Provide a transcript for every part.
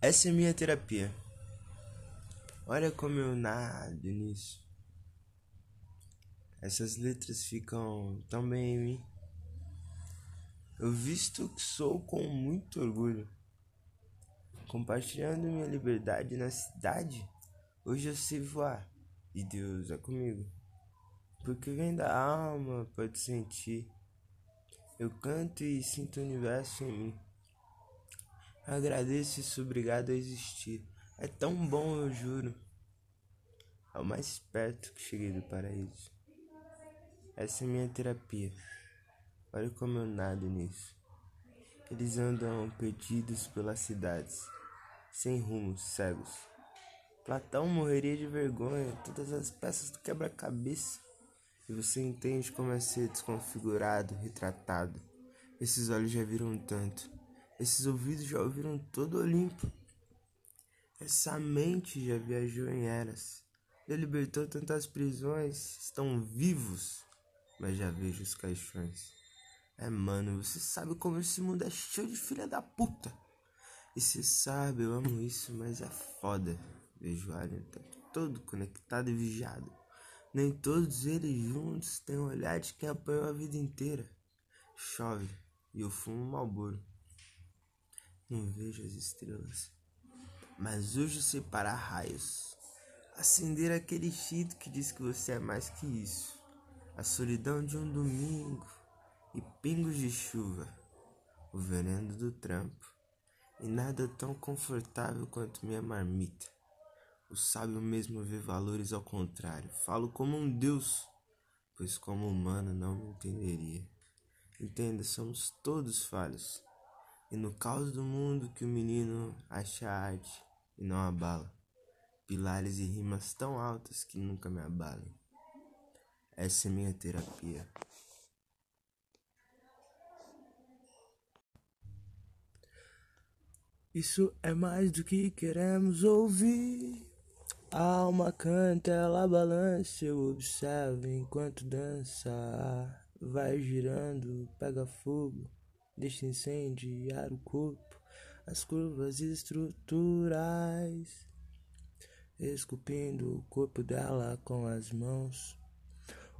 Essa é minha terapia. Olha como eu nado nisso. Essas letras ficam tão bem em mim. Eu visto que sou com muito orgulho. Compartilhando minha liberdade na cidade, hoje eu sei voar. E Deus é comigo. Porque vem da alma, pode sentir. Eu canto e sinto o universo em mim. Agradeço e sou obrigado a existir. É tão bom, eu juro. É o mais perto que cheguei do paraíso. Essa é minha terapia. Olha como eu nado nisso. Eles andam perdidos pelas cidades, sem rumos, cegos. Platão morreria de vergonha, todas as peças do quebra-cabeça. E você entende como é ser desconfigurado, retratado. Esses olhos já viram tanto. Esses ouvidos já ouviram todo Olimpo. Essa mente já viajou em eras. Já libertou tantas prisões. Estão vivos, mas já vejo os caixões. É, mano, você sabe como esse mundo é cheio de filha da puta. E você sabe, eu amo isso, mas é foda. Vejo o Alien tá todo conectado e vigiado. Nem todos eles juntos têm o olhar de quem apanhou a vida inteira. Chove e eu fumo um malboro não vejo as estrelas. Mas hoje separar raios, acender aquele chito que diz que você é mais que isso, a solidão de um domingo e pingos de chuva, o veneno do trampo e nada tão confortável quanto minha marmita. O sábio mesmo vê valores ao contrário. Falo como um deus, pois como humano não me entenderia. Entenda, somos todos falhos e no caos do mundo que o menino acha arte e não abala. Pilares e rimas tão altas que nunca me abalem. Essa é minha terapia. Isso é mais do que queremos ouvir. A alma canta, ela balança, eu observo enquanto dança. Vai girando, pega fogo deixa incendiar o corpo, as curvas estruturais, esculpindo o corpo dela com as mãos.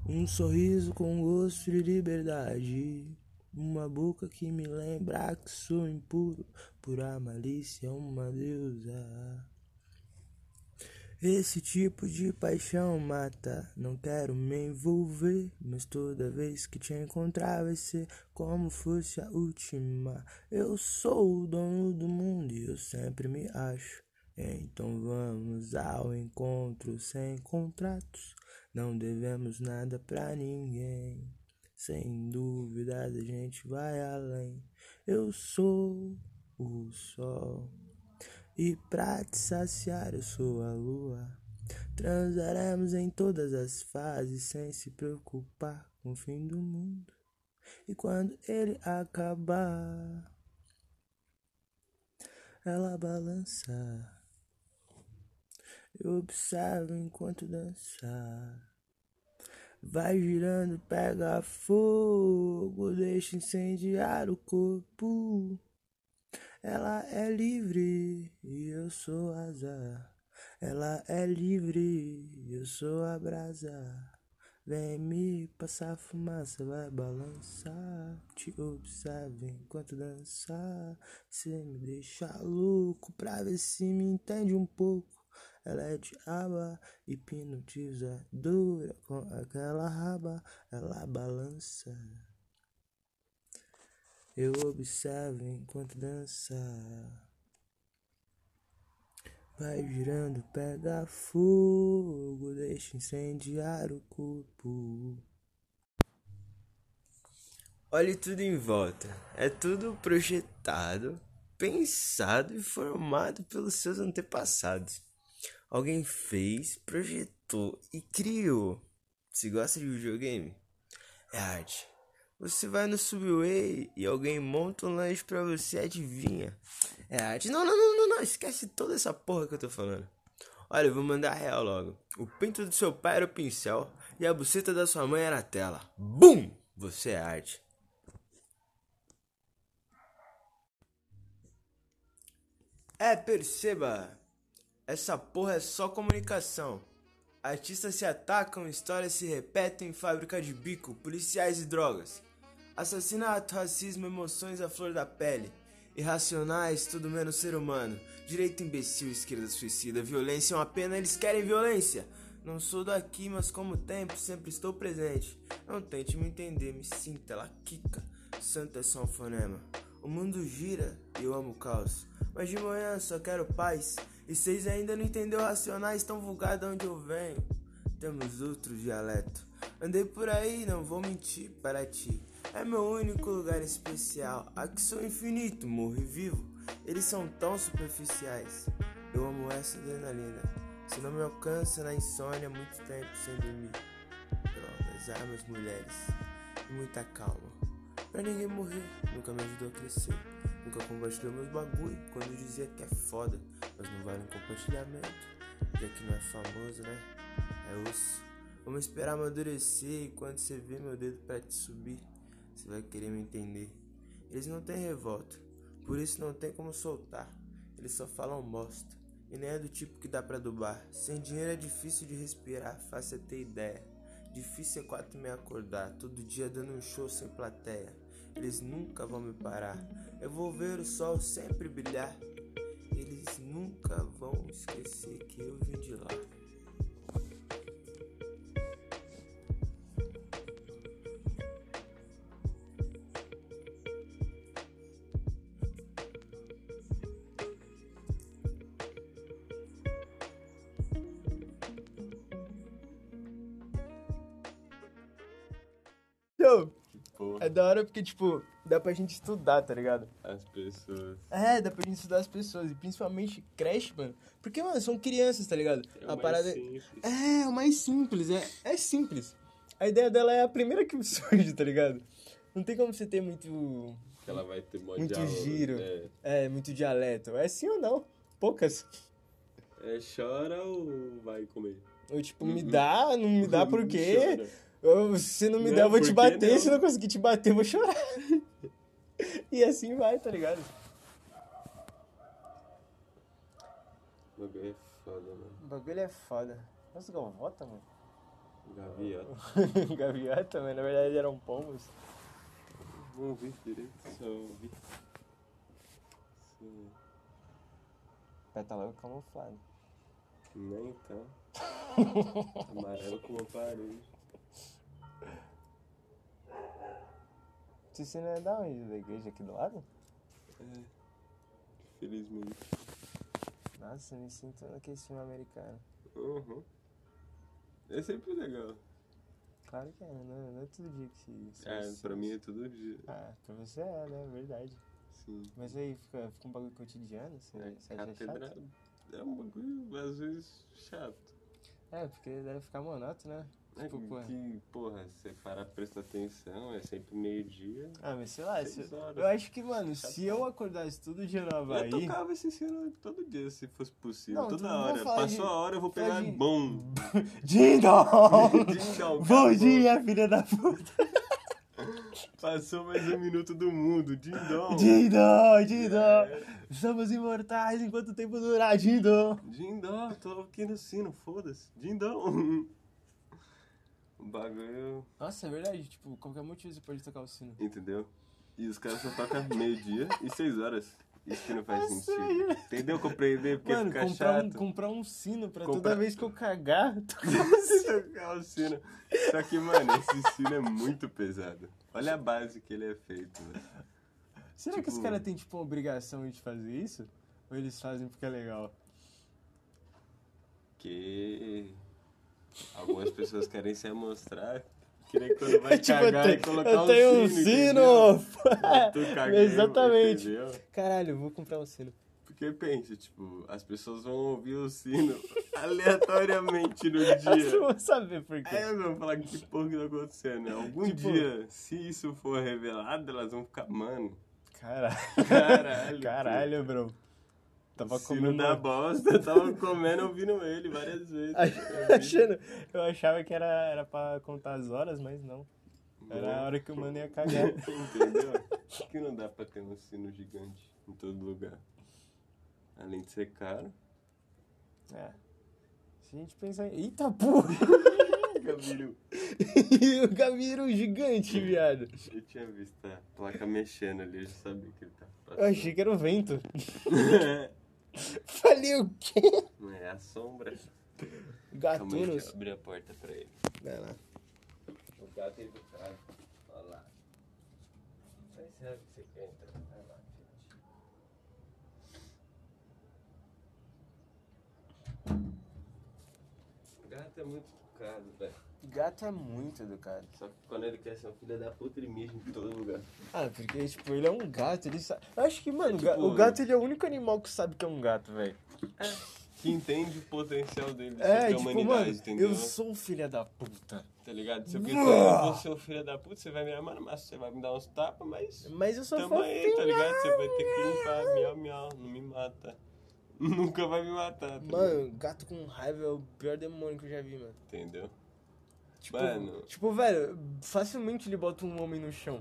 Um sorriso com gosto de liberdade, uma boca que me lembra que sou impuro, pura malícia, uma deusa. Esse tipo de paixão mata, não quero me envolver, mas toda vez que te encontrar vai ser como fosse a última. Eu sou o dono do mundo e eu sempre me acho. Então vamos ao encontro sem contratos, não devemos nada pra ninguém. Sem dúvidas a gente vai além. Eu sou o sol. E pra te saciar eu sou a lua. Transaremos em todas as fases sem se preocupar com o fim do mundo. E quando ele acabar, ela balança. Eu observo enquanto dançar. Vai girando, pega fogo, deixa incendiar o corpo. Ela é livre e eu sou azar. Ela é livre e eu sou a brasa. Vem me passar fumaça, vai balançar. Te observo enquanto dançar. Você me deixa louco pra ver se me entende um pouco. Ela é diaba, hipnotizadora com aquela raba. Ela balança. Eu observo enquanto dança. Vai girando, pega fogo, deixa incendiar o corpo. Olhe tudo em volta. É tudo projetado, pensado e formado pelos seus antepassados. Alguém fez, projetou e criou. Se gosta de videogame, é arte. Você vai no Subway e alguém monta um lanche pra você, adivinha? É arte. Não, não, não, não, não, esquece toda essa porra que eu tô falando. Olha, eu vou mandar real logo. O pinto do seu pai era o pincel e a buceta da sua mãe era a tela. BUM! Você é arte. É, perceba! Essa porra é só comunicação. Artistas se atacam, histórias se repetem, fábrica de bico, policiais e drogas. Assassinato, racismo, emoções à flor da pele. Irracionais, tudo menos ser humano. Direito imbecil, esquerda suicida, violência é uma pena, eles querem violência. Não sou daqui, mas como tempo, sempre estou presente. Não tente me entender, me sinta, ela quica. Santo é só um fonema. O mundo gira e eu amo o caos. Mas de manhã só quero paz. E vocês ainda não entenderam racionais tão vulgar de onde eu venho. Temos outro dialeto. Andei por aí, não vou mentir para ti. É meu único lugar especial. Aqui sou infinito, morro e vivo. Eles são tão superficiais. Eu amo essa adrenalina. Se não me alcança na insônia, muito tempo sem dormir. Drogas, armas, mulheres. E muita calma. Pra ninguém morrer, nunca me ajudou a crescer. Nunca compartilhou meus bagulho quando dizia que é foda, mas não vale um compartilhamento. Já que não é famoso, né? É osso. Vamos esperar amadurecer e quando você vê meu dedo pra te subir, você vai querer me entender. Eles não têm revolta, por isso não tem como soltar. Eles só falam bosta. E nem é do tipo que dá pra dubar. Sem dinheiro é difícil de respirar, fácil é ter ideia. Difícil é quatro e meia acordar, todo dia dando um show sem plateia. Eles nunca vão me parar. Eu vou ver o sol sempre brilhar. Eles nunca vão esquecer que eu vim de lá. Então, Porra, é da hora porque, tipo, dá pra gente estudar, tá ligado? as pessoas. É, dá pra gente estudar as pessoas. E principalmente creche, mano. Porque, mano, são crianças, tá ligado? É o a mais parada. simples. É, o mais simples, é, é simples. A ideia dela é a primeira que surge, tá ligado? Não tem como você ter muito. Que ela vai ter mó Muito diálogo, giro. É, É, muito dialeto. É sim ou não? Poucas. É, chora ou vai comer? Ou tipo, me dá, não me dá por quê? Uhum. Chora. né? Ou, se não me Não, der, eu vou por te quê bater. não? Se eu não conseguir te bater, eu vou chorar. e assim vai, tá ligado? O bagulho é foda, mano. O bagulho é foda. Nossa, galvota, mano. Gaviota. Gaviota, mano. Na verdade eram pombos. Não ouvi direito, só ouvi. Sim. Pétala tá camuflado. Nem tá. Amarelo como a parede. Se você não é da onde? Da igreja aqui do lado? Felizmente. Nossa, eu me sinto naquele filme americano. Uhum. É sempre legal. Claro que é, não, não é todo dia que se. se- É, se- pra mim é todo dia. assim. Ah, pra você é, né? Verdade. Sim. Mas aí fica, fica um bagulho cotidiano, você, É, você acha catedral. chato? É um bagulho, às vezes, chato. É, porque deve ficar monótono, né? É Tipo, pô. que, porra, se você parar pra prestar atenção, é sempre meio-dia. Ah, mas sei lá, se- Seis horas. eu acho que, mano, se eu acordasse todo dia no Havaí. Eu tocava esse sino todo dia, se fosse possível. Não, tu Toda não vai hora. falar Passou de- a hora, eu vou falar pegar de- bom. Dindom! Dindom, Bom acabou. dia, filha da puta! Passou mais um minuto do mundo. É, Dindom. Dindom, Dindom! Somos imortais enquanto o tempo durar, Dindom! Dindom, tô aqui no sino, foda-se. Dindom. O bagulho, Nossa, é verdade, tipo, qualquer motivo você pode tocar o sino. entendeu? E os caras só tocam meio-dia e seis horas. Isso que não faz Nossa, sentido. Entendeu? Compreender porque É Mano, fica comprar um, chato. comprar um sino pra toda Comprar- vez que eu cagar. tocar o sino. Tocar o sino. Só que, mano, esse sino é muito pesado. Olha a base que ele é feito, velho. Será que os Tipo- caras têm, tipo, uma obrigação de fazer isso? Ou eles fazem porque é legal? Que algumas pessoas querem se amostrar. Que nem quando vai Tipo, cagar eu e te- colocar eu um tenho um sino. entendeu? sino! Tu caguei, Exatamente. entendeu? Caralho, eu vou comprar um sino. Porque pensa, tipo, as pessoas vão ouvir o sino aleatoriamente no Elas não dia. vão saber por quê. Aí elas vão falar que porra que tá acontecendo. Algum Tipo- dia, se isso for revelado, elas vão ficar, mano. Caralho. Caralho. Caralho, bro. pô. Tava Sino comendo... da bosta, eu tava comendo ouvindo ele várias vezes. Achando... Eu achava que era, era pra contar as horas, mas não. Era a hora que o mano ia cagar. Entendeu? Por que não dá pra ter um sino gigante em todo lugar? Além de ser caro. É. Se a gente pensar em. Eita porra! Gabiru. E o Gabiru gigante, viado. Eu tinha visto a placa mexendo ali, eu já sabia que ele tá Eu passando. achei que era o vento. Falei o quê? Não é a sombra. Calma aí, deixa Gatunos. eu abrir a porta pra ele. Vai lá. O gato é educado. Olha lá. Mas será é que você quer entrar? Vai lá, gente. O gato é muito educado, velho. Gato é muito educado. Só que quando ele quer ser um filho da puta, ele mija em todo lugar. Ah, porque, tipo, ele é um gato, ele sabe. Eu acho que, mano, É, o ga- tipo, o gato ele é o único animal que sabe que é um gato, velho. Que entende o potencial dele de É, ser tipo, humanidade, mano, entendeu? eu sou um filho da puta. Tá ligado? Se eu quiser, eu vou ser um filho da puta, você vai me amar, mas você vai me dar uns tapas, mas. Mas eu sou né? Tamo aí, tá ligado? Você vai ter que limpar, miau, miau, não me mata. Nunca vai me matar, tá ligado? Mano, gato com raiva é o pior demônio que eu já vi, mano. Entendeu? Tipo, Mano. tipo velho, facilmente ele bota um homem no chão.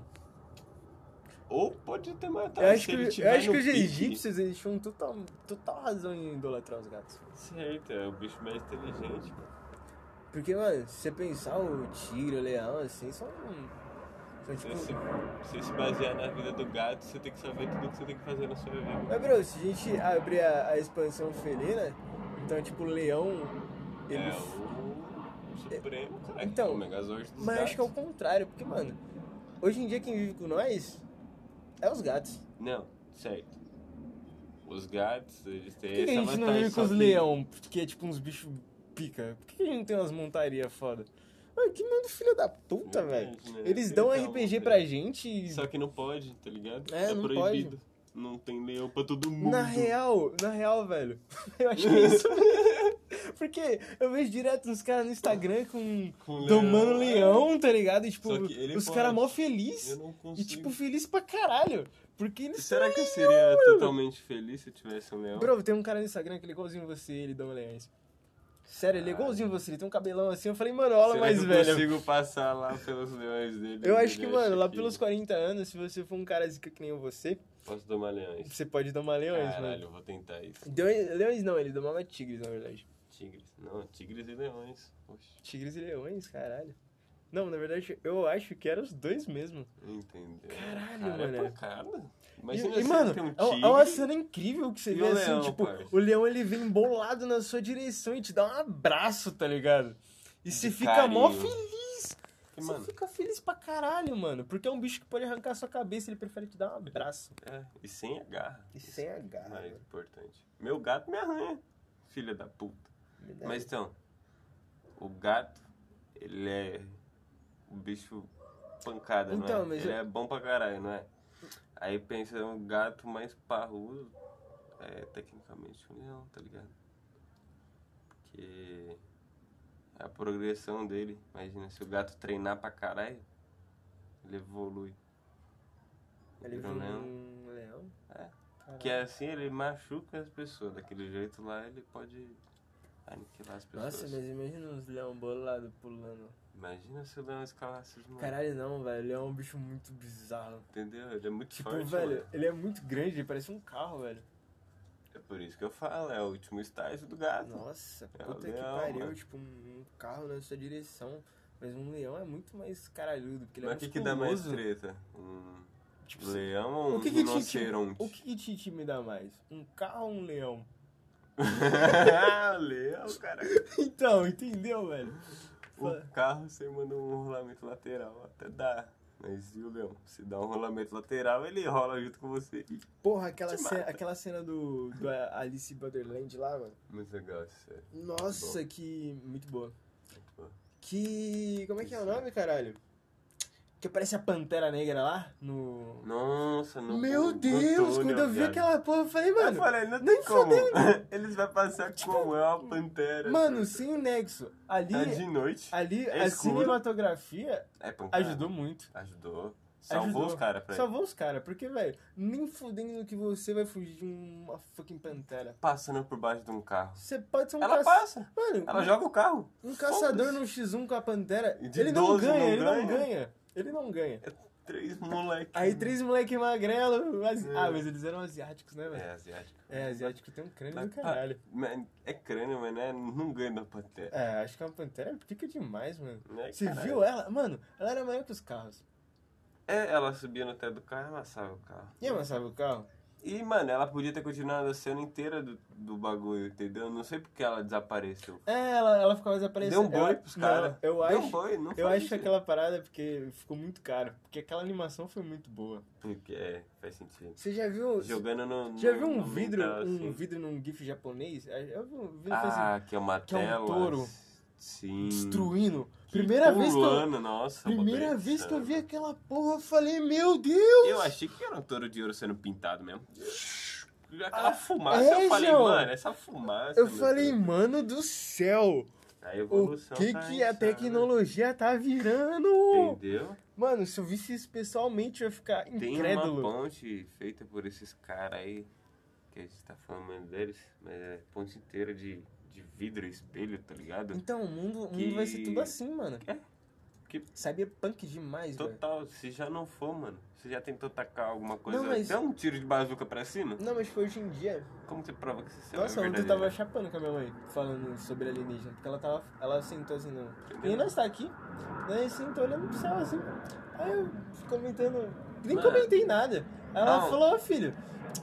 Ou pode ter matado. Eu acho se que, ele eu tiver acho no que os pique. egípcios eles tinham total, total razão em idolatrar os gatos. Certo, é o bicho mais inteligente, mano. Porque, mano, se você pensar o tigre, o leão, assim, são. São Se você tipo. se, você se basear na vida do gato, você tem que saber tudo que você tem que fazer na sua vida. Mas, bro, se a gente abrir a, a expansão felina, então, tipo, o leão. Ele. É o Supremo, cara. Então, o Megazord dos Mas eu acho que é o gatos. contrário, porque, mano, hoje em dia quem vive com nós é os gatos. Não, certo. Os gatos, eles têm Por que, que a essa gente não vantagem, vive com só os que- leão? Porque é tipo uns bichos pica. Por que, que a gente não tem umas montarias foda? Mano, que mundo filho da puta, velho. Verdade, né? Eles Tem dão que ter uma RPG montaria. pra gente e. Só que não pode, tá ligado? É, tá não proibido. Não tem leão pra todo mundo. Na real, na real, velho. Eu acho que é isso. Porque eu vejo direto uns caras no Instagram com. Com um Domando leão. leão, tá ligado? E, tipo, Só que ele os pode. caras mó Eu feliz. não E, consigo. tipo, feliz pra caralho. Porque eles. Será que eu seria totalmente feliz se eu tivesse um leão? Bro, tem um cara no Instagram que ele é igualzinho você, ele dá uma leões. Sério, ele é igualzinho você, ele tem um cabelão assim. Eu falei, mano, olha Será mais que eu velho. consigo passar lá pelos leões dele? Tipo, Eu Ele acho que, acha mano, lá que pelos 40 anos, se você for um cara zica que nem você, Posso domar leões. você pode domar leões, Caralho, mano. eu vou tentar isso. Deu- Leões não, ele domava tigres, na verdade. Tigres. Não, tigres e leões. Poxa, Tigres e leões, caralho. Não, na verdade, eu acho que eram os dois mesmo. entendeu? Caralho, Cara, mano. É pancada. E, Imagina e, você mano, ter um é, tigre. um- é uma cena incrível que você e vê o assim, leão, tipo, parça. o leão ele vem bolado na sua direção e te dá um abraço, tá ligado? E você fica mó carinho. feliz. E, você mano, fica feliz pra caralho, mano. Porque é um bicho que pode arrancar a sua cabeça, ele prefere te dar um abraço. é, e sem a garra. E sem a garra, Mais mano. é importante. Meu gato me arranha. Filha da puta. Me dá Mas então, o gato, ele é o bicho pancada, não Então, é? mas ele eu- é bom pra caralho, não é? Aí pensa um gato mais parrudo, é tecnicamente um leão, tá ligado? Porque é a progressão dele, imagina, se o gato treinar pra caralho, ele evolui. Ele Vira viu um leão. um leão. É. Caralho. Que assim ele machuca as pessoas, daquele jeito lá ele pode aniquilar as pessoas. Nossa, mas imagina uns leão bolado pulando. Imagina se um o leão escalasse os moleques. Caralho, não, velho. Ele é um bicho muito bizarro. Entendeu? Ele é muito Tipo, forte. velho, mano. ele é muito grande, ele parece um carro, velho. É por isso que eu falo, é o último estágio do gato. Nossa, É o puta que leão, pariu. mano. Tipo, um carro na sua direção. Mas um leão é muito mais caralhudo, porque ele Mas é o que, que dá mais musculoso. treta? Um Tipo, se- leão ou um o que que te, te, rinoceronte? o que que te intimida mais? Um carro ou um leão? Ah, leão, cara. Então, entendeu, velho? O carro você manda um rolamento lateral, até dá. Mas e o leão? Se dá um rolamento lateral, ele rola junto com você. Ih, Porra, aquela, Te cena, mata. aquela cena do, do Alice in Borderland lá, mano. Muito é legal isso, sério. Nossa, que. Muito boa. boa. Que. Como é que é o nome, caralho? Que aparece a Pantera Negra lá no. Nossa, não. Meu Deus, quando eu vi aquela porra, eu falei, mano. Eu falei, não nem tem como. fudendo. Tipo, Eles vão passar como? É uma pantera. Mano, sem o Nexo. Ali, É de noite. ali né? é a escuro. cinematografia É pancada. ajudou muito. Ajudou. Salvou Ajudou. os caras pra ele. Salvou os caras, porque, velho, nem fudendo que você vai fugir de uma fucking pantera. Passando por baixo de um carro. Você pode ser um Ela caça- passa. Mano, Ela joga o carro. Um caçador no X1 com a Pantera, E de ele não 12 ganha, não ele não ganha? É. ganha. Ele não ganha. Três moleque. Aí três moleque magrelo. asi- Ah, mas eles eram asiáticos, né, É, velho? asiático. É, asiático tem um crânio Mas, do caralho. ah, man, é crânio, mas né, não ganha da pantera. É, acho que a Pantera pica demais, mano. É, Você caralho. viu ela? Mano, ela era maior que os carros. É, ela subia no teto do carro e amassava o carro. E amassava o carro? E, mano, ela podia ter continuado a cena inteira do, do bagulho, entendeu? Não sei porque ela desapareceu. É, ela, ela ficava Deu desaparecendo. um boi Ela- pros mano, caras. Eu Deu acho, um boi, não eu faz acho que sentido. aquela parada é porque ficou muito caro. Porque aquela animação foi muito boa. Porque, é, faz sentido. Você já viu... Jogando no. Já no- viu um no vidro, mental, um assim. vidro num gif japonês? Eu vi um vídeo assim, Ah, que é uma que é um tela. touro. Sim. destruindo. Primeira vez que eu... Pulando, nossa. Primeira Roberto, vez que eu vi sabe? aquela porra, eu falei, meu Deus! Eu achei que era um touro de ouro sendo pintado mesmo. Aquela fumaça, é, eu falei, João. mano, essa fumaça. Eu meu falei, Deus. mano do céu! a O evolução. que tá que a insana. tecnologia tá virando? Entendeu? Mano, se eu visse isso pessoalmente, eu ia ficar Tem incrédulo. uma ponte feita por esses caras aí, que a gente tá falando menos deles, mas é ponte inteira de, de vidro e espelho, tá ligado? Então, o mundo, o mundo Que- É. vai ser tudo assim, mano. Que- Cyberpunk demais, velho. Total, se já não for, mano, você já tentou tacar alguma coisa, Então, é. Não, mas- dá um tiro de bazuca pra cima? Não, mas foi hoje em dia. Como você prova que você é Nossa, ontem eu verdadeiro? tava chapando com a minha mãe, falando sobre alienígena. Porque ela tava. Ela sentou assim, não. E nós tá aqui, né? E sentou olhando pro céu assim. Aí eu comentando. Nem Mano. comentei nada. Aí ela Não. falou, "Ô, filho.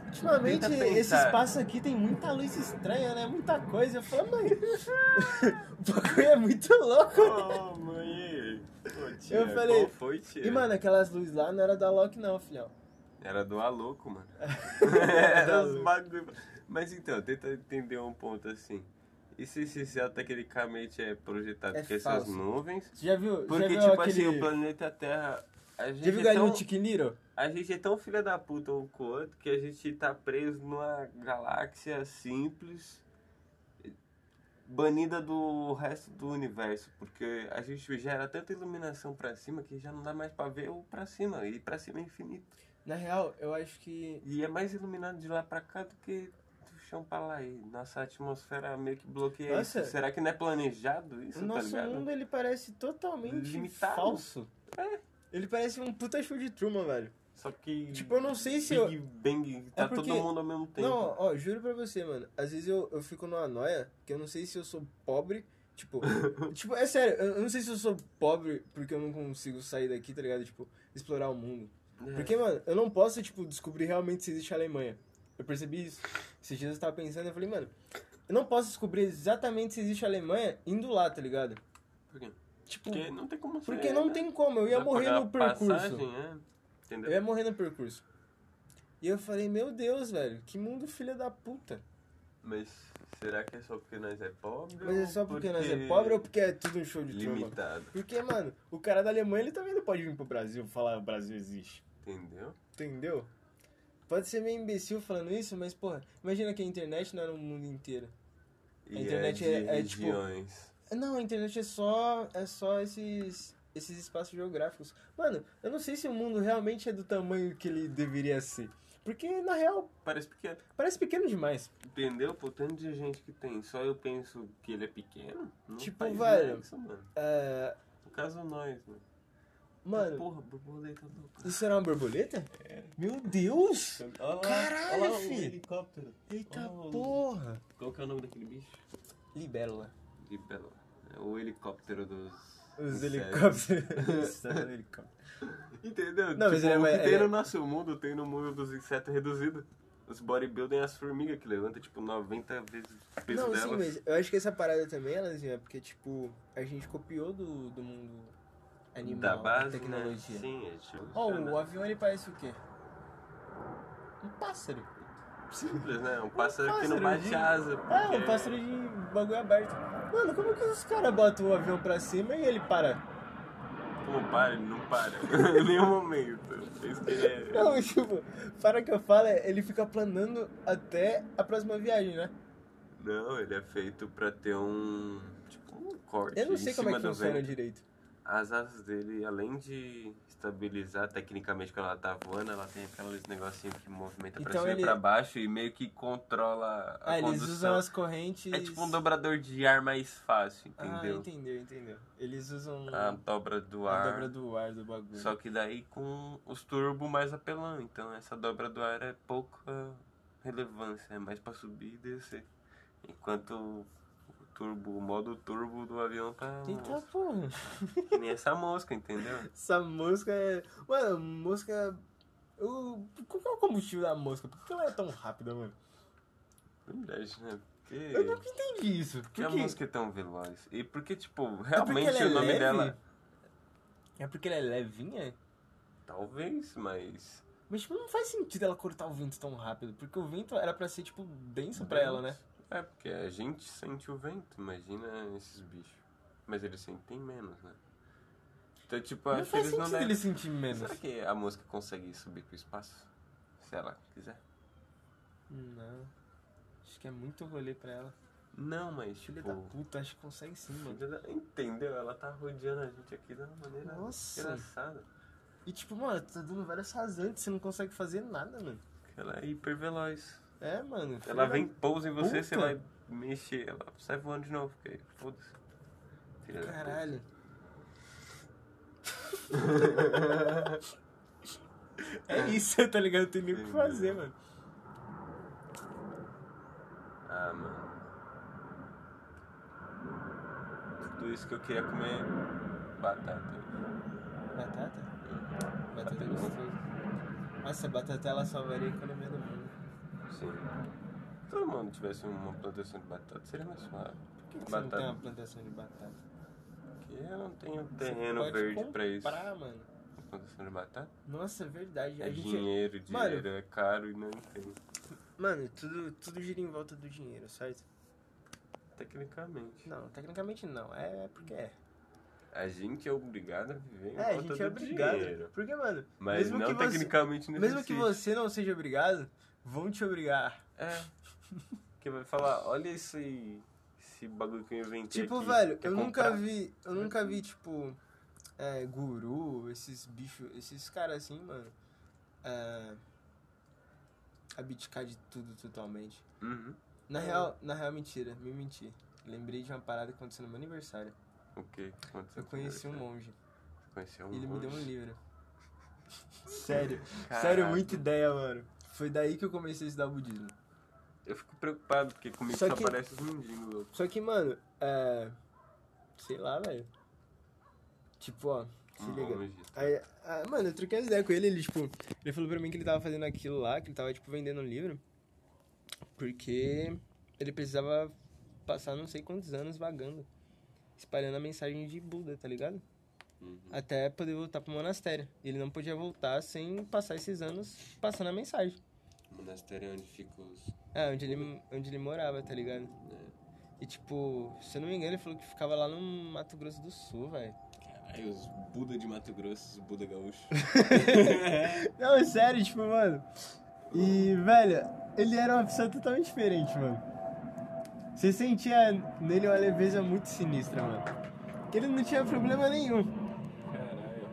Ultimamente, Tenta esse pensar. espaço aqui tem muita luz estranha, né? Muita coisa. Eu falei, mãe, o bagulho é muito louco. Ô, Oh, mãe, e aí? Ô, tia, Eu falei- qual foi, tia? E, mano, aquelas luzes lá não era da Loki, não, filhão. Era do Alouco, mano. Era os Alouco. bagulho. Mas então, tenta entender um ponto assim. E se esse céu tecnicamente é projetado É com essas falso. nuvens? Você já viu? já Porque, viu tipo aquele... assim, o planeta Terra. A Já gente, viu é tão, Galinho Chiquiniro? a gente é tão filha da puta um com o outro que a gente tá preso numa galáxia simples, banida do resto do universo. Porque a gente gera tanta iluminação pra cima que já não dá mais pra ver o pra cima. E pra cima é infinito. Na real, eu acho que. E é mais iluminado de lá pra cá do que do chão pra lá. E nossa atmosfera meio que bloqueia Nossa. isso. Será que não é planejado O isso, tá nosso ligado? mundo ele parece totalmente Limitado. É. falso. Ele parece um puta show de Truman, velho. Só que. Tipo, eu não sei se eu. É Big Bang, tá porque- todo mundo ao mesmo tempo. Não, ó, juro pra você, mano. Às vezes eu, eu fico numa noia que eu não sei se eu sou pobre. Tipo, tipo, é sério, eu eu não sei se eu sou pobre porque eu não consigo sair daqui, tá ligado? Tipo, explorar o mundo. É. Porque, mano, eu não posso, tipo, descobrir realmente se existe a Alemanha. Eu percebi isso. Esses dias eu tava pensando, eu falei, mano, eu não posso descobrir exatamente se existe a Alemanha indo lá, tá ligado? Por quê? Tipo, Porque não tem como porque não tem como, eu ia morrer no percurso. Passagem, é. Entendeu? Eu ia morrer no percurso. E eu falei, meu Deus, velho, que mundo filha da puta. Mas será que é só porque nós é pobre? Mas é só ou porque, nós é pobre ou porque é tudo um show de Truman? Limitado, Porque, mano, o cara da Alemanha, ele também não pode vir pro Brasil falar o Brasil existe. entendeu? Entendeu? Pode ser meio imbecil falando isso, mas, porra, imagina que a internet não era no mundo inteiro. E A internet é, é- de é, tipo, regiões. Não, a internet é só, é só esses, esses espaços geográficos. Mano, eu não sei se o mundo realmente é do tamanho que ele deveria ser. Porque, na real, Parece pequeno. parece pequeno demais. Entendeu? Por tanto de gente que tem. Só eu penso que ele é pequeno. Não Tipo, faz velho. nada Isso, mano. É, No caso, nós, mano. mano, Porra, borboleta tá louca. isso era uma borboleta? Meu Deus! Olha lá, Caralho, olha lá fi. um helicóptero. Eita Olha lá o- porra! Qual que é o nome daquele bicho? Libélula. De Belo. É o helicóptero dos. Os insetos. helicópteros. Entendeu? Não, Não, mas tipo, ele o que é- tem ele é- no nosso mundo, tem no mundo dos insetos reduzido. Os bodybuilding é as formigas que levanta, tipo, 90 vezes o peso Não, sim, delas. mas é eu acho que essa parada também, Elanzinho, é porque, tipo, a gente copiou do, do mundo animal, da a base, tecnologia. Né? Sim, é tipo. Ó, sei lá. o avião ele parece o quê? Um pássaro. Simples, né? Um pássaro, que não pássaro bate de- asa. Ah, porque- um pássaro de bagulho aberto. Mano, como que os caras botam o avião pra cima e ele para? Como para, ele não para. em nenhum momento. Isso que ele é- Não, tipo, para que eu falo, é, ele fica planando até a próxima viagem, né? Não, ele é feito pra ter um. Tipo, um corte. Eu não sei em como é cima que do funciona vento. direito. as asas dele, além de estabilizar tecnicamente quando ela tá voando, ela tem aqueles negocinho que movimenta pra Então cima ele- e pra baixo e meio que controla a Ah, eles usam condução. as correntes. É tipo um dobrador de ar mais fácil, Ah, entendeu? Ah, entendeu, entendeu. Eles usam a dobra do a ar. dobra do ar do bagulho. Só que daí com os turbo mais apelão, então essa dobra do ar é pouca relevância, é mais pra subir e descer. Enquanto o turbo, o modo turbo do avião tá Eita porra. que nem essa mosca, entendeu? Essa mosca é. Mano, mosca. O... Qual que é o combustível da mosca? Por que ela é tão rápida, mano? Verdade, né? Porque, Eu nunca entendi isso. Por que a quê? mosca é tão veloz? E porque, tipo, É porque realmente ela é o nome leve? dela. É porque ela é levinha? Talvez, mas. Mas tipo, não faz sentido ela cortar o vento tão rápido, porque o vento era pra ser, tipo, denso pra ela, né? É, porque a gente sente o vento, imagina esses bichos. Mas eles sentem menos, né? Então, tipo, não acho que faz eles não sentido devem. ele sentir menos. Será que a música consegue subir pro espaço? Se ela quiser. Não. Acho que é muito rolê pra ela. Não, mas Filha tipo. da puta, acho que consegue sim, mano. filha da- Entendeu? Ela tá rodeando a gente aqui de uma maneira Nossa. engraçada. E tipo, mano, tá dando várias rasantes, você não consegue fazer nada, mano. Ela é hiperveloz. É, mano. filha Ela da- vem, pousa em você, você puta. vai mexer. Ela sai voando de novo, porque foda-se. Filha da puta. Caralho. é isso, tá ligado? Não tem nem o que fazer, mano. Ah, mano. Tudo isso que eu queria comer. Batata. Batata? Batata é gostoso. Nossa, a batata ela salvaria a economia do mundo. Sim. Se todo mundo tivesse uma plantação de batata, seria mais suave. Por que, que você não Batata. tem uma plantação de batata? Porque eu não tenho Você terreno pode verde pra isso. comprar, mano. Plantação de batata? Nossa, é verdade. É a gente... dinheiro, Mano. dinheiro é caro e não tem. Mano, tudo, tudo gira em volta do dinheiro, certo? Tecnicamente. Não, tecnicamente não. É porque é. A gente é obrigado a viver em É, a volta gente é do obrigado. dinheiro. Porque, mano, Mas mesmo, não que você, tecnicamente mesmo que necessite. você não seja obrigado, vão te obrigar. É. Que vai falar, olha isso aí. Esse bagulho que eu inventei. tipo, aqui. velho, Quer eu nunca comprar? vi. Eu nunca vi, tipo, é, guru, esses bichos, esses caras assim, mano. É, abdicar de tudo totalmente. Uhum. Na real, na real, mentira, me menti. Lembrei de uma parada que aconteceu no meu aniversário. O que que aconteceu? Eu conheci um monge. monge. Conheci um Ele me deu um monge? livro. Sério. Sério, Caralho. muita ideia, mano. Foi daí que eu comecei a estudar budismo. Eu fico preocupado, porque comigo Só só, que- aparece os mendigos loucos. Só que, mano, é. Sei lá, velho. Tipo, ó, se Um liga. monge. Aí, ah, mano, eu troquei as ideias com ele, ele, tipo, ele falou pra mim que ele tava fazendo aquilo lá, que ele tava, tipo, vendendo um livro, porque ele precisava passar não sei quantos anos vagando, espalhando a mensagem de Buda, tá ligado? Uhum. Até poder voltar pro monastério. Ele não podia voltar sem passar esses anos passando a mensagem. O monastério é onde fica os. É, onde ele, onde ele morava, tá ligado? Né? E, tipo, se eu não me engano, ele falou que ficava lá no Mato Grosso do Sul, velho. Caralho, os Buda de Mato Grosso, os Buda gaúcho. Não, é sério, tipo, mano. E, velho, ele era uma pessoa totalmente diferente, mano. Você sentia nele uma leveza muito sinistra, mano. Que ele não tinha problema nenhum. Caralho.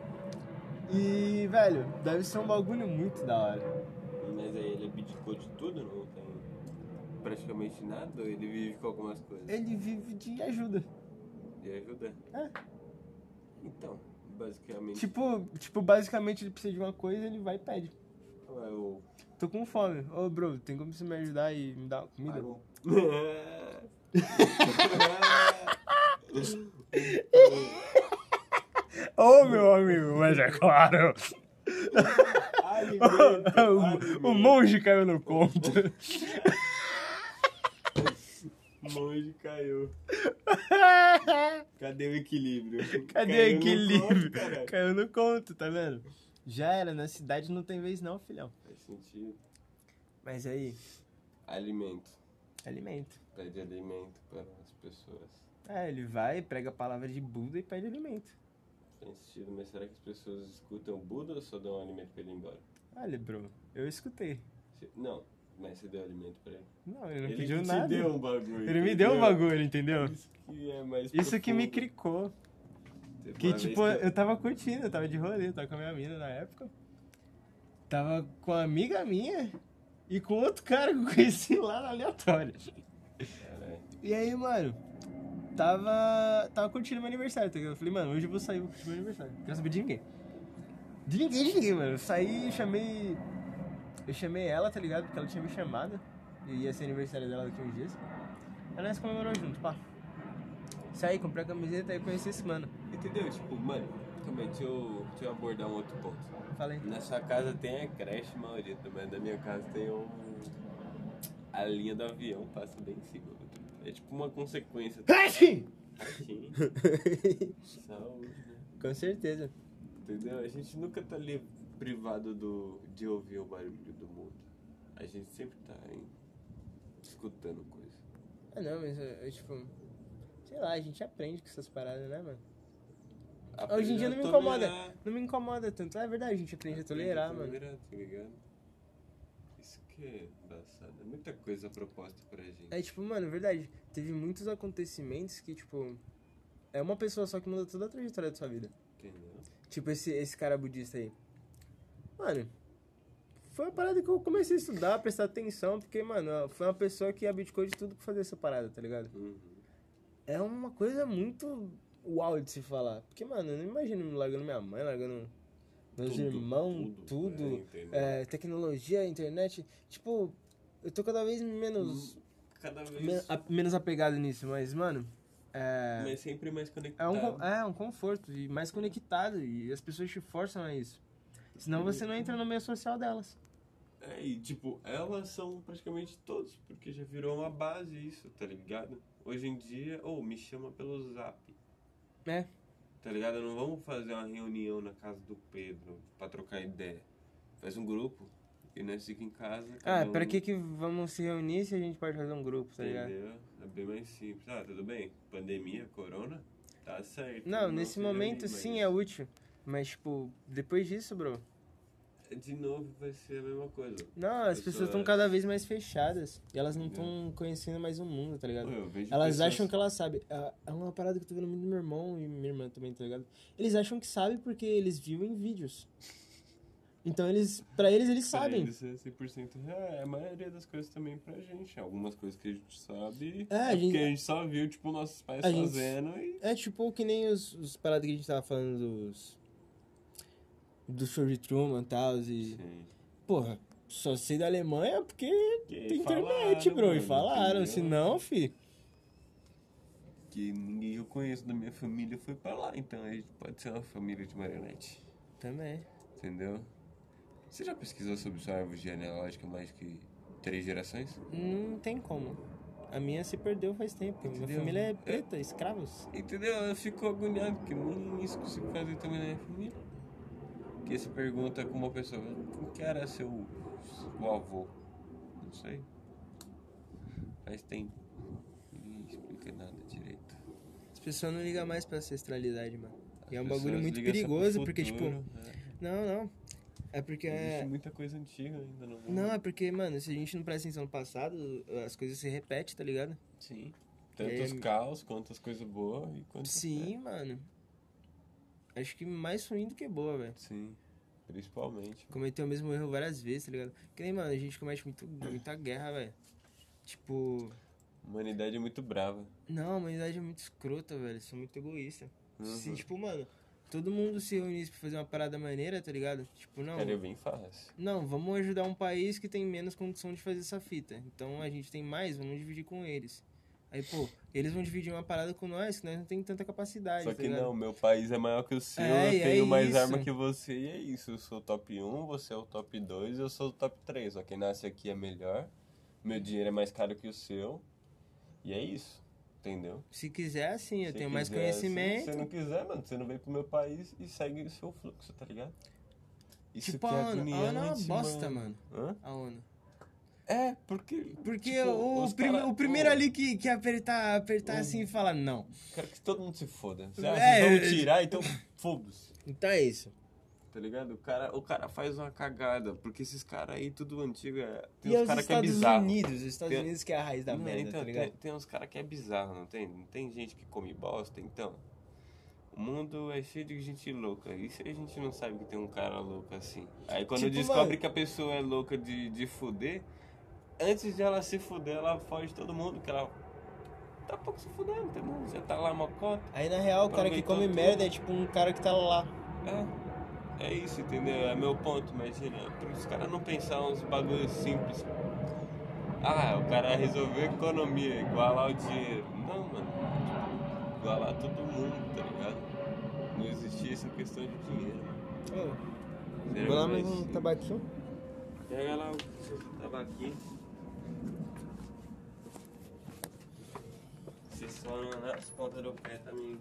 E, velho, deve ser um bagulho muito da hora. Mas aí ele abdicou de tudo, não tem praticamente nada, ou ele vive com algumas coisas? Ele vive de ajuda. E ajuda? É. Então, basicamente. Tipo, tipo, basicamente ele precisa de uma coisa, ele vai e pede. é o. Tô com fome. Ô, bro, tem como você me ajudar e me dar uma comida? Parou. Ô, meu amigo, mas é claro. Alimento, o, o alimento. monge caiu no conto. Monge caiu. É. Cadê o equilíbrio? Cadê o Caiu no equilíbrio? colo, caralho. Caiu no conto, tá vendo? Já era, na cidade não tem vez não, filhão. Faz sentido. Mas aí, Alimento. alimento. Pede alimento para as pessoas. É, ele vai, prega a palavra de Buda e pede alimento. Faz sentido, mas será que as pessoas escutam o Buda ou só dão um alimento pra ele ir embora? Olha, bro, eu escutei. Se- Não, mas você deu alimento pra ele. Não, ele não ele pediu que nada. te deu um bagulho. ele me deu um entendeu? bagulho, entendeu? Isso que é mais Isso que me profundo, cricou. Teve Que uma tipo, vez que- eu tava curtindo, eu tava de rolê, tava com a minha mina na época. Tava com uma amiga minha e com outro cara que eu conheci lá na aleatória. Caralho. E aí, mano, tava. tava curtindo meu aniversário, tá ligado? Eu falei, mano, hoje eu vou sair, vou curtir meu aniversário. Não quero saber de ninguém. De ninguém, de ninguém, mano. Eu saí e chamei. Eu chamei ela, tá ligado? Porque ela tinha me chamado. E ia ser aniversário dela daqui uns dias. Aí nós comemoramos junto, pá. Saí, comprei a camiseta e conheci esse mano. Entendeu? Tipo, mano, também deixa eu, deixa eu abordar um outro ponto. Falei. Na sua casa tem a creche maldita, mas na minha casa tem um. A linha do avião passa bem em cima. É tipo uma consequência. Sim. Saúde, né? Com certeza. Entendeu? A gente nunca tá ali privado do, de ouvir o barulho do mundo. A gente sempre tá hein, escutando coisa. Ah não, mas eu, eu, tipo. Sei lá, a gente aprende com essas paradas, né, mano? Hoje em dia não me incomoda. Não me incomoda tanto. É verdade, a gente aprende a tolerar, mano. mano. Tá ligado? Isso que é embaçado. É muita coisa proposta pra gente. É tipo, mano, verdade. Teve muitos acontecimentos que, tipo. É uma pessoa só que muda toda a trajetória da sua vida. Entendeu? Tipo esse, esse cara budista aí. Mano, foi uma parada que eu comecei a estudar, prestar atenção, porque, mano, foi uma pessoa que abdicou de tudo pra fazer essa parada, tá ligado? Uhum. É uma coisa muito uau de se falar. Porque, mano, eu não imagino me largando minha mãe, largando meus Tudo, irmãos, tudo, tudo. é, entendeu? é, tecnologia, internet. Tipo, eu tô cada vez menos, Hum, Cada vez. men- a- menos apegado nisso, mas, mano. É, Mas sempre mais é, conectado. um, con- é um conforto e mais conectado. E as pessoas te forçam a isso. Senão Uhum. você não entra no meio social delas. É, e tipo, elas são praticamente todos, porque já virou uma base isso, tá ligado? Hoje em dia, ou me chama pelo zap, né? tá ligado? Não vamos fazer uma reunião na casa do Pedro pra trocar ideia. Faz um grupo e nós fica em casa. Ah, cada um, pra que que vamos se reunir se a gente pode fazer um grupo, tá ligado? Entendeu? É bem mais simples. Ah, tudo bem? Pandemia, corona, tá certo. Não, nesse se momento reunir, sim mas- é útil. Mas, tipo, depois disso, bro. De novo vai ser a mesma coisa. Não, as Pessoa- pessoas estão cada vez mais fechadas. E elas não Entendeu? estão conhecendo mais o mundo, tá ligado? Pô, eu vejo Elas pessoas- acham que elas sabem. É- É uma parada que eu tô vendo muito do meu irmão e minha irmã também, tá ligado? Eles acham que sabem porque eles viram em vídeos. Então eles. Pra eles, eles sabem. Isso é 100% real. É a maioria das coisas também é pra gente. Algumas coisas que a gente sabe. É, a gente- Porque a gente só viu, tipo, nossos pais A gente- fazendo e. É tipo que nem os, os paradas que a gente tava falando dos. Do show de Truman e tal. E. Sim. Porra, só sei da Alemanha porque Que tem falaram, internet, bro. e mano, falaram. entendeu? Se não, fi. Que ninguém que eu conheço da minha família foi pra lá. Então a gente pode ser uma família de marionete. Também. Entendeu? Você já pesquisou sobre sua árvore genealógica mais que três gerações? Não tem como. A minha se perdeu faz tempo. Minha Entendeu? família é preta, escravos. Entendeu? Eu fico agoniado porque nem isso consigo fazer também na minha família. Porque você pergunta com uma pessoa, como que era seu, seu avô? Não sei. Faz tempo. Ninguém explica nada direito. As pessoas não ligam mais pra ancestralidade, mano. As E é um pessoas bagulho muito ligam só pro perigoso, porque, tipo. futuro, Não, não. É porque. né? é- Existe muita coisa antiga ainda no mundo. Não, é porque, mano, se a gente não presta atenção no passado, as coisas se repetem, tá ligado? Sim. Tantos É- caos quanto as coisas boas e quanto. Sim, mano. Acho que mais ruim do que boa, velho. Sim. Principalmente. Cometeu o mesmo erro várias vezes, tá ligado? Que nem, mano, a gente comete muito, muita guerra, velho. Tipo. A humanidade é muito brava. Não, a humanidade é muito escrota, velho. Sou muito egoísta. Uhum. Se, tipo, mano, todo mundo se reunisse pra fazer uma parada maneira, tá ligado? Tipo, não. Cara, é bem fácil. Não, vamos ajudar um país que tem menos condição de fazer essa fita. Então a gente tem mais, vamos dividir com eles. Aí, pô, eles vão dividir uma parada com nós que nós não tem tanta capacidade, Só tá que ligado? não, meu país é maior que o seu, É, e eu tenho é mais isso. arma que você, e é isso. Eu sou o top 1, você é o top 2, eu sou o top 3. Só quem nasce aqui é melhor, meu dinheiro é mais caro que o seu, e é isso, entendeu? Se quiser, assim, eu Se tenho mais quiser, conhecimento. Se você não quiser, mano, você não vem pro meu país e segue o seu fluxo, tá ligado? Isso tipo, que é a ONU. A ONU é uma agoniante, bosta, mano. Hã? A ONU. É, porque. Porque tipo, o, os prime- cara- o primeiro o- ali que, que apertar, apertar assim e falar não. Quero que todo mundo se foda. Vocês É, vão eu- tirar, então foda-se. Então é isso. Tá ligado? O cara, o cara faz uma cagada, porque esses caras aí, tudo antigo, é... tem e é uns os caras Estados que é bizarro. Unidos, os Estados Tem- Unidos que é a raiz da Não, merda, então, tá ligado? tem, tem uns caras que é bizarro, não tem? Não tem gente que come bosta, então. O mundo é cheio de gente louca. E se a gente não sabe que tem um cara louco assim? Aí quando Tipo, descobre mano- que a pessoa é louca de, de fuder, antes de ela se fuder, ela foge de todo mundo, que ela tá pouco se fudendo, entendeu? Já tá lá mocota. Aí na real, o cara que Aproveitou come tudo. merda é tipo um cara que tá lá. É, é isso, entendeu? É meu ponto, imagina. Por os caras não pensar uns bagulhos simples. Ah, o cara resolveu a economia, igualar o dinheiro. Não, mano. Tipo, igualar todo mundo, tá ligado? Não existia essa questão de dinheiro. Ô, Era vou lá mais- mais um tabaquinho. Pega lá o seu tabaquinho. Vocês são nas pontas do pé, tá me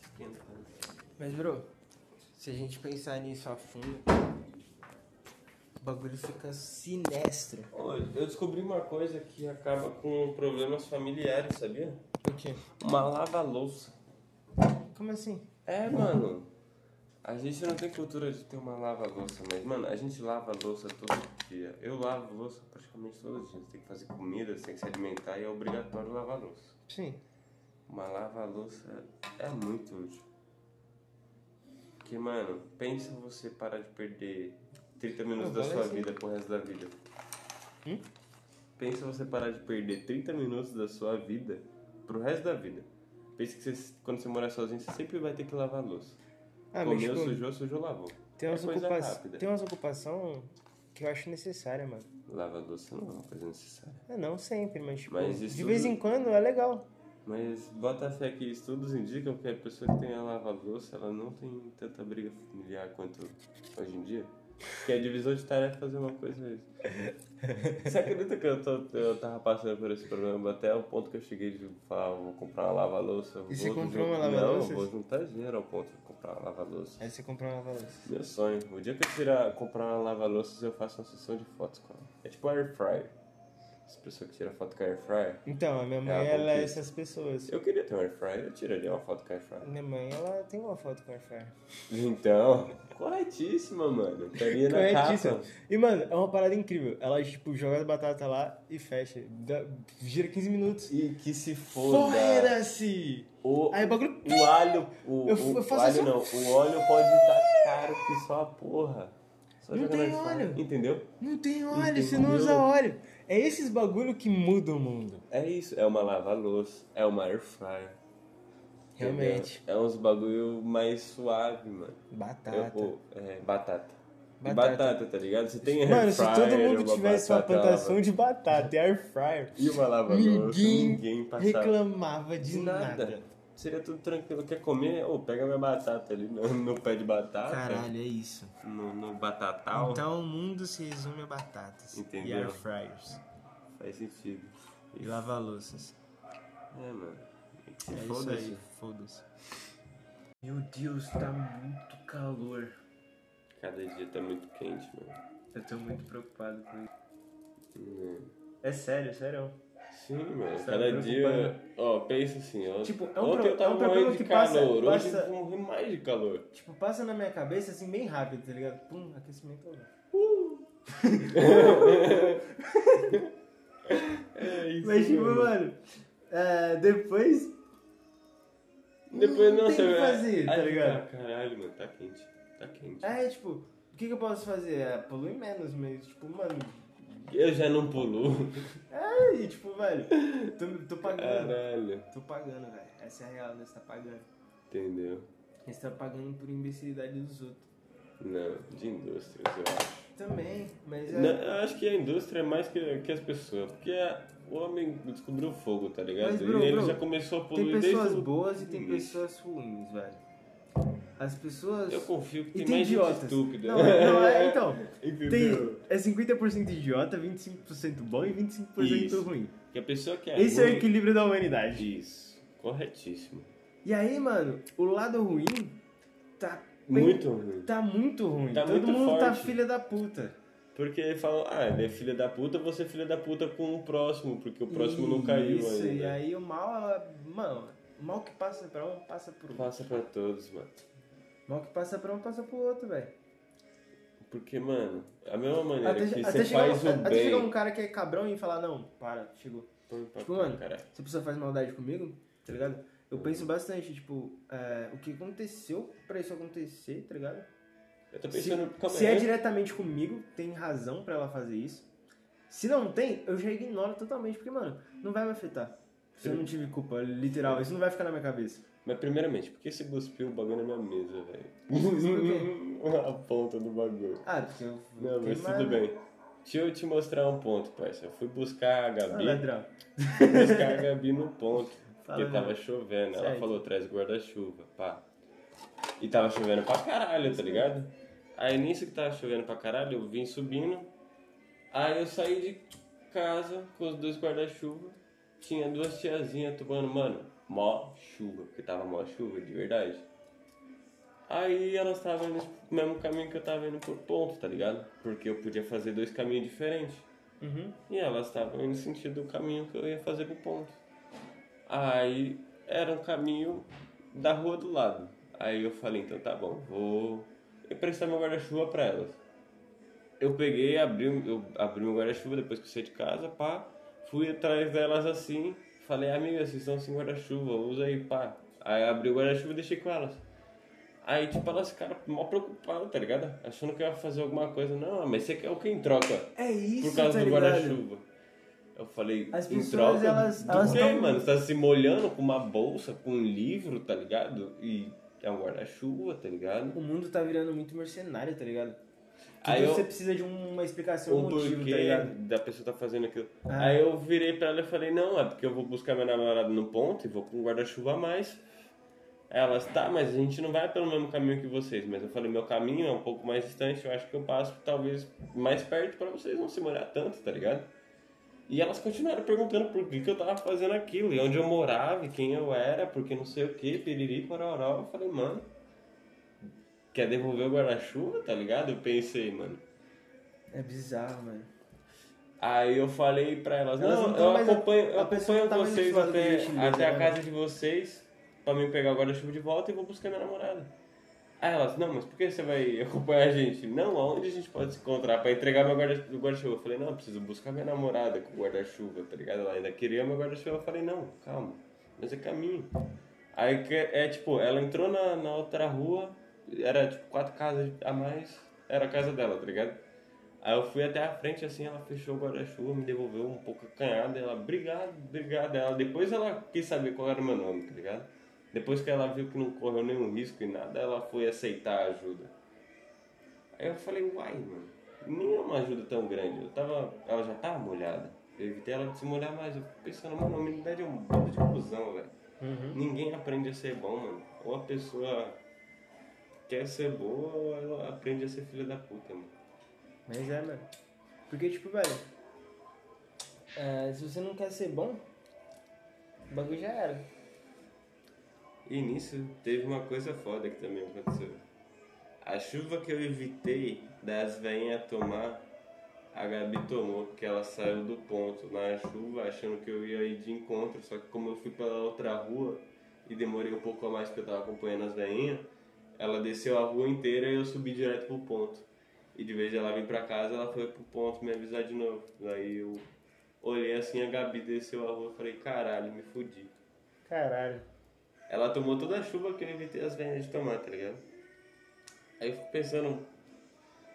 esquentando. Mas, bro, se a gente pensar nisso a fundo, o bagulho fica sinistro. Ô, Eu descobri uma coisa que acaba com problemas familiares, sabia? O quê? Uma lava-louça. Como assim? É, mano. A gente não tem cultura de ter uma lava-louça, mas, mano, a gente lava a louça todo dia. Eu lavo louça praticamente todo dia. Você tem que fazer comida, você tem que se alimentar e é obrigatório lavar louça. Sim. Uma lava-louça é muito útil. Porque, mano, pensa você parar de perder 30 minutos Não, da sua parece- vida pro resto da vida. Hum? Pensa você parar de perder 30 minutos da sua vida pro resto da vida. Pensa que você, quando você morar sozinho, você sempre vai ter que lavar a louça. Ah, mas Comeu, tipo, sujou, sujou, lavou. tem, umas é coisa ocupa... rápida. tem um umas ocupação que eu acho necessária, mano. Lava a louça não é uma coisa necessária. É, não sempre, mas tipo, Mas isso de vez tudo- em quando é legal. Mas bota fé que estudos indicam que a pessoa que tem a lava-louça, ela não tem tanta briga familiar quanto hoje em dia. Que a divisão de tarefas é uma coisa mesmo. Você acredita que eu, tô, eu tava passando por esse problema até o ponto que eu cheguei de falar, "Ah, vou comprar uma lava-louça. E você vou comprou jun- uma lava-louças? Não, vou juntar dinheiro ao ponto de comprar uma lava-louça. Aí você comprou uma balança. Meu sonho. O dia que eu tirar, comprar uma lava-louças, eu faço uma sessão de fotos com ela. É tipo air fryer. As pessoas que tiram foto com air fryer. Então, a minha mãe, É a ela é conquista. essas pessoas. Eu queria ter um air fryer, eu tiraria uma foto com air fryer. Minha mãe, ela tem uma foto com a Airfryer. Então, corretíssima, mano. Estaria na Corretíssimo. é capa. E, mano, é uma parada incrível. Ela, tipo, joga a batata lá e fecha. Dá- Gira 15 minutos. E que se foda. Foda-se! O, Aí o bagulho... o alho, o, Eu o- f- eu o faço alho assim- não, o óleo pode estar caro que só a porra. Só Não joga tem na airfryer, óleo. Entendeu? Não tem óleo, você não usa óleo. É esses bagulho que muda o mundo. É isso, é uma lava-louça, é uma air fryer. entendeu? Realmente. É uns bagulho mais suave, mano. Eu Batata. vou- é, batata. E Batata. Batata. tá ligado? Você tem air Mano, se fryer, todo mundo uma tivesse uma batata, plantação lava- de batata e airfryer, e uma lava-louça, ninguém, ninguém passava reclamava de nada. Seria tudo tranquilo. Quer comer? Ô, pega minha batata ali no, no pé de batata. Caralho, é isso. No, no batatal. Então o mundo se resume a batatas e Entendeu? airfryers Faz sentido. e lava-louças. É, mano. É que se É isso foda aí, isso. foda-se. Meu Deus, tá muito calor. Cada dia tá muito quente, mano. Eu tô muito preocupado com isso. Hum. É sério, sério. Sim, mano. é Você tá Cada me dia. Ó, pensa assim, ó. Tipo, é um pro- Ontem é um eu tava problema morrendo de que passa- calor. Hoje passa- eu vou morrer mais de calor. Tipo, passa na minha cabeça assim bem rápido, tá ligado? Pum, aquecimento agora. É isso. Mas tipo, mano, é, depois Depois não não tem o que sei, fazer, tá ligado? Caralho, mano. Tá quente. Tá quente. É, tipo, o que, que eu posso fazer? É, polui menos, mas, tipo, mano. Eu já não pulo. É, e, tipo, velho, tô, tô pagando. Caralho. Tô pagando, velho. Essa é a real, né? Você tá pagando. Entendeu? Você tá pagando por imbecilidade dos outros. Não, de indústrias, eu acho. Também, mas é. Não, eu acho que a indústria é mais que, que as pessoas, porque a- o homem descobriu o fogo, tá ligado? Mas, bro, e ele bro, já começou a Tem poluir pessoas desde o... boas e tem Ixi. pessoas ruins, velho. As pessoas. Eu confio que E tem, tem mais idiotas. gente estúpida. Não, não, é, então. Tem, Entendeu? é 50% idiota, 25% bom e 25% Isso. ruim. Que a pessoa que é Esse é o ruim... equilíbrio da humanidade. Isso, corretíssimo. E aí, mano, o lado ruim tá bem- Muito ruim. Tá muito ruim. Tá Todo muito mundo tá forte. filha da puta. Porque falam, ah, ele é filha da puta, você é filha da puta com o próximo, porque o próximo não caiu Isso, ainda. e aí o mal, é- mano, o mal que passa pra um, passa pro outro. Passa pra todos, mano. O mal que passa pra um, passa pro outro, velho. Porque, mano, a mesma maneira Até, que até você chegar, faz o até bem... chegar um cara que é cabrão e falar, não, para, chegou. Põe pra Tipo, cá, mano, cara. Essa pessoa faz maldade comigo, tá ligado? Eu penso bastante, tipo, é, o que aconteceu pra isso acontecer, tá ligado? Eu tô Se, pensando. calma se é aí. diretamente comigo, tem razão pra ela fazer isso. Se não tem, eu já ignoro totalmente, porque, mano, não vai me afetar. Se eu não tive culpa, literal, isso não vai ficar na minha cabeça. Mas primeiramente, por que você cuspiu o bagulho na minha mesa, quê? velho? a ponta do bagulho. Ah, porque eu. Não, mas queimar, tudo né? bem. Deixa eu te mostrar um ponto, parça. Eu fui buscar a Ah, Gabi. ladrão. buscar a Gabi no um ponto. Fala, Porque tava né? chovendo. Ela Certo. falou, traz guarda-chuva, pá. E tava chovendo pra caralho, tá ligado? Aí nisso que tava chovendo pra caralho, eu vim subindo. Aí eu saí de casa com os dois guarda-chuva. Tinha duas tiazinhas tomando, mano, mó chuva, porque tava mó chuva, de verdade. Aí elas estavam indo pro mesmo caminho que eu tava indo pro ponto, tá ligado? Porque eu podia fazer dois caminhos diferentes. E elas estavam indo no sentido do caminho que eu ia fazer pro ponto. Aí era um caminho da rua do lado. Aí eu falei, então tá bom, vou emprestar meu guarda-chuva pra elas. Eu peguei, abri, um, eu abri meu guarda-chuva depois que eu saí de casa, pá. Fui atrás delas assim, falei, amiga, vocês estão sem guarda-chuva, usa aí, pá. Aí abri o guarda-chuva e deixei com elas. Aí, tipo, elas ficaram mó preocupadas, tá ligado? Achando que eu ia fazer alguma coisa. Não, mas você quer o que em troca? É isso, por causa tá do ligado? guarda-chuva. Eu falei, As em pessoas, troca elas- do elas quê, tão- mano? Você tá se molhando com uma bolsa, com um livro, tá ligado? E é um guarda-chuva, tá ligado? O mundo tá virando muito mercenário, tá ligado? Aí Aí eu- você precisa de uma explicação, um o motivo, porquê tá ligado? da pessoa tá fazendo aquilo. Ah. Aí eu virei pra ela e falei, não, é porque eu vou buscar minha namorada no ponto e vou com um guarda-chuva a mais. Elas, tá, mas a gente não vai pelo mesmo caminho que vocês. Mas eu falei, meu caminho é um pouco mais distante, eu acho que eu passo talvez mais perto pra vocês não se molhar tanto, tá ligado? E elas continuaram perguntando por que, que eu tava fazendo aquilo, e onde eu morava, e quem eu era, porque não sei o que, piriri, pororó. Eu falei, mano, quer devolver o guarda-chuva, tá ligado? Eu pensei, mano. É bizarro, mano. Aí eu falei pra elas, Elas não, não tão eu mais- acompanho, eu a pessoa não acompanho tá mais vocês acostumada com até, gente linda, até a né? casa de vocês pra mim pegar o guarda-chuva de volta e vou buscar minha namorada. Aí elas, não, mas por que você vai acompanhar a gente? Não, aonde a gente pode se encontrar pra entregar meu guarda- o guarda-chuva? Eu falei, não, eu preciso buscar minha namorada com o guarda-chuva, tá ligado? Ela ainda queria meu guarda-chuva. Eu falei, não, calma, mas é caminho. Aí que- é tipo, ela entrou na, na outra rua, era tipo quatro casas a mais, era a casa dela, tá ligado? Aí eu fui até a frente assim, ela fechou o guarda-chuva, me devolveu um pouco acanhada, ela, obrigado, obrigado. Ela, depois ela quis saber qual era o meu nome, tá ligado? Depois que ela viu que não correu nenhum risco e nada, ela foi aceitar a ajuda. Aí eu falei, uai, mano, nem é uma ajuda tão grande. Eu tava, ela já tava molhada. Eu evitei ela de se molhar mais. Eu fico pensando, mano, a humanidade é um bando de cuzão, velho. Ninguém aprende a ser bom, mano. Ou a pessoa quer ser boa ou ela aprende a ser filha da puta, mano. Mas é, mano. Porque, tipo, velho. é, se você não quer ser bom, o bagulho já era. E nisso teve uma coisa foda que também aconteceu. A chuva que eu evitei das veinhas tomar, a Gabi tomou, porque ela saiu do ponto na chuva, achando que eu ia ir de encontro, só que como eu fui pela outra rua e demorei um pouco a mais porque eu tava acompanhando as veinhas, ela desceu a rua inteira e eu subi direto pro ponto. E de vez de ela vir pra casa, ela foi pro ponto me avisar de novo. Daí eu olhei assim, a Gabi desceu a rua e falei, caralho, me fudi. Caralho. Ela tomou toda a chuva que eu evitei as vendas de tomar, tá ligado? Aí eu fico pensando,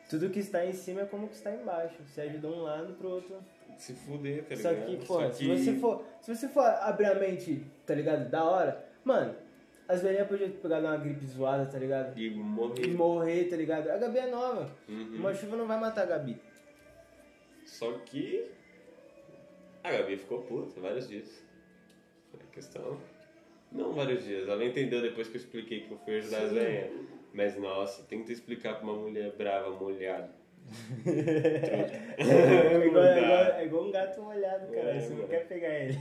Tudo que está em cima é como que está embaixo. Você ajuda um lado pro outro. se fuder, tá Só ligado? que, pô, se você for. Se você for abrir a mente, tá ligado? Da hora, mano, as velhinhas podiam pegar uma gripe zoada, tá ligado? E E morri. morrer, tá ligado? A Gabi é nova. Uhum. Uma chuva não vai matar a Gabi. Só que. A Gabi ficou puta vários dias. Foi a questão. Não vários dias, ela entendeu depois que eu expliquei que eu fui ajudar as venhas. Mas nossa, tenta explicar pra uma mulher brava, molhada. É igual, é Não dá. igual- é igual um gato molhado, cara. É, você não mano. quer pegar ele.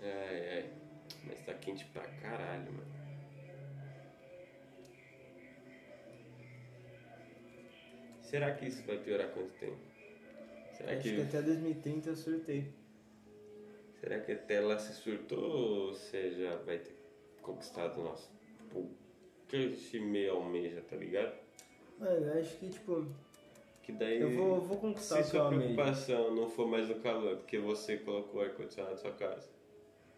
Ai, ai. Mas tá quente pra caralho, mano. Será que isso vai piorar quanto tempo? Será Acho É que, que até 2030 eu surtei. será que até lá se surtou ou você já vai ter conquistado nosso tipo, que esse meio almeja, tá ligado? Mano, eu acho que, tipo, Que daí eu vou, eu vou conquistar se o que eu sua amei. preocupação não for mais o calor, porque você colocou o ar-condicionado na sua casa.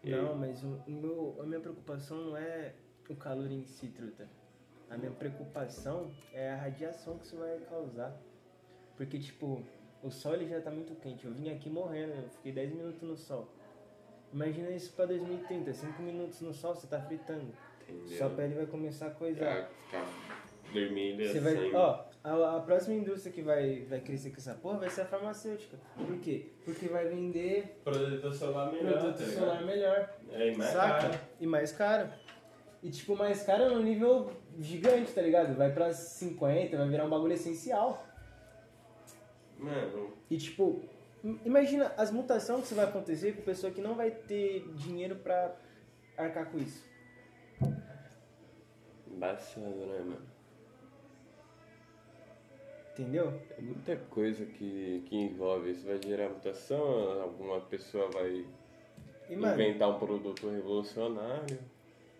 Não, mas o, o meu, a minha preocupação não é o calor em si, truta. A minha preocupação é a radiação que isso vai causar. Porque, tipo, o sol ele já tá muito quente. Eu vim aqui morrendo, eu fiquei 10 minutos no sol. Imagina isso pra 2030, 5 minutos no sol, você tá fritando. Entendeu? É, Sua pele vai começar a coisar. Ficar- ficar vermelha, Você vai, sangue. ó, a, a próxima indústria que vai, vai crescer com essa porra vai ser a farmacêutica. Por quê? Porque vai vender Protetor solar melhor, produto tá ligado? solar melhor. É, e mais Saca? caro. E mais caro. E tipo, mais caro num nível gigante, tá ligado? Vai pra 50, vai virar um bagulho essencial. Mano, E tipo, im- imagina as mutações que isso vai acontecer com pessoa que não vai ter dinheiro pra arcar com isso. embaçado, né, mano? Entendeu? É muita coisa que, que envolve isso. Vai gerar mutação, alguma pessoa vai E mano, inventar um produto revolucionário,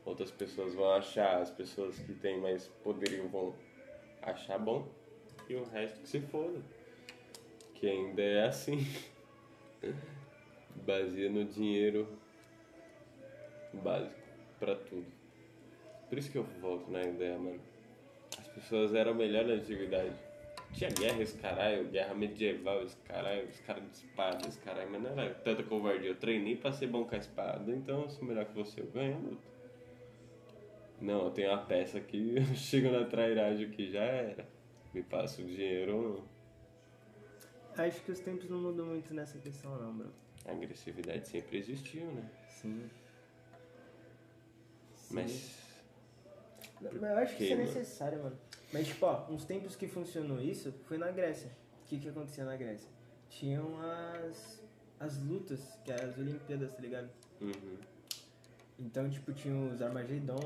outras pessoas vão achar, as pessoas que têm mais poderio vão achar bom, e o resto que se foda. Que ainda é assim. Baseia no dinheiro básico pra tudo. Por isso que eu volto na ideia, mano. As pessoas eram melhor na antiguidade. Tinha guerra esse caralho, guerra medieval esse caralho, os caras de espada esse caralho, mas não era tanta covardia. Eu treinei pra ser bom com a espada, então eu sou melhor que você, eu ganho a luta. Não, eu tenho uma peça aqui, eu chego na trairagem aqui, já era. Me passa o dinheiro ou não. acho que os tempos não mudam muito nessa questão não, bro. A agressividade sempre existiu, né? Sim. Sim. Mas. Mas eu acho que quê, isso é mano? necessário, mano. Mas, tipo, ó, uns tempos que funcionou isso foi na Grécia. O que que acontecia na Grécia? Tinham as, as lutas, que eram as Olimpíadas, tá ligado? Uhum. Então, tipo, tinha os Armagedon.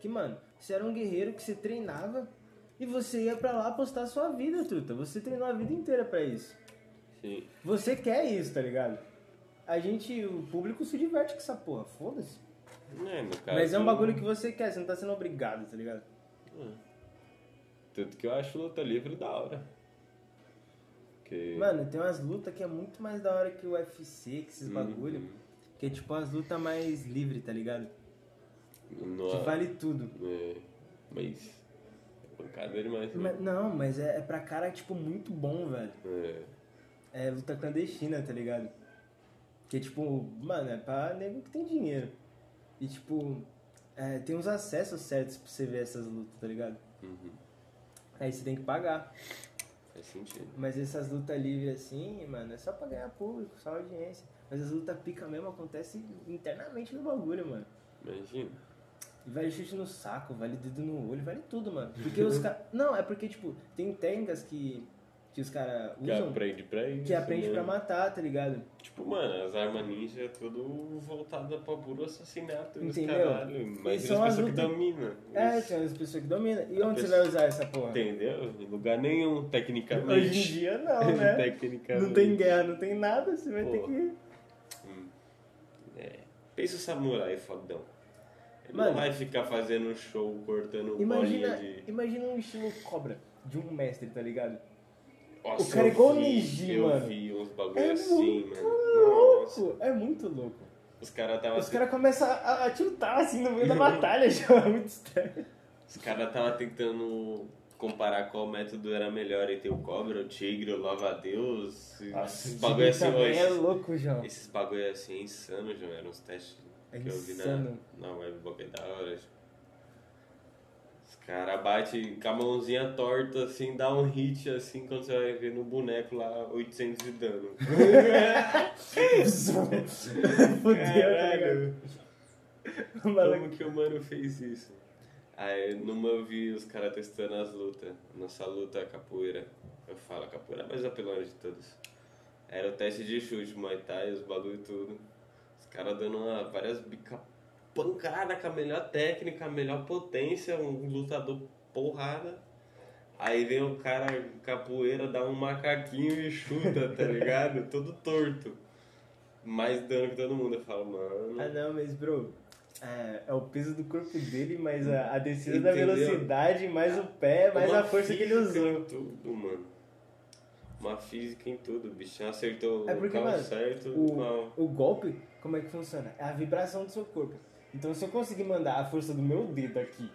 Que, mano, você era um guerreiro que você treinava e você ia pra lá apostar a sua vida, truta. Você treinou a vida inteira pra isso. Sim. Você quer isso, tá ligado? A gente, o público se diverte com essa porra, foda-se. É, no caso, Mas é um bagulho que você quer, você não tá sendo obrigado, tá ligado? Tanto que eu acho luta livre da hora. Porque. Mano, tem umas lutas que é muito mais da hora que o UFC, que esses bagulho. Que é tipo umas lutas mais livre, tá ligado? no- Que vale tudo. É, mas. É pancada demais. Ma- Né? não, mas é, é pra cara, tipo, muito bom, velho. É, É luta clandestina, tá ligado? Que é tipo, mano, é pra nego que tem dinheiro. E tipo, é, tem uns acessos certos pra você ver essas lutas, tá ligado? uhum, Aí você tem que pagar. faz sentido. Mas essas lutas livres assim, mano, é só pra ganhar público, só audiência. Mas as lutas pica mesmo acontece internamente no bagulho, mano. Imagina. E Vale chute no saco, vale dedo no olho, vale tudo, mano. Porque os caras. Não, é porque, tipo, tem técnicas que, que os caras Que usam aprende pra isso. que aprende né? pra matar, tá ligado? Tipo, mano, as armas ninja é tudo voltada pra puro assassinato e os Entendeu? caralho. Mas as são as pessoas que lutas- dominam. É, isso. tem as pessoas que dominam. E onde você pessoa- vai usar essa porra? Entendeu? Em lugar nenhum, tecnicamente. Hoje em dia não, né? tecnicamente. não tem guerra, não tem nada, você vai ter Pô. que. É. Pensa o samurai fodão. Ele Mano. não vai ficar fazendo um show cortando Imagina, bolinha de. imagina um estilo cobra de um mestre, tá ligado? Nossa, o cara é eu igual vi- ninja, Eu mano. vi uns bagulho É assim, muito mano. Nossa. louco! É muito louco. Os caras tava, Os caras começam a, a tiltar assim no meio da batalha já, é muito estranho. os cara tava tentando comparar qual método era melhor entre o cobra, o tigre, o lava-deus. e Esses bagulho assim, ó, Ah, também é esses, louco, João. esses bagulho assim é insano, João. Eram uns testes É que eu vi insano. na, na web boca da hora. João. Os caras batem com a mãozinha torta, assim, dá um hit, assim, quando você vai ver no boneco lá, 800 de dano. Caralho. Fudeu, tá ligado? O maluco- Como é que o mano fez isso? Aí numa eu vi os caras testando as lutas. Nossa luta é capoeira. Eu falo capoeira, mas é a pelona de todos. Era o teste de chute, Muay Thai, os bagulho e tudo. Os caras dando uma, várias bica pancada com a melhor técnica, a melhor potência, um lutador porrada. Aí vem o cara capoeira, dá um macaquinho e chuta, tá ligado? Todo torto. Mais dano que todo mundo. Eu falo, mano. Ah não, mas bro, é, é o peso do corpo dele, mais a, a descida da Entendeu? É velocidade, É mais o pé, mais Uma a força que ele física usou. em Tudo, mano. uma física em tudo, o bichão acertou É o porque, local mano, certo, com a- o, o golpe, como é que funciona? É a vibração do seu corpo. Então, se eu conseguir mandar a força do meu dedo aqui,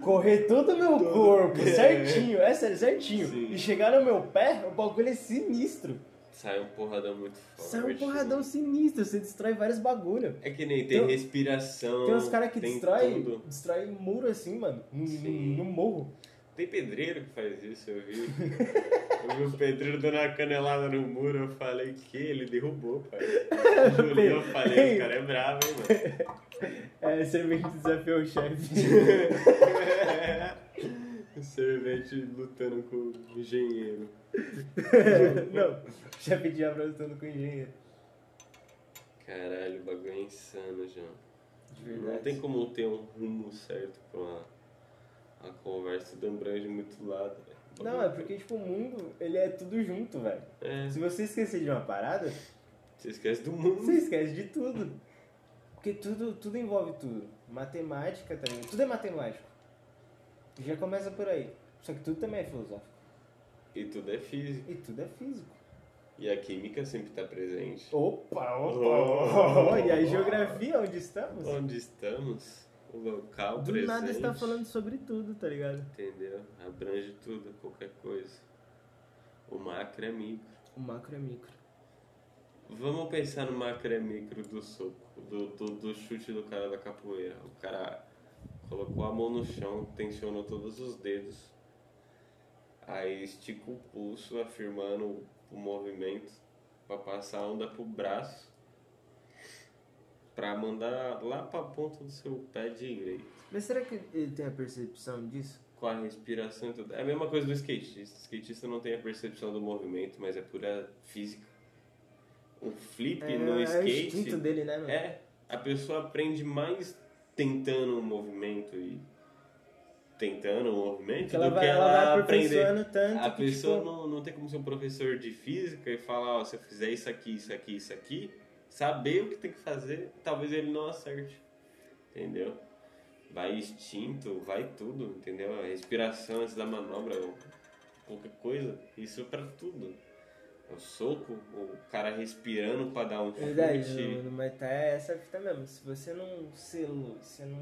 correr todo o meu corpo certinho, é sério, certinho, Sim. e chegar no meu pé, o bagulho é sinistro. Saiu um porradão muito forte. Sai um porradão sinistro, você destrói vários bagulho. É que nem tem Tem- um- respiração. Tem uns caras que tem destrói, tudo. destrói muro assim, mano, no, Sim. no morro. Tem pedreiro que faz isso, eu vi. Eu vi um pedreiro dando uma canelada no muro, eu falei que ele derrubou, pai. Juro, eu falei, o cara é bravo, hein, mano. É, você meio que desafiou o chefe. O servente Um lutando com o engenheiro. Não, o chefe de abra lutando com o engenheiro. Caralho, o bagulho é insano, João. De Não tem como ter um rumo certo pra uma, uma conversa do abrange muito lado. velho. Não, é porque, tipo, o mundo, ele é tudo junto, velho. É, Se você esquecer de uma parada, você esquece do mundo. você esquece de tudo. Porque tudo, tudo envolve tudo. Matemática também. Tudo é matemático. Já começa por aí. Só que tudo também é filosófico. E tudo é físico. E tudo é físico. E a química sempre tá presente. Opa, Oh. opa! Oh, e a geografia, onde estamos? Onde estamos? O local Do presente. nada está falando sobre tudo, tá ligado? Entendeu? Abrange tudo, qualquer coisa. O macro é micro. O macro é micro. Vamos pensar no macro é micro do soco, do, do, do chute do cara da capoeira. O cara colocou a mão no chão, tensionou todos os dedos. Aí estica o pulso, afirmando o- o movimento, pra passar a onda pro braço, pra mandar lá pra ponta do seu pé direito. Mas será que ele tem a percepção disso? com a respiração e tudo. É a mesma coisa do skatista. O skatista não tem a percepção do movimento, mas é pura física. Um flip é, no é o skate. instinto dele, né, mano? É, a pessoa aprende mais tentando um movimento e tentando um movimento Porque ela do vai, que ela ela, vai aprender. aperfeiçoando tanto A que, pessoa tipo, não, não tem como ser um professor de física e falar, ó, se eu fizer isso aqui, isso aqui, isso aqui, saber o que tem que fazer, talvez ele não acerte. Entendeu? Vai instinto, vai tudo, entendeu? A respiração antes da manobra, ou qualquer coisa, isso é pra tudo. O soco, o cara respirando pra dar um Verdade, chute. no, no Muay Thai é essa fita mesmo. Se você não selou, você não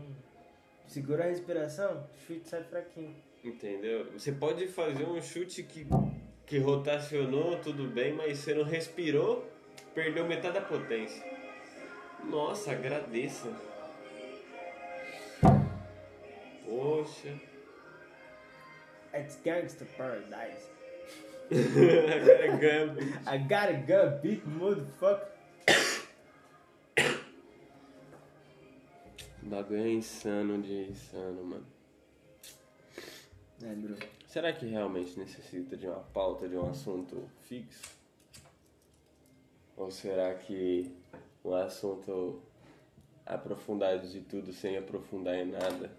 segura a respiração, o chute sai fraquinho. Entendeu? Você pode fazer um chute que, que rotacionou, tudo bem, mas você não respirou, perdeu metade da potência. Nossa, agradeça. Poxa. It's Gangsta Paradise. Agora é ganha. I got a gun, big motherfucker. O bagulho é insano de insano, mano. É, bro. Será que realmente necessita de uma pauta, de um assunto fixo? Ou será que um assunto aprofundado de tudo sem aprofundar em nada?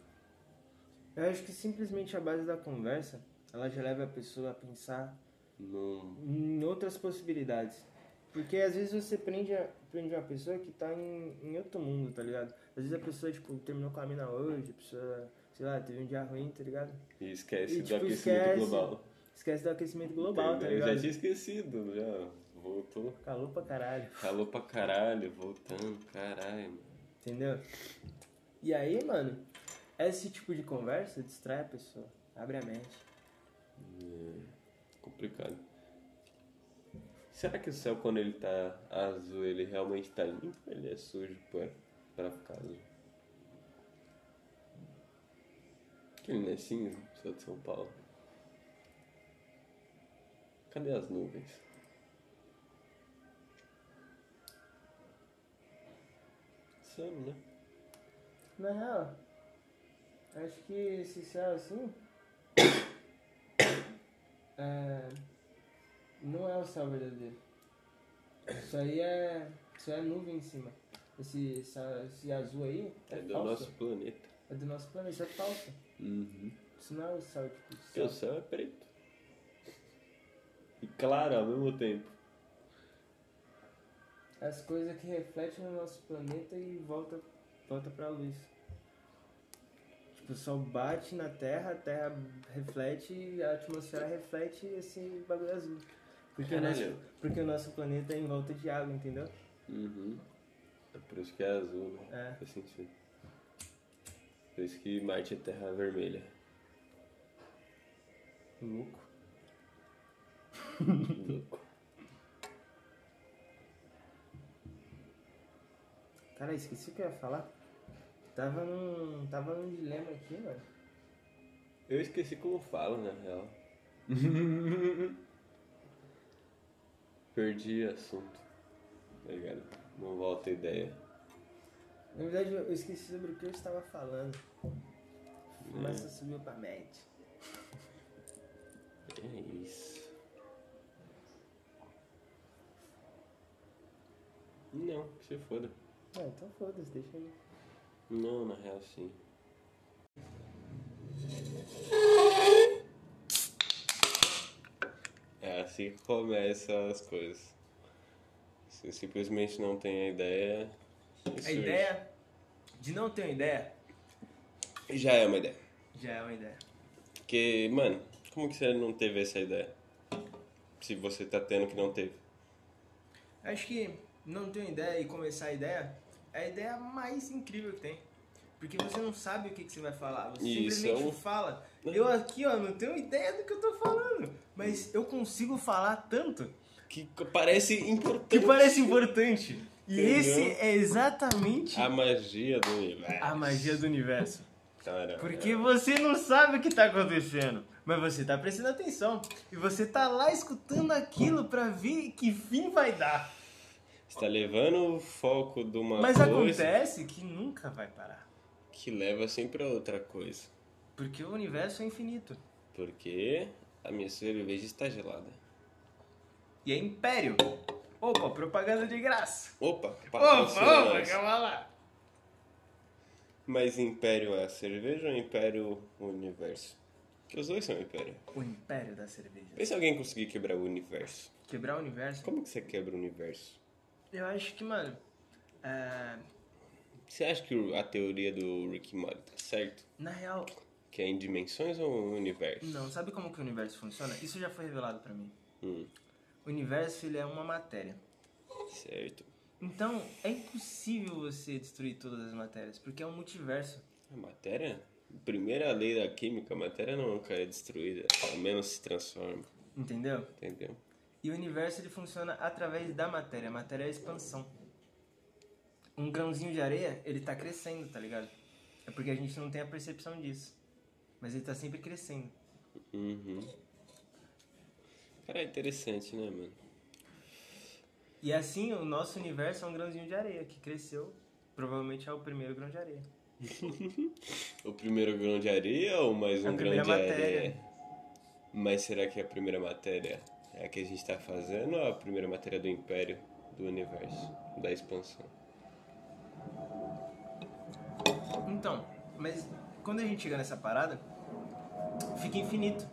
Eu acho que simplesmente a base da conversa, ela já leva a pessoa a pensar Num... em outras possibilidades. Porque às vezes você prende, a, prende uma pessoa que tá em, em outro mundo, tá ligado? Às vezes a pessoa, tipo, terminou com a mina hoje, a pessoa, sei lá, teve um dia ruim, tá ligado? E esquece E, do tipo, aquecimento esquece. global. Esquece do aquecimento global, tá Entendeu? Eu já ligado? tinha esquecido, já voltou. Calor pra caralho, Calou pra caralho, voltando, caralho. mano. entendeu? E aí, mano, esse tipo de conversa distrai a pessoa, abre a mente. Complicado. Será que o céu, quando ele tá azul, ele realmente tá limpo? ou Ele é sujo pra, pra ficar azul? Que ele não é cinza, só de São Paulo. Cadê as nuvens? Some, né? Na real, acho que esse céu assim. é, não é o céu verdadeiro. Isso aí é. Isso é nuvem em cima. Esse, essa- esse azul aí é, É do falso. nosso planeta. É do nosso planeta, isso é falso. Isso não é o céu, tipo. o Porque o céu. céu é preto. E claro ao mesmo tempo. As coisas que refletem no nosso planeta e volta, volta pra luz. Tipo, o sol bate na Terra, a Terra reflete, a atmosfera reflete esse bagulho azul. Porque o, nosso, Caralho. porque o nosso planeta é em volta de água, entendeu? Uhum. É por isso que é azul, né? É. Faz sentido. Por isso que Marte é terra vermelha. Louco. Louco. Cara, esqueci o que eu ia falar. Tava num. Tava num dilema aqui, mano. Eu esqueci como falo, na real. Perdi assunto. Tá ligado? Não volta a ideia. Na verdade, eu eu esqueci sobre o que eu estava falando. Mas subiu pra mente. É isso. Não, que se foda. Ah, então foda-se, deixa aí. Não, na real sim. É assim que começam as coisas. Você simplesmente não tem a ideia. e A surge. ideia de não ter uma ideia Já é uma ideia. já é uma ideia. Porque, mano, como que você não teve essa ideia? Se você tá tendo que não teve. Acho que não ter uma ideia e começar a ideia é a ideia mais incrível que tem. Porque você não sabe o que, que você vai falar. Você Isso, simplesmente é um- fala. Eu aqui, ó, não tenho ideia do que eu tô falando. Mas eu consigo falar tanto Que parece importante. que parece importante. E Entendeu? esse é exatamente A magia do universo. a magia do universo. Cara, Porque você não sabe o que tá acontecendo, mas você tá prestando atenção. E você tá lá escutando aquilo pra ver que fim vai dar. Você tá levando o foco de uma Mas coisa acontece que nunca vai parar. que leva sempre a outra coisa. Porque o universo é infinito. Porque a minha cerveja está gelada. E é império. Opa, propaganda de graça. Opa, Opa, patrocina opa, nós. calma lá. Mas Império é a cerveja ou Império o Universo? Porque os dois são Império. O império da cerveja. Vê se alguém conseguir quebrar o Universo. Quebrar o universo? Como que você quebra o Universo? Eu acho que, mano. é, Você acha que o- a teoria do Rick and Morty tá certo? na real, Que é em dimensões ou universo? não. Sabe como que o universo funciona? Isso já foi revelado pra mim. Hum, O universo ele é uma matéria. certo. Então, é impossível você destruir todas as matérias, porque é um multiverso. A matéria? Primeira lei da química, a matéria nunca é destruída, ao menos se transforma, Entendeu? entendeu? E o universo ele funciona através da matéria. A matéria é a expansão. Um grãozinho de areia, ele tá crescendo, tá ligado? É porque a gente não tem a percepção disso. Mas ele tá sempre crescendo. Uhum. Cara, é interessante, né, mano? E assim, o nosso universo é um grãozinho de areia que cresceu. Provavelmente é o primeiro grão de areia. O primeiro grão de areia ou mais A um grão primeira de matéria. areia? Mas será que a primeira matéria é a que a gente tá fazendo ou a primeira matéria do império, do universo, da expansão? Então, mas quando a gente chega nessa parada, fica infinito.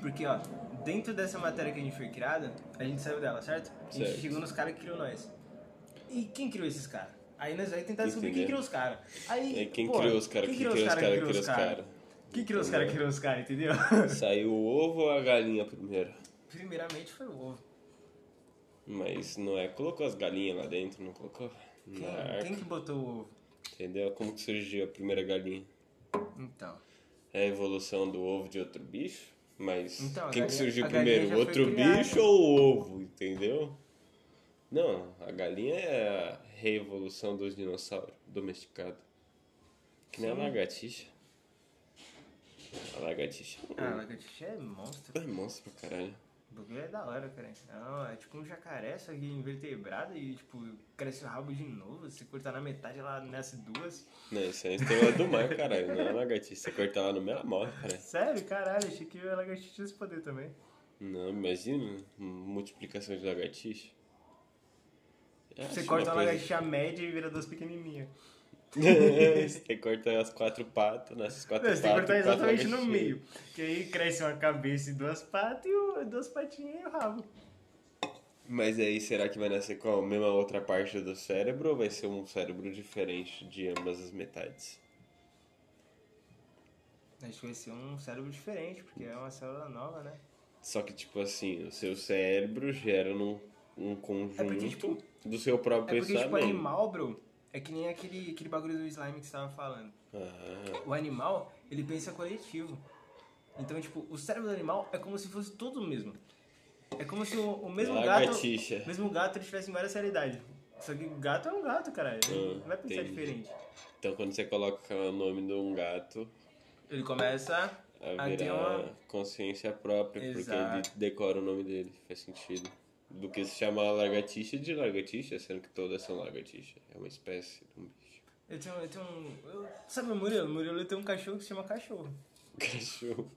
Porque, ó, dentro dessa matéria que a gente foi criada, a gente saiu dela, certo? A gente Certo. chegou nos caras que criou nós. E quem criou esses caras? Aí nós vamos tentar descobrir quem Entendeu? criou os caras. Aí, É, quem pô, criou os caras, quem quem criou os caras, caras, criou os caras? Quem criou os caras, criou os caras, entendeu? Saiu o ovo ou a galinha primeiro? Primeiramente foi o ovo. Mas não é, colocou as galinhas lá dentro, não colocou? Quem, Na arca, quem que botou o ovo? entendeu? Como que surgiu a primeira galinha? Então. É a evolução do ovo de outro bicho? Mas Então, a quem que galinha- surgiu a galinha primeiro? já foi Outro criada. bicho ou o ovo, entendeu? Não, a galinha é a revolução dos dinossauros domesticados. Que nem a lagartixa. A lagartixa Ah, lagartixa é monstro. é um monstro pra caralho. O bagulho é da hora, cara. Não, é tipo um jacaré, só que invertebrado e, tipo, cresce o rabo de novo. Se cortar na metade, ela nasce duas. Não, isso é a estrela do mar, caralho. Não é a lagartixa. Você cortar lá no meio, ela morre, caralho. Sério, caralho, achei que ela tinha esse poder também. Não, imagina. Multiplicação de lagartixa. Eu Você acho corta uma uma coisa- lagartixa média e vira duas pequenininhas. você tem que cortar as quatro patas, nas quatro Não, patas. você tem que cortar e quatro exatamente no lagartixas. meio. Que aí cresce uma cabeça e duas patas e o- duas patinhas e o rabo. Mas aí, será que vai nascer com a mesma outra parte do cérebro ou vai ser um cérebro diferente de ambas as metades? A gente conheceu um cérebro diferente, porque é uma célula nova, né? Só que, tipo assim, o seu cérebro gera num, um conjunto É tipo, do seu próprio É porque, tipo, pensamento. animal, bro, é que nem aquele, aquele bagulho do slime que você tava falando. Ah, O animal, ele pensa coletivo. Então, tipo, o cérebro do animal é como se fosse tudo o mesmo. É como se o, o mesmo Ah, gato. gatixa. O mesmo gato ele tivesse em várias realidades. Só que gato é um gato, cara. Ele Ah, não vai pensar entendi. diferente. então, quando você coloca o nome de um gato, Ele começa a a ter uma. virar consciência própria, Exato. porque ele decora o nome dele. Faz sentido. Do que se chamar lagartixa de lagartixa, sendo que todas são lagartixa. É uma espécie de um bicho. Eu tenho, eu tenho um. eu- sabe o Murilo? O Murilo tem um cachorro que se chama cachorro. Cachorro.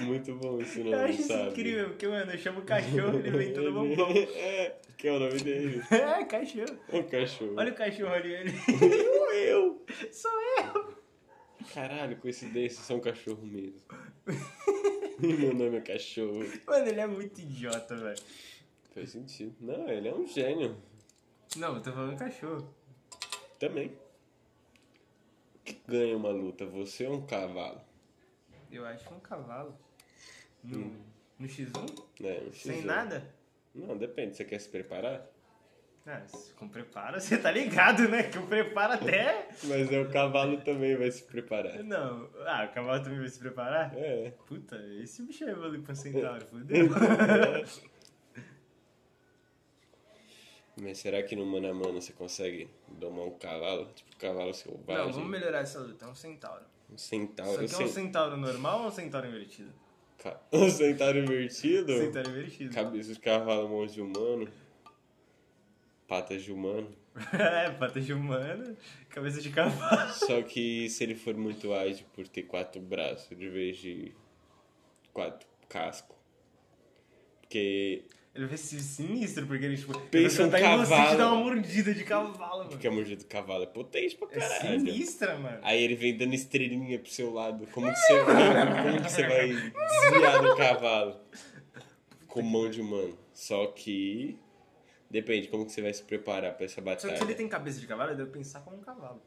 Muito bom esse nome, Eu acho isso Ah, sabe? incrível, porque, mano, eu chamo o cachorro, ele vem todo bombom. É, que é o nome dele. É, cachorro. O cachorro. Olha o cachorro ali, ele. eu! Sou eu! Caralho, coincidência, sou um cachorro mesmo. E Meu nome é cachorro. Mano, ele é muito idiota, velho. Faz sentido. Não, ele é um gênio. Não, eu tô falando cachorro. Também. Que ganha uma luta? Você ou um cavalo? Eu acho um cavalo. No, no X1? Né? Hum. um Sem X1. nada? Não, depende. Você quer se preparar? Ah, se- com preparo, você tá ligado, né? Que eu preparo até. Mas é o cavalo também vai se preparar. Não. Ah, o cavalo também vai se preparar? É. Puta, esse bicho aí valeu pra um centauro, fodeu. É, Mas será que no mano a mano você consegue domar um cavalo? Tipo, um cavalo selvagem? Não, vamos melhorar essa luta, é um centauro. Um Isso centauro. aqui é um cen- centauro normal ou um centauro invertido? ca- Um centauro invertido? Centauro invertido. Cabeça de cavalo, mãos de humano. Patas de humano. é, pata de humano, cabeça de cavalo. Só que se ele for muito ágil por ter quatro braços de vez de quatro casco. Porque, Ele vai ser sinistro, porque ele, tipo, Pensa ele vai um tentar em você e te cavalo. dar uma mordida de cavalo, mano. porque a mordida do cavalo é potente pra É caralho. sinistra, mano. Aí ele vem dando estrelinha pro seu lado. Como que você vai, como que você vai desviar do cavalo? Com mão de humano. Só que. Depende, como que você vai se preparar pra essa Só batalha. que se ele tem cabeça de cavalo, ele deve pensar como um cavalo.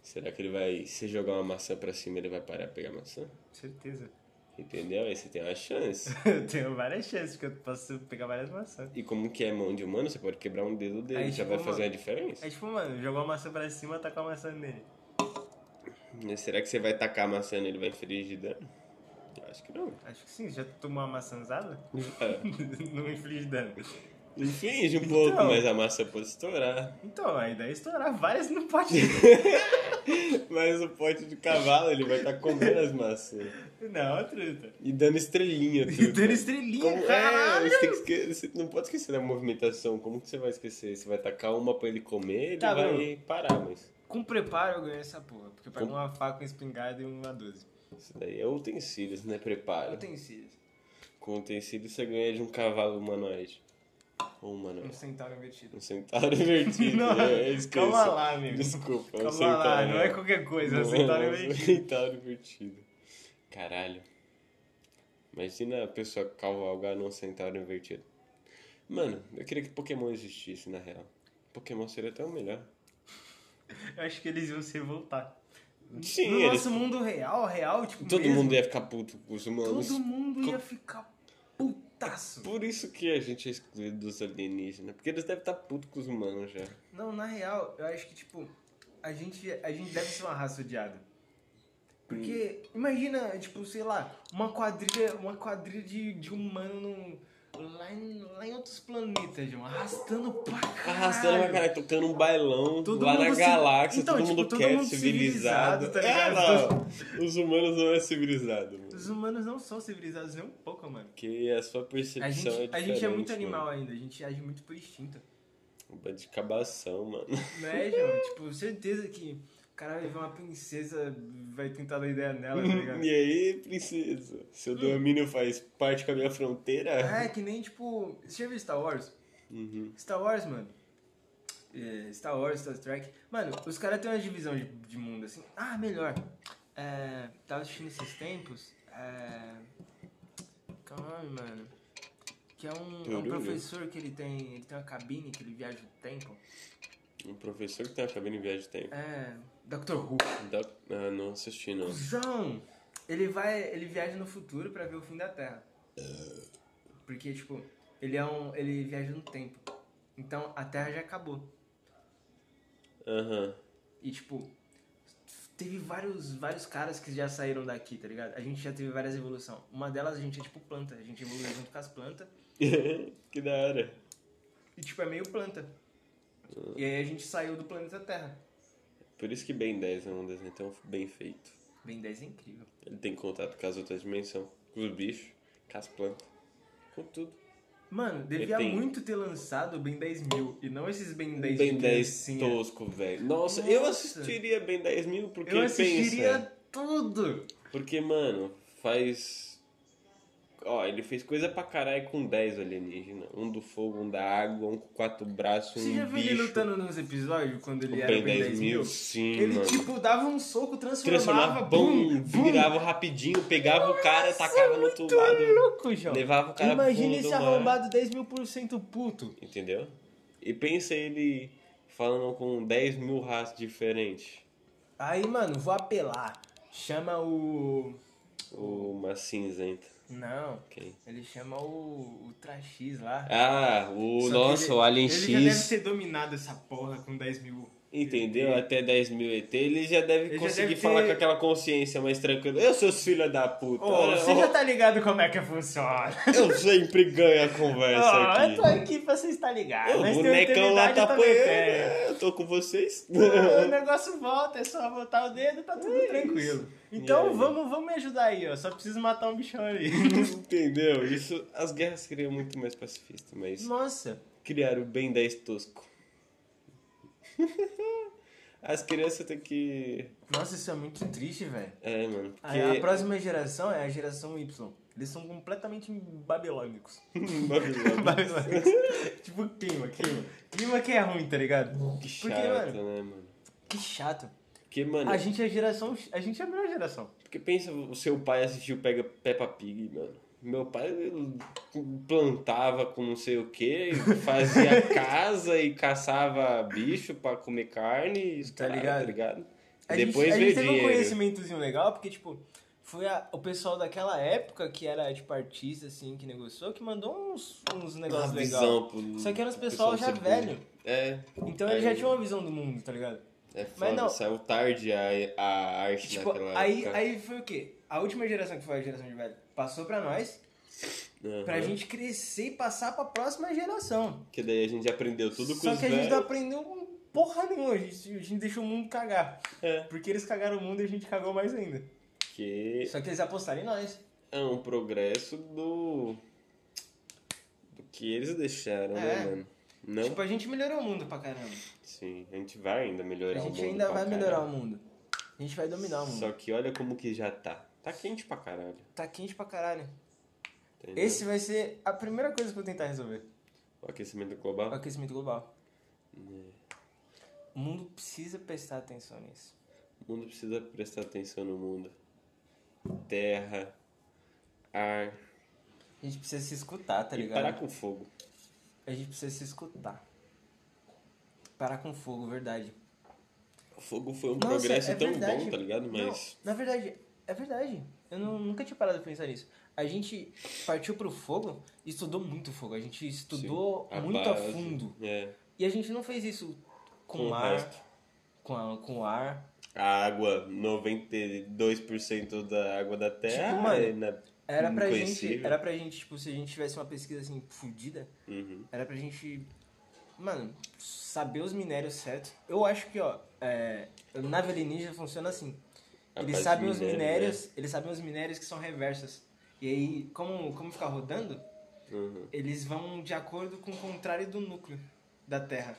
Será que ele vai. Se jogar uma maçã pra cima, ele vai parar e pegar a maçã? Certeza. Entendeu? Aí você tem uma chance. Eu tenho várias chances, porque eu posso pegar várias maçãs. E como que é mão de humano, você pode quebrar um dedo dele, Aí, já tipo, vai mano, fazer a diferença. É tipo, mano, jogar uma maçã pra cima, tacar a maçã nele. Mas Será que você vai tacar a maçã nele e vai infligir dano? Eu acho que não. Acho que sim, já tomou uma maçãzada? É. Não inflige dano. Inflige um pouco, Então. mas a maçã pode estourar. Então, a ideia é estourar várias no pote. Mas o pote de cavalo, ele vai estar comendo as maçãs. Não, é truta. E dando estrelinha, tudo. E dando estrelinha, Como- caralho! É, você, tem que esque- você não pode esquecer da movimentação. Como que você vai esquecer? Você vai tacar uma pra ele comer, ele Tá bom. vai parar, mas... Com preparo eu ganhei essa porra, porque eu paguei Com- uma faca, uma espingarda e uma 12. Isso daí é utensílios, né? Preparo. Utensílios. Com utensílios você ganha de um cavalo humanoide. Ou humanoide. Um centauro invertido. Um centauro invertido. Não, é, esqueça. calma lá, amigo. Desculpa, é um Calma centauro. lá, não é qualquer coisa, é um Não, centauro é um invertido. centauro invertido. Caralho. Imagina a pessoa cavalgar num centauro invertido. Mano, eu queria que Pokémon existisse, na real. Pokémon seria tão melhor. Eu acho que eles iam se revoltar. Sim, no eles... nosso mundo real, real, tipo, todo mesmo, mundo ia ficar puto com os humanos. todo mundo ia ficar putaço. Por isso que a gente é excluído dos alienígenas. Porque eles devem estar putos com os humanos já. Não, na real, eu acho que, tipo, a gente, a gente deve ser uma raça odiada. Porque, Hum. imagina, tipo, sei lá, uma quadrilha, uma quadrilha de, de humano no- lá, em, lá em outros planetas, João, arrastando pra caralho. Arrastando pra caralho, tocando um bailão Todo lá na mundo ci- galáxia, Então, todo tipo, mundo todo quer, mundo civilizado. civilizado, tá ligado? É, não, os humanos não é civilizado, mano. Os humanos não são civilizados nem um pouco, mano. Porque a sua A percepção é gente, a diferente. gente é muito animal mano. ainda, a gente age muito por instinto. Um bando de cabação, mano. Né, João? tipo, certeza que o cara vai ver uma princesa, vai tentar dar ideia nela, tá ligado? e aí, princesa? Seu domínio faz parte com a minha fronteira? Hum. É, que nem, tipo, você já viu Star Wars? Uhum. Star Wars, mano. É, Star Wars, Star Trek. Mano, os caras têm uma divisão de, de mundo assim. Ah, melhor. É, tava assistindo esses tempos. É. Calma, mano. Que é um, é um Tururu. professor que ele tem. Ele tem uma cabine que ele viaja o tempo. Um professor que tem uma cabine em viagem de tempo. É. Dr. Who. Dá- Ah, não assisti, não. Cusão! Ele vai. Ele viaja no futuro pra ver o fim da Terra. Porque, tipo, ele é um. ele viaja no tempo. Então a Terra já acabou. Aham. E tipo, teve vários, vários caras que já saíram daqui, tá ligado? A gente já teve várias evoluções. Uma delas a gente é tipo planta, a gente evoluiu junto com as plantas. que da hora. E tipo, é meio planta. E aí a gente saiu do planeta Terra. Por isso que Ben 10 é um desenho tão bem feito. Ben 10 é incrível. Ele tem contato com as outras dimensões, com os bichos, com as plantas, com tudo. Mano, devia tem- muito ter lançado o Ben 10 mil e não esses Ben 10 Ben de 10 criancinha. tosco, velho. Nossa, eu Nossa. assistiria Ben 10 mil porque Eu assistiria pensa. é tudo. Porque, mano, faz. Ó, ele fez coisa pra caralho com 10 alienígena. Um do fogo, um da água, um com quatro braços, Você um já viu bicho. ele lutando nos episódios quando o ele era Ben 10 mil? Sim, Ele mano. tipo dava um soco, transformava, Transformava, bum, bum, um bum. virava rapidinho, pegava o cara, tacava no outro Muito lado. louco, João. Levava o Né, cara pro Imagina fundo do esse mar. arrombado 10 mil por cento puto. Entendeu? E pensa ele falando com 10 mil raças diferentes. Aí, mano, vou apelar. Chama o. Uma cinzenta. Não. ok. Ele chama o. O Trax lá. Ah, o Só que nosso ele- Alien Ele X. já deve ter dominado essa porra com 10 mil. Entendeu? Até 10 mil ET, ele já deve Ele já conseguir deve falar ter- com aquela consciência mais tranquila. Eu sou filho da puta. Ô, você já tá ligado como é que funciona. Eu sempre ganho a conversa Ó, aqui. eu tô aqui pra você estar Ô, ligado. O é Mas tem bonecão lá intimidade, tá também né? apanhando. tem. é, Eu tô com vocês. o negócio volta, é só botar o dedo, tá tudo tranquilo. Então vamos, vamos me ajudar aí, ó. Só preciso matar um bichão ali. Entendeu? Isso, as guerras seriam muito mais pacifistas, mas Nossa. criaram o Ben 10 tosco. As crianças têm que. Nossa, isso é muito triste, velho. É, mano. A, Ah, a Porque. próxima geração é a geração Y. Eles são completamente babilônicos. um Babilônia, babilônicos. tipo, clima, clima. Clima que é ruim, tá ligado? que Porque, chato, mano, né, mano? que chato. Porque, mano, A gente é a geração. A gente é a melhor geração. porque pensa, o seu pai assistiu Pega Peppa Pig, mano. Meu pai ele plantava com não sei o que, fazia casa e caçava bicho pra comer carne. e os Tá caralho, ligado? Tá ligado? A Depois gente, veio a gente teve um dinheiro. conhecimentozinho legal, porque, tipo, foi a- o pessoal daquela época que era, tipo, artista, assim, que negociou, que mandou uns, uns negócios Uma legais. visão pro- Só que era os pro pessoal já ser velho. burro. É. Então ele já É. tinha uma visão do mundo, tá ligado? É foda, não- saiu tarde a, a arte Tipo, naquela aí, época. aí foi o quê? A última geração que foi a geração de velho passou pra nós, Aham. pra gente crescer e passar pra próxima geração. Que daí a gente aprendeu tudo com Só os que a gente velhos. não aprendeu com porra nenhuma, a gente, a gente deixou o mundo cagar. É. Porque eles cagaram o mundo e a gente cagou mais ainda. Que Só que eles apostaram em nós. é um progresso do... Do que eles deixaram, É. né, mano? Não? Tipo, a gente melhorou o mundo pra caramba. Sim, a gente vai ainda melhorar A gente o mundo ainda É um pra vai caralho. melhorar o mundo. A gente vai dominar o mundo. Só que olha como que já tá. Tá quente pra caralho. Tá quente pra caralho. entendeu? Esse vai ser a primeira coisa que eu vou tentar resolver. O aquecimento O global. aquecimento global. É. O mundo precisa prestar atenção nisso. O mundo precisa prestar atenção no mundo. Terra, ar, A gente precisa se escutar, tá e ligado? parar com fogo. A gente precisa se escutar. Parar com fogo, verdade. O fogo foi um Nossa, progresso é tão verdade. bom, tá ligado? Mas... Não, na verdade, é verdade. Eu não- nunca tinha parado pra pensar nisso. A gente partiu pro fogo e estudou muito fogo. A gente estudou A muito a base, fundo. É, E a gente não fez isso com, Com o ar, resto. com, a- com ar. a água, 92% da água da terra. Tipo, mano, é na- Era pra gente, inconhecível. era pra gente, tipo, se a gente tivesse uma pesquisa assim fodida, Uhum. era pra gente, mano, saber os minérios certo. Eu acho que, ó, é, nave alienígena funciona assim. A eles parte sabem de os minério, minérios, eles sabem os minérios que são reversas. E aí, como como ficar rodando, Uhum. eles vão de acordo com o contrário do núcleo da Terra.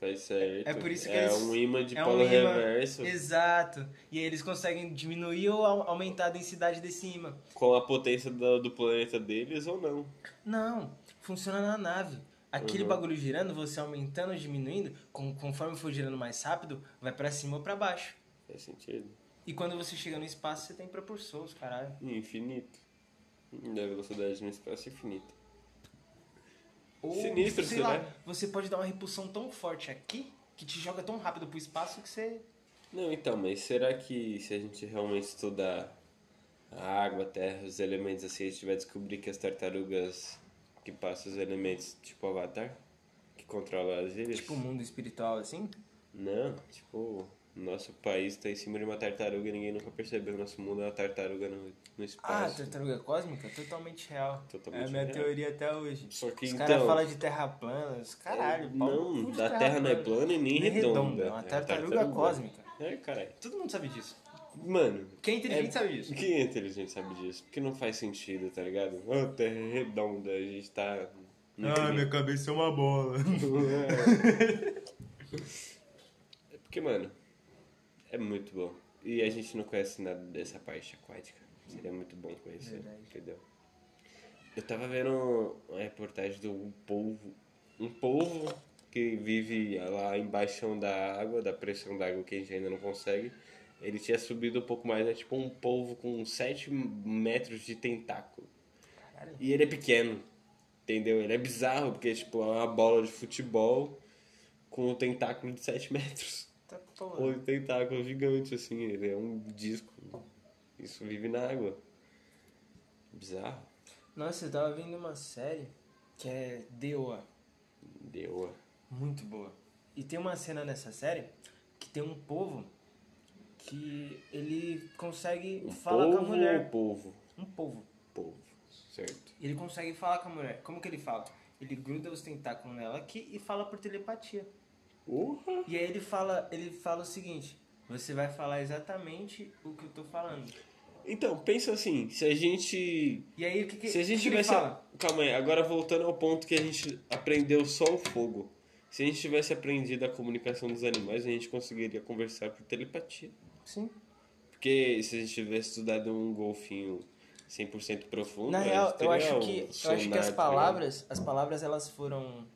Faz certo. É por isso que é eles- um imã de é um polo ímã. reverso Exato. E aí eles conseguem diminuir ou au- aumentar a densidade desse ímã. com a potência do, do planeta deles ou não. Não, funciona na nave. Uhum. Aquele bagulho girando, você aumentando ou diminuindo, com- conforme for girando mais rápido, vai pra cima ou pra baixo. Faz sentido. E quando você chega no espaço, você tem propulsores, caralho. Infinito. Da velocidade no espaço infinito. Ou, Sinistro sei isso, lá, né? você pode dar uma repulsão tão forte aqui, que te joga tão rápido pro espaço que você... Não, então, mas será que se a gente realmente estudar a água, a terra, os elementos assim, a gente vai descobrir que as tartarugas que passam os elementos, tipo o Avatar, que controla as ilhas. Tipo, o mundo espiritual, assim? Não, tipo, nosso país tá em cima de uma tartaruga e ninguém nunca percebeu. Nosso mundo é uma tartaruga no, no Ah, espaço. É tartaruga cósmica? Totalmente real. Totalmente é a minha real. teoria até hoje. Só que Os então- caras falam de terra plana, os caralho. pau no cu Não, de da Terra não é plana e nem, Nem redonda, redonda. é uma tartaruga cósmica. É, caralho. Todo mundo sabe disso. Mano. Quem é inteligente sabe disso. Quem é inteligente sabe disso? Porque não faz sentido, tá ligado? A Terra é redonda, a gente tá. Ah, minha cabeça Tipo, é uma bola. é porque, mano, é muito bom. E a gente não conhece nada dessa parte aquática. Seria muito bom conhecer, entendeu? Eu tava vendo uma reportagem de um polvo. Um polvo que vive lá embaixo da água, da pressão da água que a gente ainda não consegue. Ele tinha subido um pouco mais, é tipo um polvo com 7 metros de tentáculo. E ele é pequeno, entendeu? Ele é bizarro, porque tipo, é uma bola de futebol com um tentáculo de 7 metros. Tá porra. Ou um tentáculo gigante, assim, ele é um disco. Isso vive na água. Bizarro. Nossa, eu tava vendo uma série que é D.O.A. Deu. Muito boa. E tem uma cena nessa série que tem um povo que ele consegue Um falar polvo com a mulher. ou polvo? Um povo. Polvo, certo. Ele consegue falar com a mulher. Como que ele fala? Ele gruda os tentáculos nela aqui e fala por telepatia. Porra! E aí ele fala, ele fala o seguinte: você vai falar exatamente o que eu tô falando. Então, pensa assim, se a gente E aí o que que, Se a gente o que que ele tivesse. fala? Calma aí, agora voltando ao ponto que a gente aprendeu só o fogo. Se a gente tivesse aprendido a comunicação dos animais, a gente conseguiria conversar por telepatia. Sim. Porque se a gente tivesse estudado um golfinho 100% profundo, Na a gente real, eu teria acho um que eu sonar, acho que as tá ligado? palavras, as palavras elas foram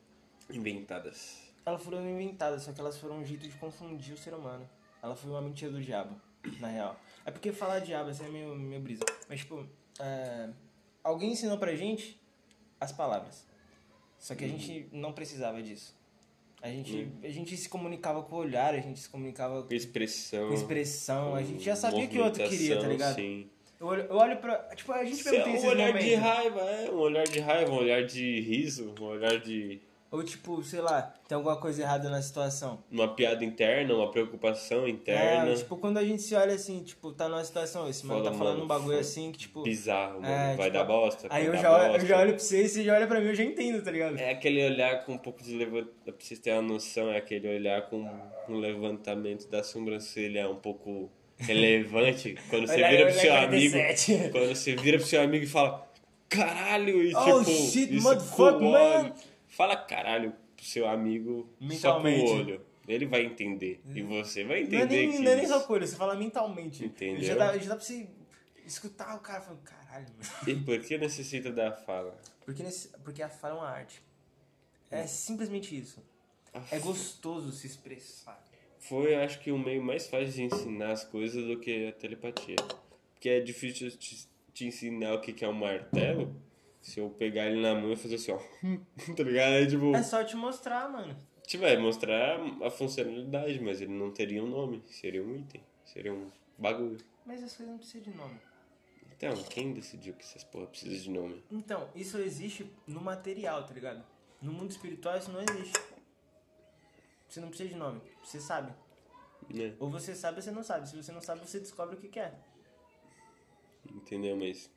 inventadas. Elas foram inventadas, só que elas foram um jeito de confundir o ser humano. Ela foi uma mentira do diabo, na real. É porque falar diabo, assim, é meio, meio brisa. Mas, tipo, é, alguém ensinou pra gente as palavras. Só que a gente Uhum. não precisava disso. A gente, a gente se comunicava com o olhar, a gente se comunicava Com Expressão. com expressão, a gente já sabia o que o outro queria, tá movimentação, ligado? Sim. Eu olho, eu olho pra. Tipo, a gente mesmo Se é tem esses um olhar de momentos. raiva, é um olhar de raiva, um olhar de riso, um olhar de Ou, tipo, sei lá, tem alguma coisa errada na situação. uma piada interna, uma preocupação interna. É, tipo, quando a gente se olha assim, tipo, tá numa situação, esse mano Fala, tá falando mano, um bagulho foi assim que, tipo. bizarro, mano. É, vai tipo, dar bosta. Aí vai eu dar já, olho, eu bosta. já olho pra você e você já olha pra mim, eu já entendo, tá ligado? É aquele olhar com um pouco de levantamento. Pra vocês terem uma noção, é aquele olhar com um levantamento da sobrancelha um pouco relevante. quando você Olha aí, vira pro olha seu aí, amigo. 47. Quando você vira pro seu amigo e fala, caralho, e Oh, tipo. shit, isso motherfucker, com o man. olho. Fala caralho pro seu amigo só com Mentalmente. o olho. Ele vai entender. E você vai Não é entender. nem, que não é nem isso- só coisa, você fala mentalmente. Entendeu? Já dá, já dá pra você escutar o cara falando, caralho, mano. E por que necessita da fala? Porque, nesse, porque a fala é uma arte. É simplesmente isso. É gostoso se expressar. Foi, eu acho que o meio mais fácil de ensinar as coisas do que a telepatia. Porque é difícil te, te ensinar o que que é um martelo se eu pegar ele na mão e fazer assim, ó. tá ligado? É tipo, É só te mostrar, mano. te vai mostrar a funcionalidade, mas ele não teria um nome. Seria um item. Seria um bagulho. Mas as coisas não precisam de nome. Então, quem decidiu que essas porra precisa de nome? Então, isso existe no material, tá ligado? No mundo espiritual isso não existe. Você não precisa de nome, você sabe. Né? Ou você sabe ou você não sabe. Se você não sabe, você descobre o que quer. Entendeu? Mas.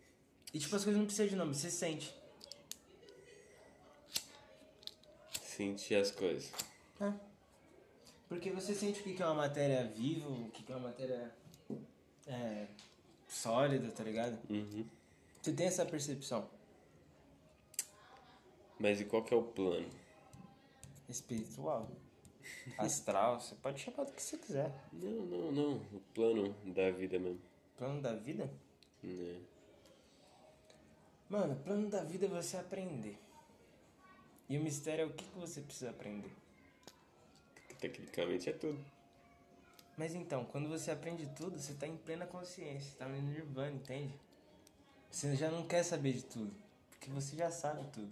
E tipo, as coisas não precisam de nome, você sente. Sentir as coisas. né? Porque você sente o que que é uma matéria viva, o que que é uma matéria é, sólida, tá ligado? Uhum. Você tem essa percepção Mas e qual que é o plano? espiritual, astral, você pode chamar do que você quiser. Não, não, não. O plano da vida mesmo. Plano da vida? Né? Mano, o plano da vida é você aprender. E o mistério é o que, que você precisa aprender. Tecnicamente é tudo. Mas então, quando você aprende tudo, você tá em plena consciência, tá no nirvana, entende? Você já não quer saber de tudo, porque você já sabe tudo.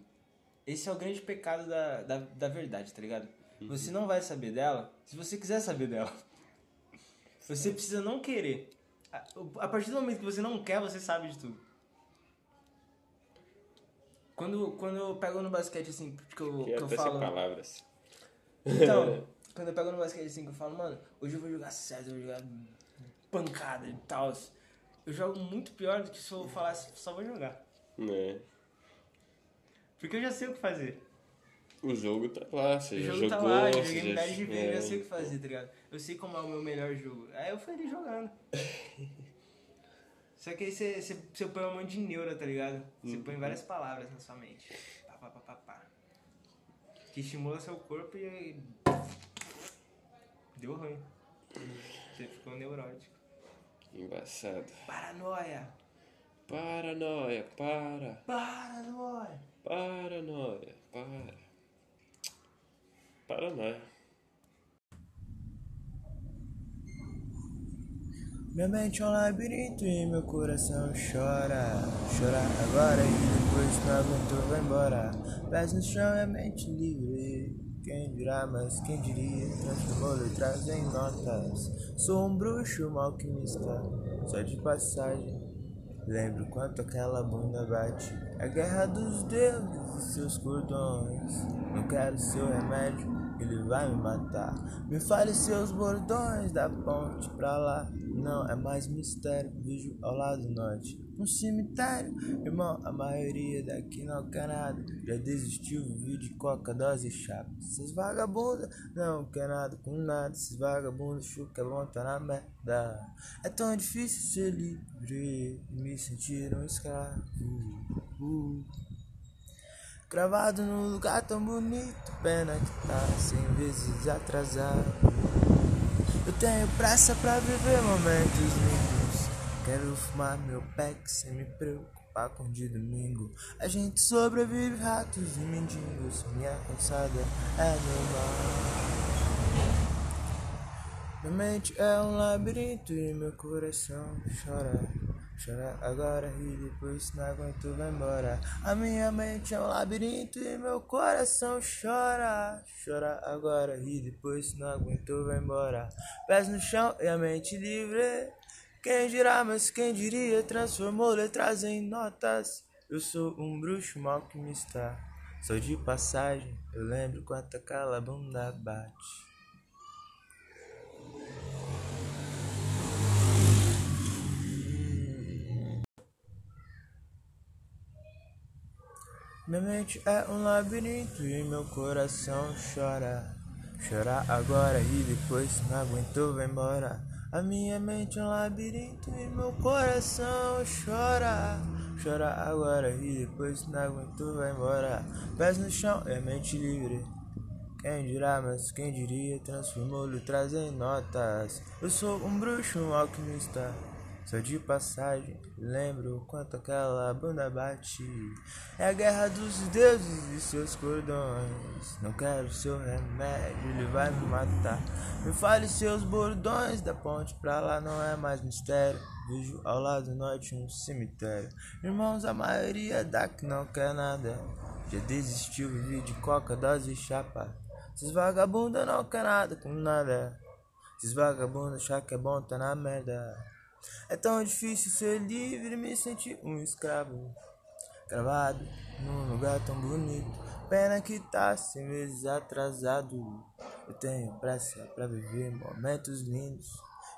Esse é o grande pecado da, da, da verdade, tá ligado? Você não vai saber dela se você quiser saber dela. Você precisa não querer. A- A partir do momento que você não quer, você sabe de tudo. Quando, quando eu pego no basquete, assim, que eu, que Fiquei eu até sem falo. é palavras. É, Então, quando eu pego no basquete assim, que eu falo, mano, hoje eu vou jogar certo, eu vou jogar pancada e tal. Eu jogo muito pior do que se eu falasse, só vou jogar. Né? Porque eu já sei o que fazer. O jogo tá lá, você O já jogo jogou, tá lá, eu você joguei já- milhares de vezes, eu já sei o é. que fazer, tá ligado? Eu sei como é o meu melhor jogo. Aí eu fui ali jogando. Só que aí você, você, você põe um monte de neura, tá ligado? Você Uhum. põe várias palavras na sua mente. Pá, pá, pá, pá, pá. Que estimula seu corpo e aí. Deu ruim. Você ficou neurótico. Embaçado. Paranoia! Paranoia, para. Paranoia! Paranoia, para. Paranoia. Minha mente é um labirinto e meu coração chora. Chora agora e depois não aguentou, vai embora. Pés no chão é mente livre. Quem dirá, mas quem diria? Transformou letras em notas. Sou um bruxo, um alquimista, só de passagem. Lembro quanto aquela bunda bate. A guerra dos dedos e seus cordões. Não quero seu remédio, ele vai me matar. Me fale seus bordões da ponte pra lá. Não é mais mistério, vejo ao lado norte. Um cemitério, irmão, a maioria daqui não quer nada. Já desistiu, viu de coca, dose e chapa. Esses vagabundos não quer nada com nada. Esses vagabundos chuca bom, tá na merda. É tão difícil ser livre e me sentir um escravo. Uh. Cravado num lugar tão bonito, pena que tá cem vezes atrasado. Eu tenho pressa pra viver momentos lindos. Quero fumar meu pack sem me preocupar com o de domingo. A gente sobrevive ratos e mendigos. Minha calçada é normal. Minha mente é um labirinto e meu coração chora. Chora agora e depois se não aguento vai embora. A minha mente é um labirinto e meu coração chora. Chora agora e depois se não aguento vai embora. Pés no chão e a mente livre. Quem dirá, mas quem diria, transformou letras em notas. Eu sou um bruxo mal que me está. Sou de passagem, eu lembro quanto aquela bunda bate. Minha mente é um labirinto e meu coração chora. Chora agora e depois se não aguentou, vai embora. A minha mente é um labirinto e meu coração chora. Chora agora e depois se não aguentou, vai embora. Pés no chão é mente livre. Quem dirá, mas quem diria, transformou-lhe em notas. Eu sou um bruxo, um alquimista. Sou de passagem, lembro quanto aquela bunda bate. É a guerra dos deuses e seus cordões. Não quero seu remédio, ele vai me matar. Me fale seus bordões, da ponte pra lá não é mais mistério. Vejo ao lado norte um cemitério. Irmãos, a maioria dá que não quer nada. Já desistiu, vivi de coca, dose e chapa. Esses vagabundos não quer nada com nada. Esses vagabundos achar que é bom, tá na merda. É tão difícil ser livre e me sentir um escravo. Cravado num lugar tão bonito. Pena que tá sem meses atrasado. Eu tenho pressa pra viver momentos lindos.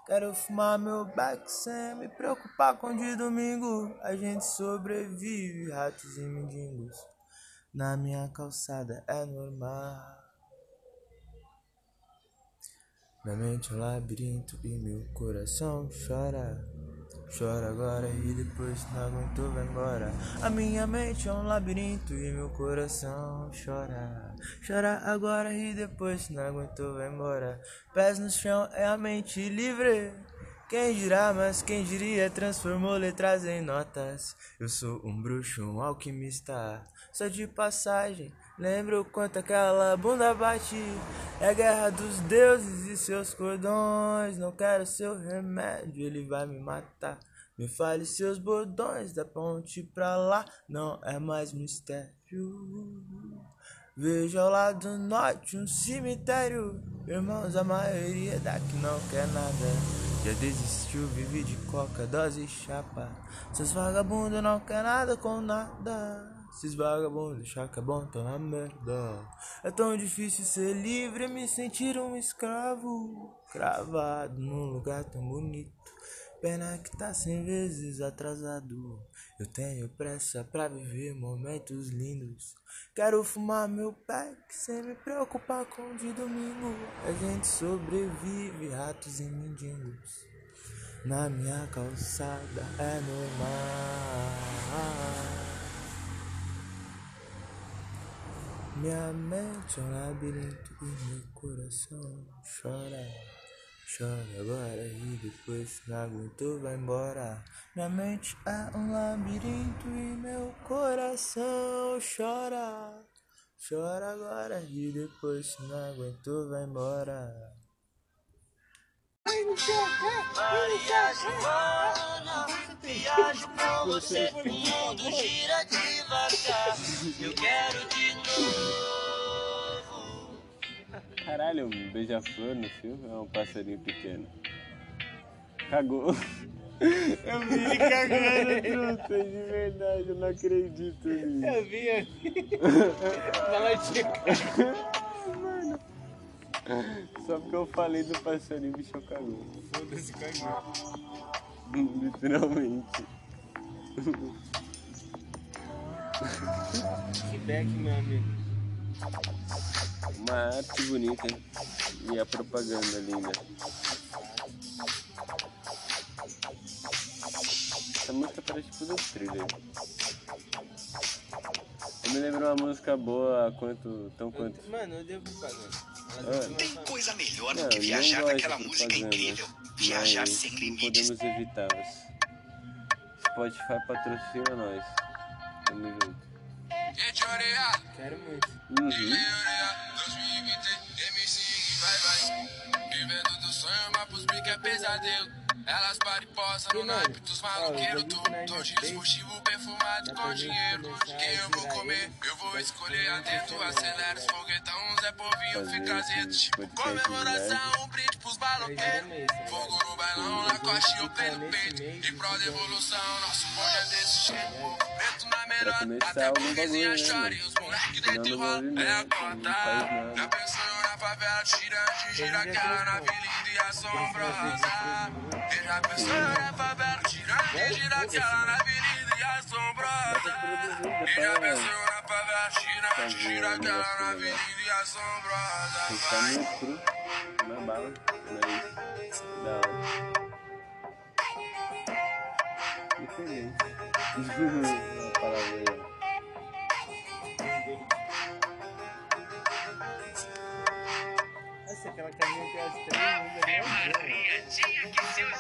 Quero fumar meu back sem me preocupar com o de domingo. A gente sobrevive, ratos e mendigos. Na minha calçada é normal. Minha mente é um labirinto e meu coração chora. Chora agora e depois se não aguentou, vai embora. A minha mente é um labirinto e meu coração chora. Chora agora e depois se não aguentou, vai embora. Pés no chão é a mente livre. Quem dirá, mas quem diria, transformou letras em notas. Eu sou um bruxo, um alquimista, só de passagem. Lembro quanto aquela bunda bate. É a guerra dos deuses e seus cordões. Não quero seu remédio, ele vai me matar. Me fale seus bordões da ponte pra lá, não é mais mistério. Vejo ao lado norte um cemitério. Irmãos, a maioria daqui não quer nada. Já desistiu, vive de coca, dose e chapa. Seus vagabundos não quer nada com nada. Esses vagabundos, chaca bom, tão na merda. É tão difícil ser livre, me sentir um escravo. Cravado num lugar tão bonito. Pena que tá cem vezes atrasado. Eu tenho pressa pra viver momentos lindos. Quero fumar meu pack sem me preocupar com o de domingo. A gente sobrevive, ratos e mendigos. Na minha calçada é normal. Minha mente é um labirinto e meu coração chora. Chora agora e depois se não aguentou, vai embora. Minha mente é um labirinto e meu coração chora. Chora agora e depois se não aguentou, vai embora. Caralho, um beija-flor no filme é um passarinho pequeno. Cagou. Eu vi ele cagando, truta, de verdade, eu não acredito nisso. Eu vi ali. Só porque eu falei do passarinho, o bicho cagou. Foda-se, cagou. Literalmente. Que back, meu amigo. Uma arte bonita e a propaganda linda. Essa música parece tipo do thriller. Eu me lembro uma música boa quanto. tão quanto. Mano, eu devo propaganda. Ah. Tem coisa melhor Não, do que eu viajar não gosto naquela de música é propaganda, incrível. mas Viajar sem não limites. né? Podemos evitá-las. Spotify patrocina nós. Tamo junto. Quero muito. Uhum. Fazer esse podcast virar. Pra começar algum bagulho, né, mano? Senão não vou ouvir nada, não faz nada. né? Dá pra produzir, dá pra... Fazer um negócio legal. E, mano, ó, os originais já fez, dá pra gente começar a girar eles, dá pra gente chegar, cara. Aí vira isso, né? A gente fica nesse mês, é É gira a cara na avenida e assombra arrasar. é tipo Um Ficar meio cru, na bala, mas da hora. Diferente. Uma palavra aí, ó. Nossa, aquela caminha que as três muda, né? Tinha que ser o Olha,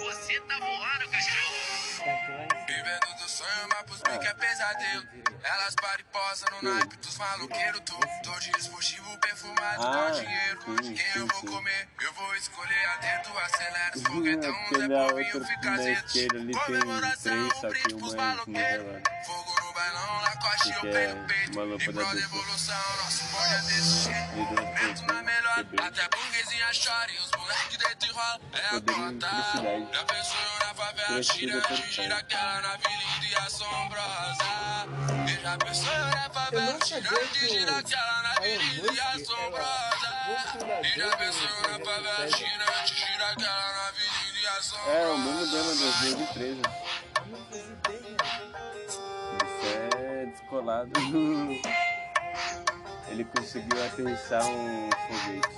Você tá voando, cachorro. daquela receita Vivendo do sonho, mas pros pica é pesadelo. Elas param e posam no naipe dos maloqueiros. Tô, tô de esportivo perfumado Ah, com dinheiro. sim, Quem eu sim, vou sim. comer, eu vou escolher a dedo. Acelera os foguetão, Porque Zé da Povinho outra fica da esquerda azedo. ali tem Comemoração, três, um só que brinde pros uma é maloqueiros. desnivelada. Fogo no bailão, lacoste Que e o que pé é no uma peito. lâmpada E pró dessa? devolução, nosso bonde é desse jeito. De duas Vento na pessoas, melhor, que bem. até a burguesinha chora. E os moleque deitam e rola, é a Podemos conta. felicidade. Já pensou na favela, Crescida gira, total. gira, cara na avenida e assombrosa. E já pensou na Eu favela, não sabia gira, que o- gira, cara na Olha, avenida e música, assombrosa. ela- música da E já Globo, pensou na né, favela, que gira, gira, cara na avenida e assombrosa. É, o mesmo dono das duas empresas. eu não visitei, né? Isso é descolado. Ele conseguiu aterrissar um foguete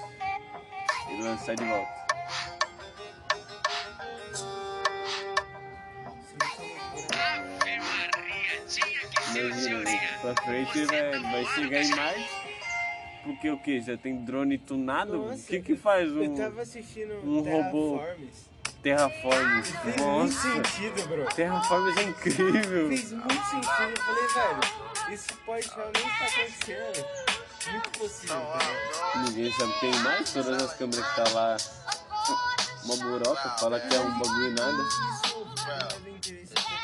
e lançar de volta. Imagina, pra frente vai, vai chegar em mais. Porque o que? Já tem drone tunado? O Nossa, que que faz um Eu tava assistindo um robô. Terraforms. Terraform? Fez muito Nossa! sentido, bro. Terraform é incrível! Fez muito sentido. Eu falei, velho, isso pode realmente estar acontecendo. Muito possível, tá ligado? Ninguém sabe, tem mais todas as câmeras que tá lá. Uma buroca, fala que é um bagulho e nada. Isso é do interesse popular.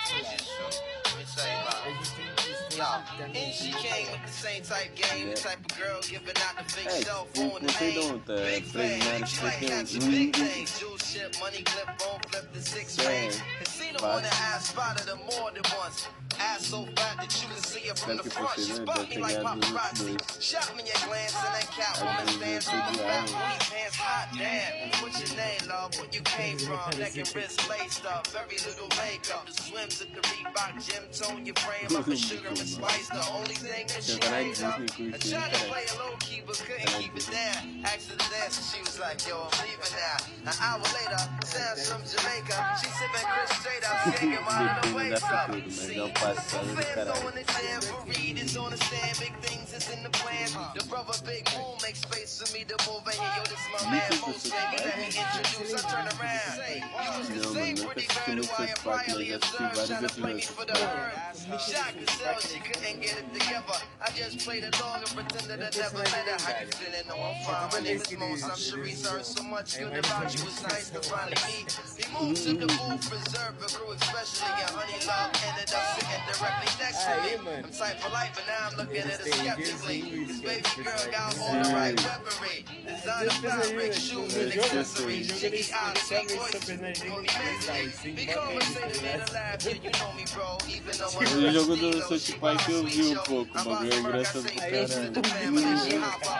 A gente tem que y'all. And she came with the same type game, the type of girl giving out the fake cell phone and sei de name. onde tá, Big três bang, menos, she três like got menos, your um, big um, thing. Jewel ship, money clip, bone flip the six Bang, range. Casino on the high, spotted her more than once. Ass so fat that you can see her from the Será que front. She você não spot deve me like pegar dos paparazzi. dois? Shot me a glance and that cat Aí, woman eu stands sei on de the back. lá, Only pants hot damn. What's your name, love? Where you came from? Neck and wrist laced up. Very little makeup. The swims at the Reebok gym tone your frame up with sugar and spice. The only thing that she made up. I tried to play a low key but couldn't keep it down. Asked her to dance and she was like, yo, I'm leaving now. An hour later, Sam's from Jamaica. She sipping Chris straight up, shaking while the waves up. See, football fans know when it's there. Fareed is on the stand, big things is in the plan. The brother Big Moon makes space for me to move in here. Yo, this my man, most baby. Let me introduce, I turn around. Say, You was the Não, same mano, pretty eu girl who assisti muito I had South Park, mas priorly eu assisti observed, vários trying to play me episódes. for the herd. Shocked to tell she couldn't get it together. I just played along and pretended I never met her. How you feeling? No, I'm fine. My name is Moose. I'm Sharice. Heard so much good about you. It's nice to finally meet. He moved to the booth, preserved a crew, especially your honey love. Ended up sitting directly next to me. I'm tight for life, but now I'm looking at her skeptically. This baby girl got all the right weaponry. Designer fabric, shoes and accessories. Jiggy out, sweet voice. Call me Mansley. Be conversating in the lab. Yeah, you know me, bro. Even though I'm O jogo Sim, do South Park eu vi um pouco, o bagulho é engraçado pra caramba.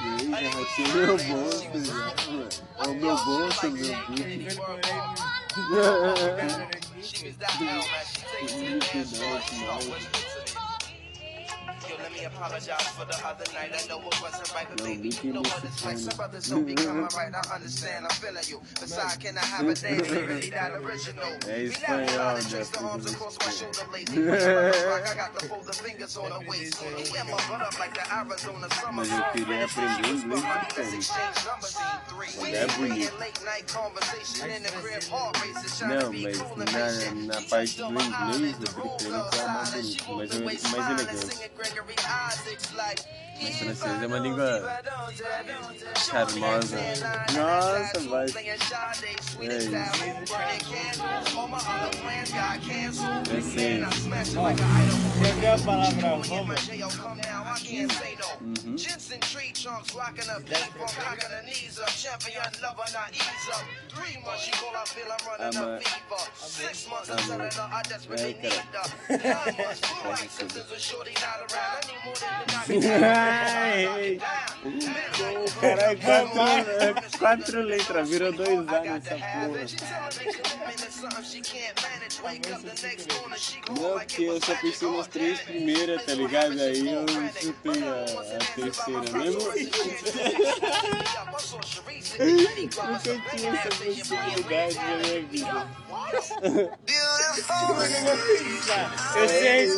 E aí, Ratinho, meu bolso, velho. É o meu bolso, meu bico. Yo, let me apologize for the other night. I know it wasn't right, but Yo, baby, Mickey you know what Mouse it's is like. Some funny. brothers don't be coming right. I understand. I'm feeling you. Besides, can I have a dance? You're really not original. É We espanhol, laugh a lot and né, trace the filho arms do across my espanhol. shoulder lazy. Push my left rock, I got the fold of fingers on the waist. Wear my butt up like the Arizona summer Mas eu sun. queria aprender She was inglês, behind me, cara. let's exchange numbers. Three. Mas é bonito. Three late night conversation in the crib, heart racing, trying to Não, be mas cool and na, patient. na He parte touched do on my eyes inglês as eu the room prefiro fell que é mais silent. She bonito, walked away mais, ou- mais smiling, elegante. singing Gregory Isaacs like, Mas "If francês é uma I língua don't, if I don't, if I don't." Show me that charmosa. tan line and that Nossa, tattoo, vai. playing Sade, sweet É as isso. taboo, burning candles. All my other plans got canceled. Eu sei. And I smashed it like an item. Quer ver a palavra Roma? Mm-hmm. Jensen tree trunks locking up deep. I'm cocking her knees up. Champion lover, not ease up. Three months, she call, I feel I'm running I'm a- up fever. Six months, I'm I'm a- telling her I desperately Very need her. Nine months, blue light That's a good symptoms with shorty not around. I need more than the knocking down. Caralho, quatro, quatro letras, virou dois A nessa porra. Não, porque eu só pensei nas três primeiras, tá ligado? Aí eu chutei a, a terceira mesmo. Nunca tinha essa possibilidade na minha vida. Eu sei,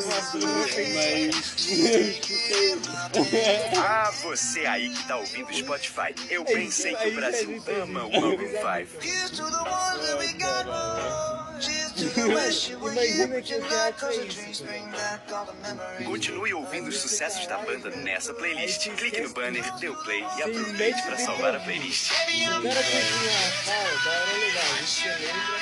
Ah, você aí que tá ouvindo o Spotify. Eu bem sei que o Brasil ama o Maroon 5. imagina que o teatro é isso. Continue ouvindo os sucessos da banda nessa playlist. Clique no banner, dê o play e aproveite para salvar a playlist. O cara continua a fala, da hora é legal.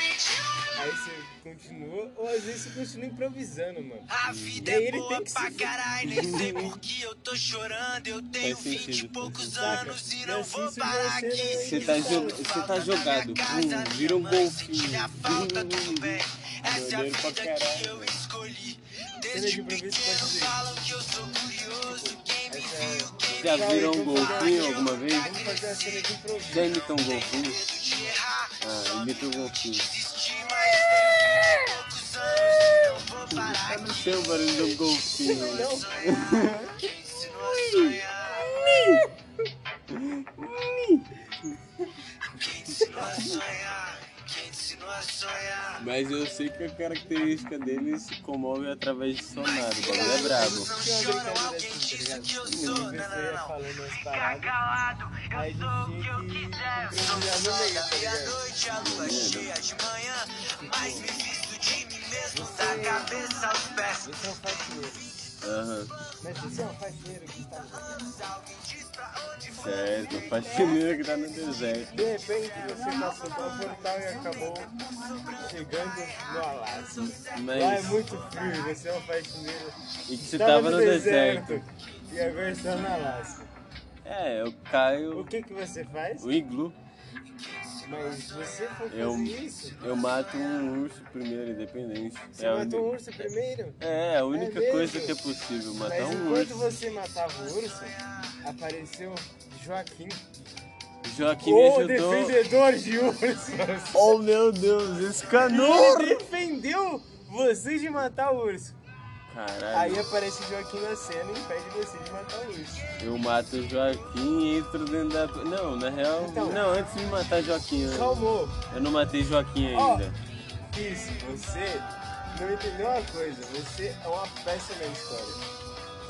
Aí você lembra, aí você continua, ou às vezes você continua improvisando, mano. A vida E aí é ele boa tem que se- Uhum. pra caralho, nem sei por que eu tô chorando. Eu tenho vinte e sentido. poucos Saca? anos e não Mas vou isso parar você né? aqui. não- Você tá, jo você tá jogado, Hum, pum, vira um golfinho. Sentir a falta, tudo bem. Essa é a Doideiro pra vida que caralho. eu escolhi. Cena de Desde improviso pequeno pode ser. falam que eu sou curioso. Quem me viu, quem Já me viram um viu, golfinho eu alguma vez? nunca Fazer a cena de improviso. Já imitou um golfinho? medo de errar. Ah, imitou um golfinho. Desisti, mas tenho vinte e poucos anos e não vou parar Eu não sei o barulho de um golfinho. Mas eu sei que a característica dele se comove através de sonoro. O bagulho é brabo. falando umas paradas. Aí a gente tinha que improvisar no meio, tá ligado? Mas me visto de mim mesmo da cabeça aos pés. Esse é um fato mesmo. Aham. Mas você é um faxineiro que está Certo, faxineiro que tá no deserto. De repente você passou pelo portal e acabou chegando no Alasca. Lá é Mas. muito frio, você é um faxineiro. E que você tava tá no deserto. E agora está no Alasca. É, eu O caio. que, que você faz? O iglu. Mas se você for fazer Eu, isso, eu mato um urso primeiro, independente. você é a mata um única- urso primeiro. É, a única mesmo? coisa que é possível, matar Mas um enquanto urso. você matava o urso, apareceu Joaquim, Joaquim me o ajudou. defendedor de ursos. Oh meu Deus, esse Ele cano! defendeu você de matar o urso. Aí Caralho, aparece o Joaquim na cena e impede você de matar o urso. eu mato o Joaquim e entro dentro da. Não, na real. Então. não, antes de matar Joaquim, eu- Calmou. eu não matei Joaquim Ó. ainda. Isso, você não entendeu uma coisa. Você é uma peça na história.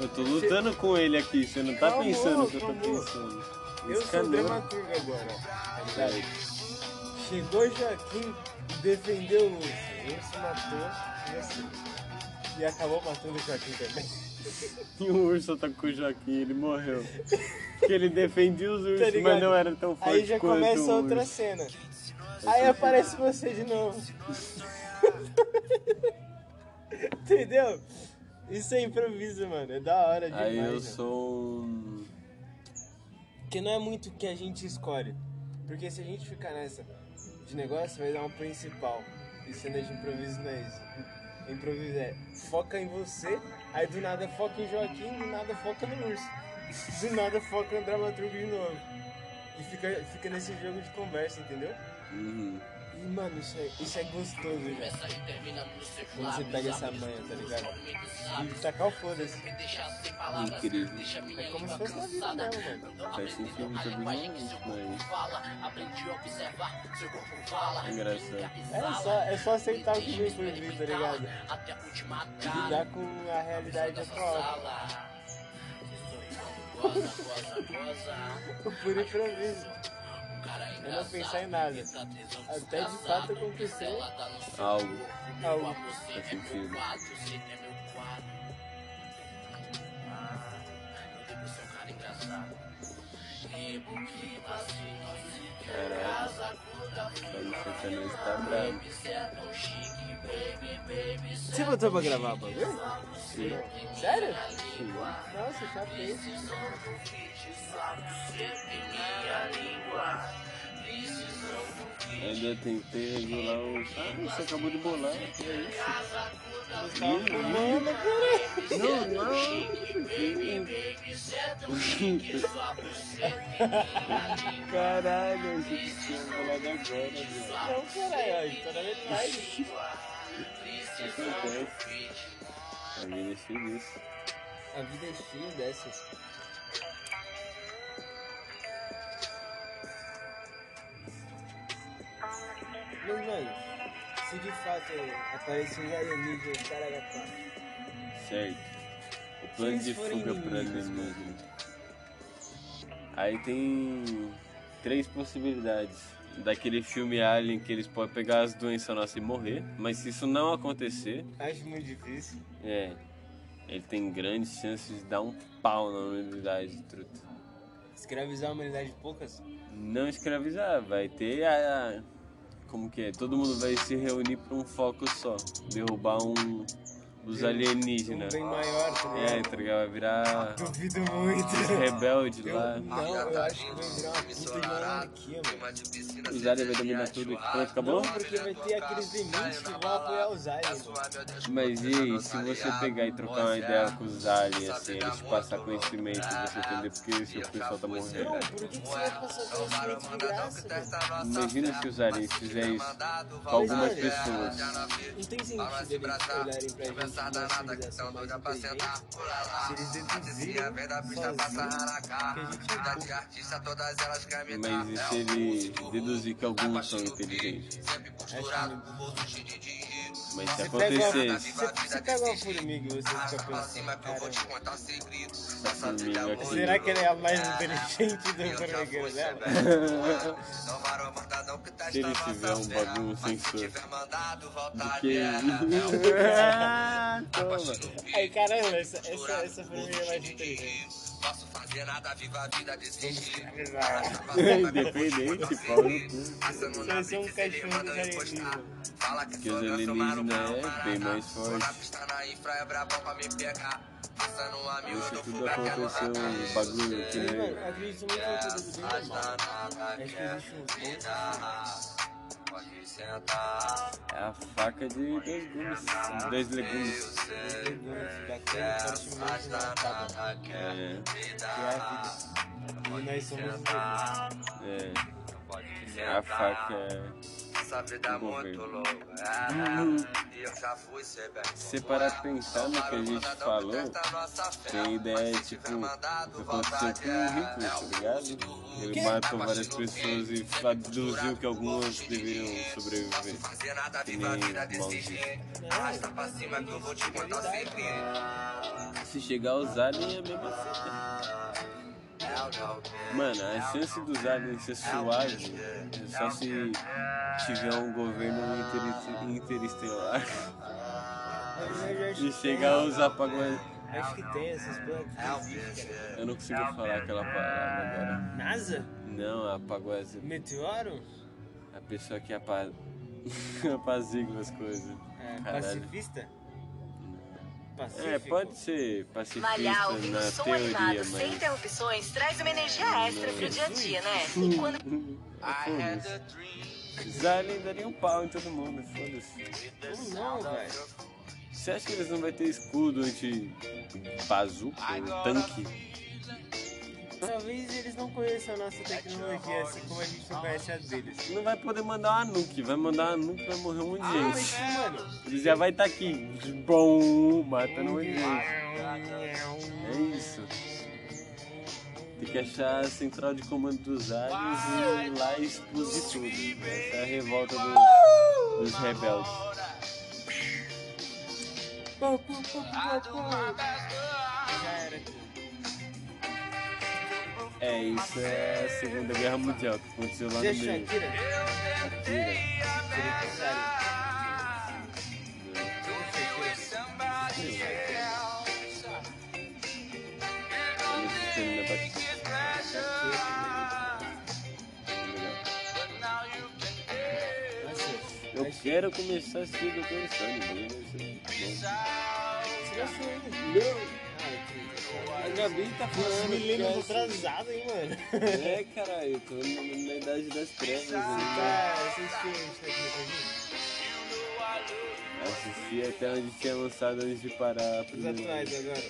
Eu tô lutando com ele aqui, você não tá Calmou, pensando o que eu tô calmou. pensando. Eu Esse sou o cano. dramaturgo agora. tá ligado? Chegou Joaquim e defendeu o urso. O urso matou você. E acabou matando o Joaquim também. E o urso atacou o Joaquim, ele morreu. Porque ele defendia os ursos, mas Tá ligado? não era tão forte Aí já quanto começa o outra urso. cena. Aí aparece você de novo. Entendeu? Isso é improviso, mano. É da hora demais. Aí eu né? sou um. Porque não é muito o que a gente escolhe. Porque se a gente ficar nessa de negócio, vai dar um principal. E cena de improviso não é isso. Improviso é foca em você, aí do nada foca em Joaquim, do nada foca no urso. Do nada foca no dramaturgo de novo. E fica, fica nesse jogo de conversa, entendeu? Uhum. E, mano, isso é, isso é gostoso, velho. Quando você pega essa manha, tá ligado? E tacar o foda-se. Incrível. É como se fosse na vida mesmo, mano. Faz um sentido também, mas. Engraçado. É só, é só aceitar o que vem por vir, tá ligado? E lidar com a realidade atual. O puro improviso. Eu não pensar em nada. Até de fato aconteceu Algo. algo. Faz sentido. Caralho. Só me sentando nesse tá bravo. Você voltou pra gravar o bagulho? Sim. Sério? Sim. Nossa, já fez. Ainda tentei regular o. Ah, você acabou de bolar. Que é isso? Ih, ih. Não, não. é Caralho, eu achei que tinha bolado agora, velho. Não, caralho, ó, tá na metade. Acontece. A vida é cheia disso. A vida é cheia dessas. Mas, mano, se de fato aparecer um alienígena em Caraguatá, Certo. O plano Se de eles forem fuga para inimigos, alienígena. Aí tem três possibilidades. Daquele filme Alien que eles podem pegar as doenças nossas e morrer. Mas se isso não acontecer, acho muito difícil. é. Ele tem grandes chances de dar um pau na humanidade, truta. Escravizar a humanidade de poucas? Um Não escravizar, vai ter a. a- Como que é? Todo mundo vai se reunir pra um foco só. Derrubar um. Os Um alienígenas. bem maior, tá É, ligado? É. entregar, vai virar. Duvido muito. rebelde lá. Não, eu acho que vai virar uma puta de monarquia, mano. Os aliens vão dominar tudo e pronto, acabou? Não, porque vai ter aqueles dementes que vão apoiar é os aliens, mano. Mas e aí, se você ah, pegar e trocar uma ideia com os aliens, assim, eles te passar conhecimento, ah, você entender porque seu pessoal tá Não, morrendo? por que, que você vai passar conhecimento de graça, velho? Imagina se os aliens fizerem isso com algumas pessoas. Não tem sentido eles olharem assim pra gente como uma civilização mais inteligente se eles deduzirem sozinhos que a gente é burro. Mas É e se ele deduzir que alguns são inteligentes? Mas se Pega uma, acontecesse, você, você pega uma formiga e você fica pensando, caramba, essa é formiga aqui, é né? né? será que ela é a mais inteligente do formigueiro dela? Se ele tiver um bagulho sem sensor do que Ah, toma. Aí, caramba, essa, essa, essa foi a é minha mais inteligente. Posso fazer nada, viva a vida, desistir. Independente, pau no cu. Passando Vocês são um cachorro do Fala que Porque sou os eu, sou Maro alienígenas Maro é bem mais Sou da forte. pista na infra, é brabão pra me pegar. Passando a mil, eu Deixa dou tudo fuga, quero acontecer ratar. um bagulho que Mano, nem. eu acredito muito em tudo isso. As danadas É Acho que né? existe quer um me dar. Pode sentar, É a faca de dois gumes. Dois eu legumes. sei. Daquele As danadas quer É, me dar. E nós somos é. Pode A sentar. faca é. Essa vida é do muito governo. louca. é. E eu já fui ser bem. Se parar pra pensar no que a gente falou, tem ideia, tipo, aconteceu com um é rico, tá ligado? Ele matou várias pessoas e aduziu um que algumas deveriam sobreviver. Fazer nada, Que viva a nem vida desse maldito. jeito. Arrasta pra cima que eu vou te contar sempre. Se chegar os aliens, é a mesma fita. Mano, é a essência dos aliens ser suave é só se tiver um governo interi- interestelar e chegar os apagões. Acho que tem essas É plantas. Eu não consigo falar aquela palavra agora. NASA? Não, é apagou as Meteoro? A pessoa que apa... apazigua as coisas. É, Caralho. pacifista? Pacífico. É, pode ser pacifista Malhar ouvindo né, na som teoria, animado sem mas. interrupções traz uma energia extra pro dia a dia, né? E quando É, foda-se. Os aliens dariam um pau em todo mundo, foda-se. Como não, velho? Você acha que eles não vão ter escudo anti. bazuca ou tanque? Talvez eles não conheçam a nossa tecnologia assim como a gente não conhece a deles. Não vai poder mandar uma nuke, vai mandar uma nuke, vai morrer um monte de gente. Mano, Eles já vai estar aqui, de bom, matando um monte de gente. É isso. Tem que achar a central de comando dos aliens e ir lá e explodir tudo. Essa é a revolta do- dos rebeldes. É isso, é a Segunda Guerra Mundial que aconteceu lá no você é meio. Shakira? Eu quero começar a seguir o Doutor Sonic. Não, a Gabi tá falando. milênios cara, atrasados, hein, mano? É, caralho, eu tô na na idade das trevas. Né? Cara, vocês Ah, filmes tá aqui Assisti até onde tinha lançado antes de parar a Os primeira vez. atuais agora.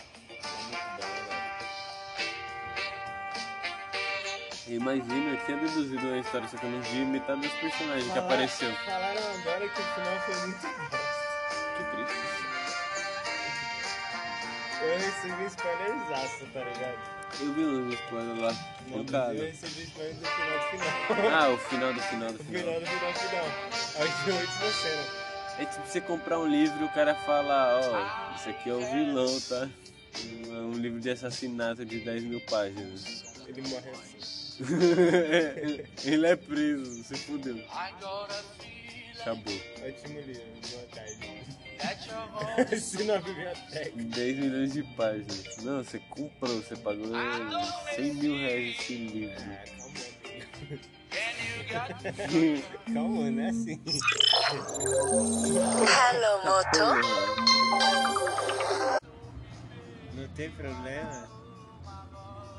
Imagina, eu tinha deduzido uma história, só que eu não vi metade dos personagens Ah. que apareceu. Falaram agora que o final foi muito bom. Que triste. Eu recebi spoilerzaço, tá ligado? Eu vi um spoiler lá. O Eu cara. recebi spoiler do final do final. Ah, o final do final do O final. final do final do final. Aí a última cena. É tipo você comprar um livro e o cara fala, ó, isso aqui é o vilão, tá? É um livro de assassinato de 10 mil páginas. Ele morre assim. Ele é preso, se fudeu. Acabou. Ótimo livro, boa tarde. Assina a biblioteca. 10 milhões de páginas. Não, você comprou, você pagou 100 mil reais esse livro. Ah, calma, amigo. Calma, não é assim. Hello, moto. Não tem problema.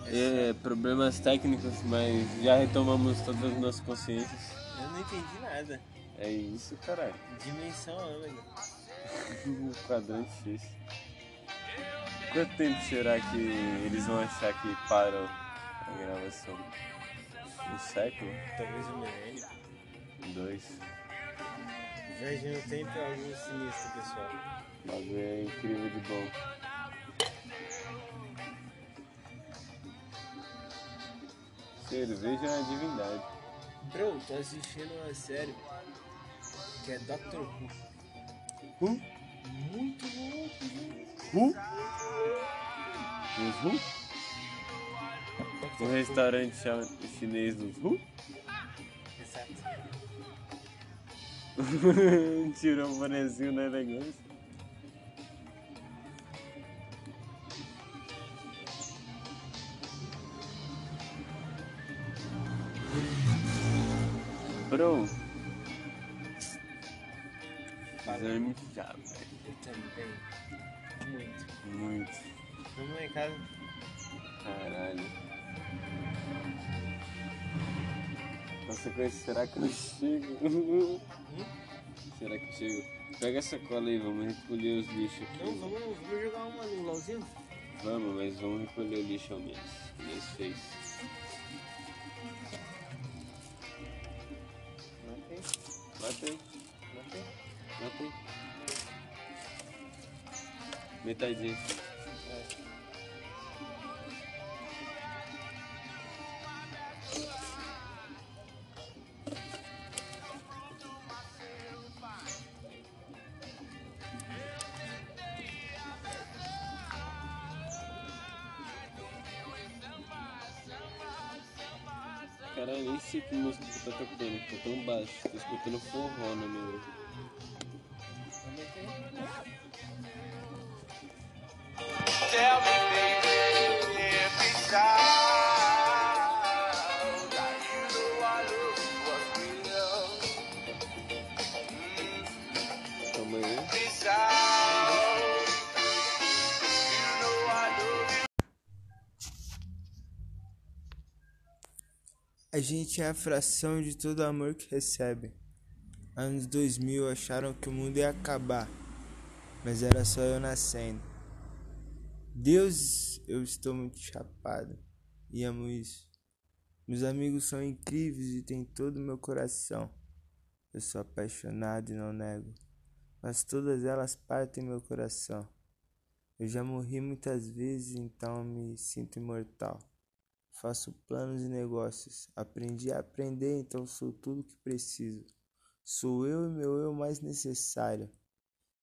É, problemas técnicos, mas já retomamos todas as nossas consciências. Eu não entendi nada. É isso, caralho. Dimensão né, ômega. Um quadrante X. Quanto tempo será que eles vão achar que param a gravação? Um século? Talvez um milênio. Dois? Viagem no tempo é um algo sinistro, pessoal. O bagulho é incrível de bom. Cerveja é uma divindade. Bro, tô assistindo uma série que é Doctor Who. Who? Muito louco, gente. Who? Os Who? O restaurante cha- chinês dos Who? Exato. Tirou o bonezinho da elegância. Bro. Fazer mijar, velho. Eu também. Muito. Muito. Vamos lá em casa. Caralho. Consequência, será que eu chego? será que eu chego? Pega essa cola aí, vamos recolher os lixos aqui. Não, vamos, vamos jogar uma no LOLzinho? Vamos, mas vamos recolher o lixo ao menos. Mês fez. Matei. Matei. Matei. Matei. Metadinha. Caralho, nem sei que música que tá tocando, tá tão baixo. Tô escutando forró na minha orelha. Tell me, baby, if it's out. Are you the one who was real? Calma aí. It's out. You know I love you. A gente é a fração de todo amor que recebe. Anos 2000 acharam que o mundo ia acabar, mas era só eu nascendo. Deus, eu estou muito chapado e amo isso. Meus amigos são incríveis e têm todo o meu coração. Eu sou apaixonado e não nego, mas todas elas partem meu coração. Eu já morri muitas vezes, então me sinto imortal. Faço planos e negócios. Aprendi a aprender, então sou tudo que preciso. Sou eu e meu eu mais necessário.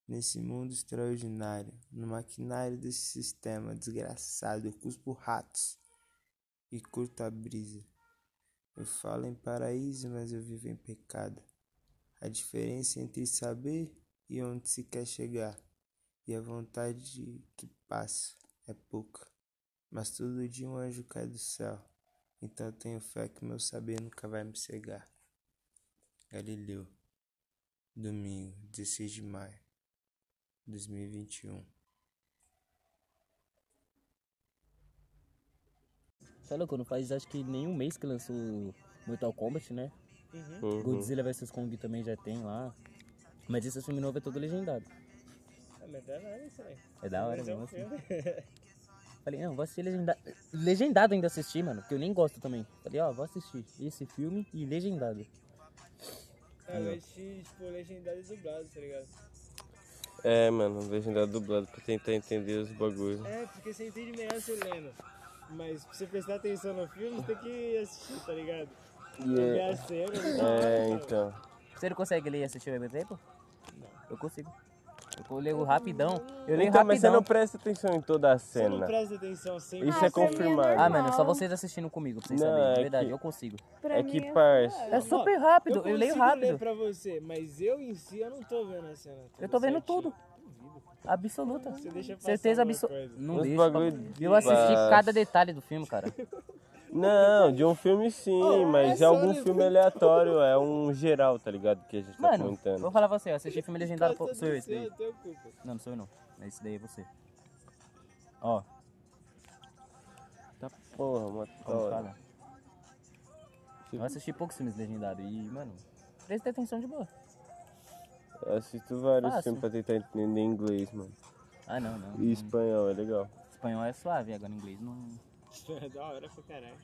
Nesse mundo extraordinário, no maquinário desse sistema desgraçado, eu cuspo ratos e curto a brisa. Eu falo em paraíso, mas eu vivo em pecado. A diferença entre saber e onde se quer chegar, e a vontade que passa, é pouca. Mas todo dia um anjo cai do céu. Então eu tenho fé que meu saber nunca vai me cegar. Galileu. Domingo, 16 de maio, 2021. Você é louco, não faz acho que nem um mês que lançou o Mortal Kombat, né? Uhum. Godzilla vs Kong também já tem lá. Mas esse filme novo é todo legendado. Ah, mas é nada isso aí. É da hora, Mas é não, um assim. filme. Falei, não, vou assistir legendado. Legendado ainda assisti, mano, que eu nem gosto também. Falei, ó, vou assistir esse filme e legendado. Ah, mas tipo, legendado e dublado, tá ligado? É, mano, legendado dublado pra tentar entender os bagulhos. É, porque você entende melhor se lendo. Mas pra você prestar atenção no filme, você tem que assistir, tá ligado? Ver a cena, né? É, então. Você não consegue ler e assistir ao mesmo tempo? Não. Eu consigo. Eu leio rapidão. Eu leio então, rapidão. mas você não presta atenção em toda a cena. presta atenção sempre. né? Isso é confirmado. Ah, mano, só vocês assistindo comigo, pra vocês Não, saberem. é De verdade, que- eu consigo. é que, parça. É super rápido, eu, leio consigo rápido. ler pra você, mas eu em si, eu não tô vendo a cena. tá Eu tô vendo tudo. Absoluta. deixa passar Certeza alguma absoluta. coisa. Não Uns deixa. bagulho papai. de Eu assisti baixo. cada detalhe do filme, cara. Não, de um filme sim, mas é é algum só- filme aleatório, é um geral, tá ligado? Que a gente tá Mano, comentando. vou falar pra você, eu assisti filme legendado por... Sou eu, esse daí. Teu culpa. Não, não sou eu não. Esse daí é você. Ó. Tá porra, mano. Como da hora. fala? Eu assisti poucos filmes legendados e, mano, presta atenção de boa. Eu assisto vários Fácil. filmes pra tentar entender inglês, mano. Ah, não, não. E espanhol, é legal. Espanhol é suave, agora inglês não. É da hora pra caralho.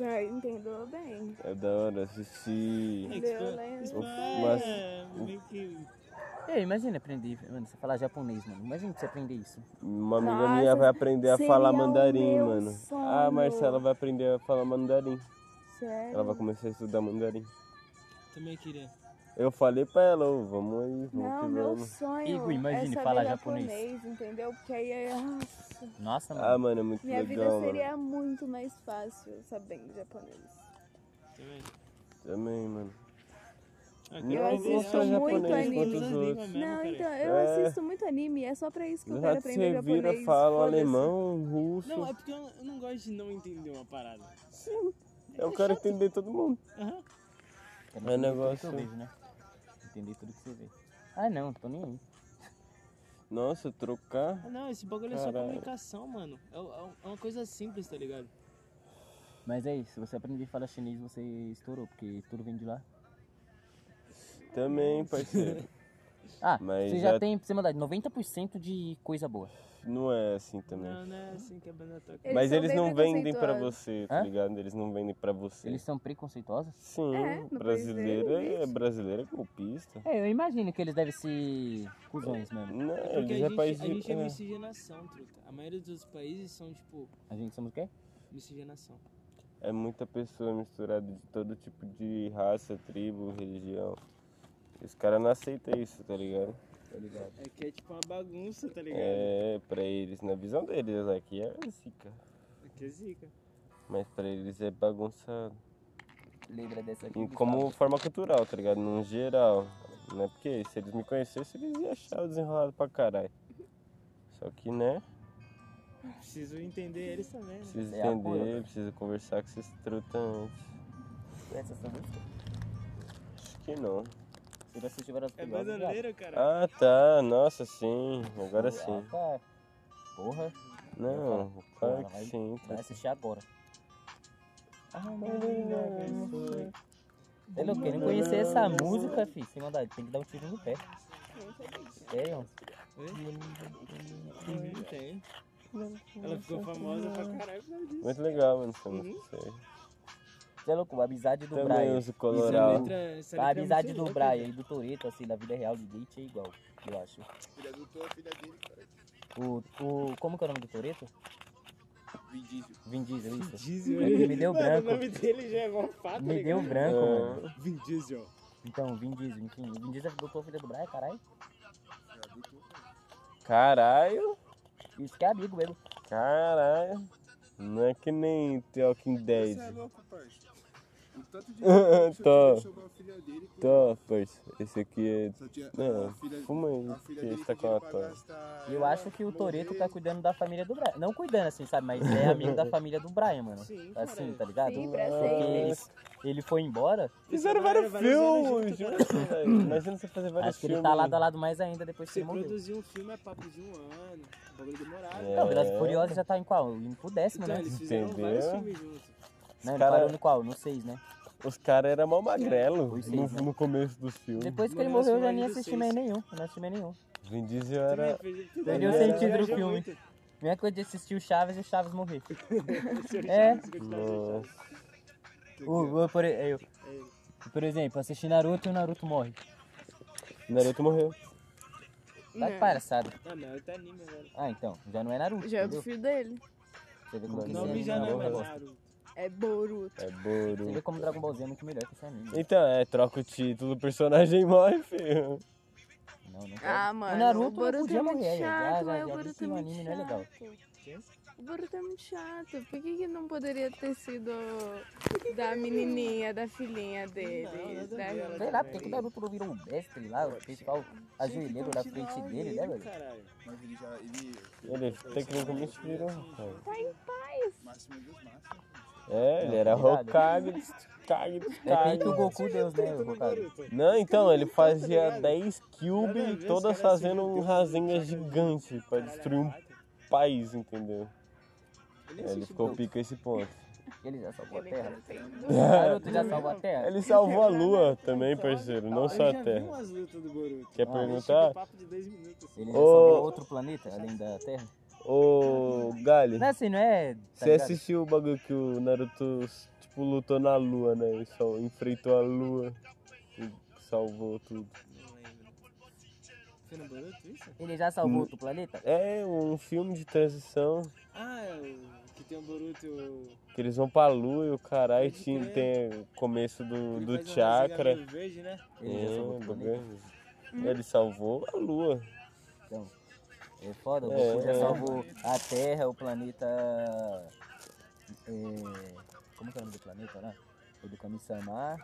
Ah, entendeu bem. É da hora assistir. Violento. Ah, Mas- Ei, imagina aprender, mano, você falar japonês, mano. Imagina você aprender isso. Uma amiga Nossa, minha vai aprender a seria falar o mandarim, meu mano. sonho. Ah, Marcela vai aprender a falar mandarim. Sério? Ela vai começar a estudar mandarim. Também queria. Eu falei pra ela, ô, vamos aí, vamos Não, que meu vamos. sonho Igor, imagine é saber falar japonês. japonês. entendeu? Porque aí é... Nossa. Nossa, mano. Ah, mano, é muito Minha legal, vida seria mano. muito mais fácil sabendo japonês. Também, mano. Ah, Eu Não existe assisto tão muito japonês quanto anime. os outros. Não, então, eu É. assisto muito anime, é só pra isso que eu quero Já aprender se japonês. vira, fala foda-se. alemão, russo. Não, é porque eu, eu não gosto de não entender uma parada. É um eu quero entender todo mundo. Aham. É um negócio. Entender tudo que eu vejo, né? Entender tudo que você vê. Ah, não, tô nem aí. Nossa, trocar. Ah, não, esse bagulho é só Caralho. comunicação, mano. É, u- é u- é uma coisa simples, tá ligado? Mas é isso, se você aprender a falar chinês, você estourou, porque tudo vem de lá. Também, parceiro. Ah, Mas você já, já- tem, pra você mandar 90% de coisa boa. Não é assim também. Não, não é assim que a banda toca. Mas eles não vendem pra preconceituosos. você, tá Hã? ligado? Eles não vendem pra você. Eles são preconceituosos? Sim, brasileiro é, brasileiro é golpista. É, eu imagino que eles devem ser cuzões mesmo. Não, Porque eles a, é gente, país a de- gente é é. miscigenação, truta. A maioria dos outros países são, tipo, A gente somos o quê? miscigenação. É muita pessoa misturada de todo tipo de raça, tribo, religião. Os caras não aceitam isso, tá ligado? Tá ligado. É que é tipo uma bagunça, tá ligado? É, pra eles, na visão deles aqui é zica. Aqui é zica. Mas pra eles é bagunçado. Lembra dessa aqui? E como forma cultural, tá ligado? Num geral. Não é porque se eles me conhecessem, eles iam achar eu desenrolado pra caralho. Só que, né? Preciso entender eles também, né? é Preciso entender, preciso conversar com esses truta antes. Essas são muito Acho que não. Você já assistiu várias É bandoleiro, cara. Ah, tá. Nossa, sim. Agora sim. Tá. Porra. Não, Porra, claro que vai- sim. Vai assistir agora. Ah, Você é louco, quem não conhecer conhecer essa música, fi, sem mandar, tem que dar um tiro no pé. É, ó. Não tem. É. Ela ficou famosa pra caralho né? por causa disso. Muito legal, mano. Essa Uhum. música. Sei. Você é louco, a amizade do Também Brian. uso coloral. Essa Isso é letra- letra- essa letra a é muito amizade do louca, Brian velho. e do Toreto, assim, na vida real de date é igual, eu acho. Filha do Tom, filha dele, cara. O, o, como que é o nome do Toreto? Vin Diesel. Vin Diesel, isso. Diesel, É que me deu Mano, branco. O nome dele já é mó fato, Me ligado? deu branco, É. mano. Vin Diesel. Então, Vin Diesel, enfim. O Vin Diesel adotou a filha do Brian, caralho. Caralho. Isso que é amigo mesmo. Caralho. Não é que nem The Walking Dead. Você é louco, parça. O tanto de Tô. a filha dele com Tô, pois. Esse aqui é. Só tinha- Não, a filha- fuma aí. a filha que dele está com a tosse. Eu acho que o Toreto tá cuidando da família do Brian. Não cuidando assim, sabe? Mas é amigo da família do Brian, mano. Sim, assim, cara. é. tá ligado? Sim, pra Porque sempre. ele, ele foi embora. Fizeram vários filmes, juro, velho. Imagina você fazer vários Acho que ele tá filmes. um- lado a lado mais ainda depois que Você ele morreu. produzir um filme é papo de um ano. O bagulho demorado. Não, Velozes e Furiosos já tá em qual? Indo pro décimo, Então, né? eles fizeram vários filmes juntos. Não, ele Cara- parou no qual? No 6, né? Os caras eram mal magrelo Foi no, seis, né? no começo dos filmes. Depois que ele Mano, morreu, eu esse já nem Velozes e assisti mais Furiosos. nenhum. Não assisti mais nenhum. Vin Diesel era. Perdi o sentido né? do filme. Minha coisa de assistir o Chaves e o Chaves morrer. é. Nossa. O, o- por, e- eu, por exemplo, assisti Naruto e o Naruto morre. Naruto morreu. Tá Não. de palhaçada. Ah, não, é anime agora. Ah, então. Já não é Naruto. Já é do entendeu? filho dele. Você vê como que Não, esse não, anime já não é é um mais negócio. É Boruto. É Você Boru. vê como Dragon Ball Z é muito melhor que esse anime. Então, é, troca o título, o personagem morre, filho. Não, não Ah, mano. o Naruto o não Boruto podia é muito morrer. Já, chato, já, é, já o disse Boruto que é o muito anime não é legal. chato. O Boruto é muito chato. Por que, que não poderia ter sido da menininha, da filhinha dele? né? da... Sei lá, porque o Naruto não virou um mestre lá, o principal ajoelheiro na frente dele, né, velho? Mas ele já. Ele. Ele tecnicamente virou. cara. Tá em paz. Máximo dos máximos. É, ele era Obrigado. Hokage, Kage, Depende Kage. que o Goku Deus, né, o Hokage? Não, então, ele fazia ligado? 10 Nada a cubes, todas ver, os é caras se assim, fazendo um juntam, rasenga gigante pra destruir um país, entendeu? É, Ele então. ficou pica esse ponto. Ele já salvou a terra. Naruto Ele já salvou a terra. salvou a lua também, parceiro, não só Eu a já vi terra. umas lutas do Boruto. Quer Ah, perguntar? chega papo de dois minutos. assim. Ele já Ô. salvou outro planeta, além da terra. Ô, Gali, Não é assim, não é... tá você ligado? assistiu o bagulho que o Naruto, tipo, lutou na lua, né? Ele só enfrentou a lua e salvou tudo. Foi no Boruto isso? Ele já salvou outro planeta? É, um filme de transição Ah, é o que tem o Boruto e o... que eles vão pra lua e o caralho tem, tem o começo do, do faz um chakra. rasengan verde, né? Ele já É, salvou o planeta. bagulho. Ele salvou a lua. Então, é foda, o É, Goku já é. salvou a Terra, o planeta. É, como que é o nome do planeta lá? O do Kami-sama.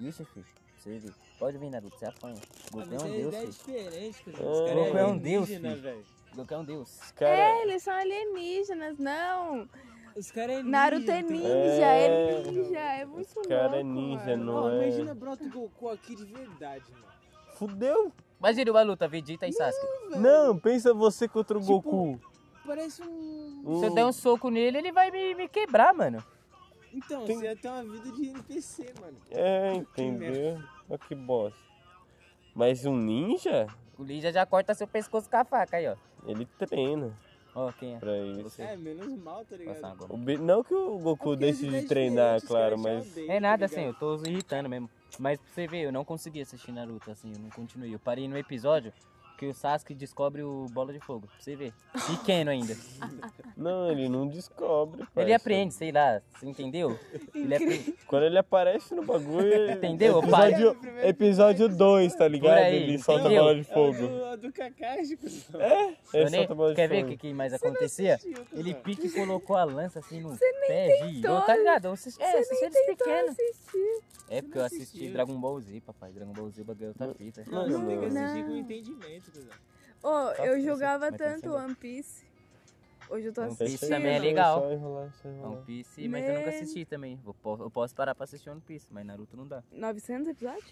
Ixi, filho. Você vê. Pode vir, Naruto, você apanha. Goku é mas um é deus, ideia filho. diferente, cara. Goku Os caras é um deus, alienígena, filho. Goku é um deus. É, eles são alienígenas, não. Os caras é Naruto é ninja. ninja, é, É. ninja, é muito cara é louco. ninja, mano. não Ó, é? imagina brota o Goku aqui de verdade, mano. Fudeu! Imagina uma luta, Vegeta e Sasuke. Não, pensa você contra o Goku. Parece um. Se eu der um soco nele, ele vai me, me quebrar, mano. Então, você ia ter uma vida de NPC, mano. É, Que merda. entendeu? Olha que bosta. Mas um ninja, O ninja já corta seu pescoço com a faca aí, ó. ele treina Ó, quem é? pra isso. É, menos mal, tá ligado? Passar uma goma. O Be- Não que o Goku deixe de treinar, claro, mas. É tá nada, assim, eu tô irritando mesmo. Mas pra você ver, eu não consegui assistir Naruto, assim, eu não continuei. Eu parei no episódio que o Sasuke descobre o Bola de Fogo, pra você ver. Pequeno ainda. Não, ele não descobre. Ele parça. aprende, sei lá, você entendeu? Ele aprende. Quando ele aparece no bagulho. ele- Entendeu, pai? episódio, Episódio 2, tá ligado? aí, ele solta entendeu? bola de fogo. A do Kakashi, pessoal. Ele Eu nem- solta bola de Quer ver o fogo. que, que mais Você não acontecia? assistiu, cara. ele pique e colocou a lança assim no Você nem pé, tentou. girou, tá ligado? Eu assisti, é, eu Você assisti nem eles tentou pequenos. assistir. É porque eu assisti assistiu. Dragon Ball Z, papai. Dragon Ball Z bagulho é outra fita. Não, não tem que assistir com Não. entendimento, pessoal. Ô, eu Só que você jogava vai pensando. tanto One Piece. Hoje eu tô One assistindo. Piece também é legal. Só enrolar, só enrolar. Uhum. One Piece, mas eu nunca assisti também. Vou po- Eu posso parar pra assistir One Piece, mas Naruto não dá. 900 episódios?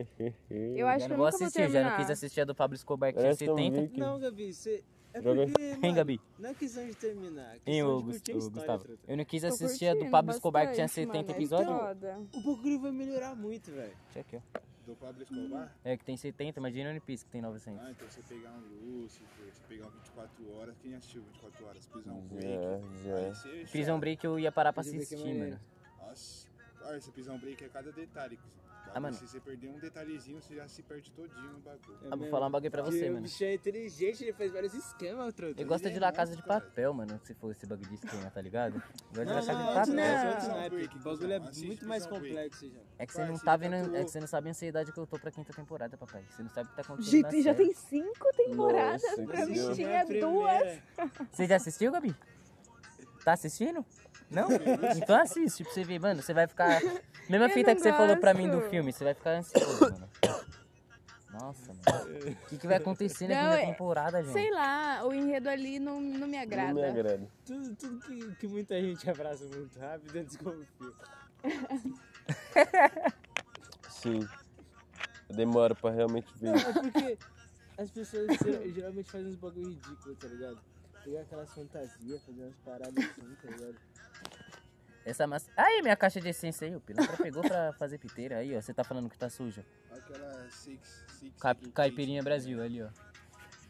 Eu acho que eu já não vou nunca vou assistir, eu já não terminar. quis assistir a do Pablo Escobar que tinha Parece que eu 70. vi que- Não, Gabi, você. É Joga aí. porque. Hein, mano, Gabi? Não é questão de terminar. É Hein, questão ô, de Gus- curtir a ô, história, Gustavo? truta. Eu não quis Tô assistir a do curtindo Pablo Escobar que tinha bastante, 70 mano, é episódios. foda. O bagulho vai melhorar muito, velho. Deixa aqui, ó. Do Pablo Escobar? É, que tem 70, imagina One Piece que tem 900. Ah, então você pegar um Lúcifer, você pegar um 24 horas, quem assistiu 24 horas? Prisão Break. Já, Aí já. você Prison chora. um Break eu ia parar pra Prison Break é assistir, maneiro. mano. Nossa, olha, esse Prisão Break é cada detalhe. Ah, mano. Se você perder um detalhezinho, você já se perde todinho no bagulho. Ah, vou falar um bagulho pra você, O mano. bicho é inteligente, ele faz vários esquemas, truta. Eu gosto de La Casa de Papel, mano, se for esse bagulho de esquema, tá ligado? Eu gosto de La Casa de Papel. O bagulho é muito mais complexo já. É que você não tá vendo. É que você não sabe a ansiedade que eu tô pra quinta temporada, papai. Você não sabe o que tá acontecendo. na GT já série. tem cinco temporadas, Nossa, pra mim entendeu? tinha duas. Você já assistiu, Gabi? Tá assistindo? Não? Então assiste pra você ver, mano. Você vai ficar. Mesma Eu fita não que você falou pra mim do gosto. filme, você vai ficar ansioso, mano. Nossa, mano. O que, que vai acontecer na Não, quinta é- temporada, gente? Sei lá, o enredo ali não, não me agrada. agrada. Tudo, tudo que, que muita gente abraça muito rápido, eu desconfio. Sim. Demora pra realmente Não, ver. é porque as pessoas ger- geralmente fazem uns bagulho ridículo, tá ligado? Pegar aquelas fantasias, fazer umas paradas assim, tá ligado? Essa massa. Aí, minha caixa de essência aí, o pilantra pegou pra fazer piteira aí, ó. Você tá falando que tá suja. Aquela Six, Six Cap- Education Caipirinha Brasil ali, ó.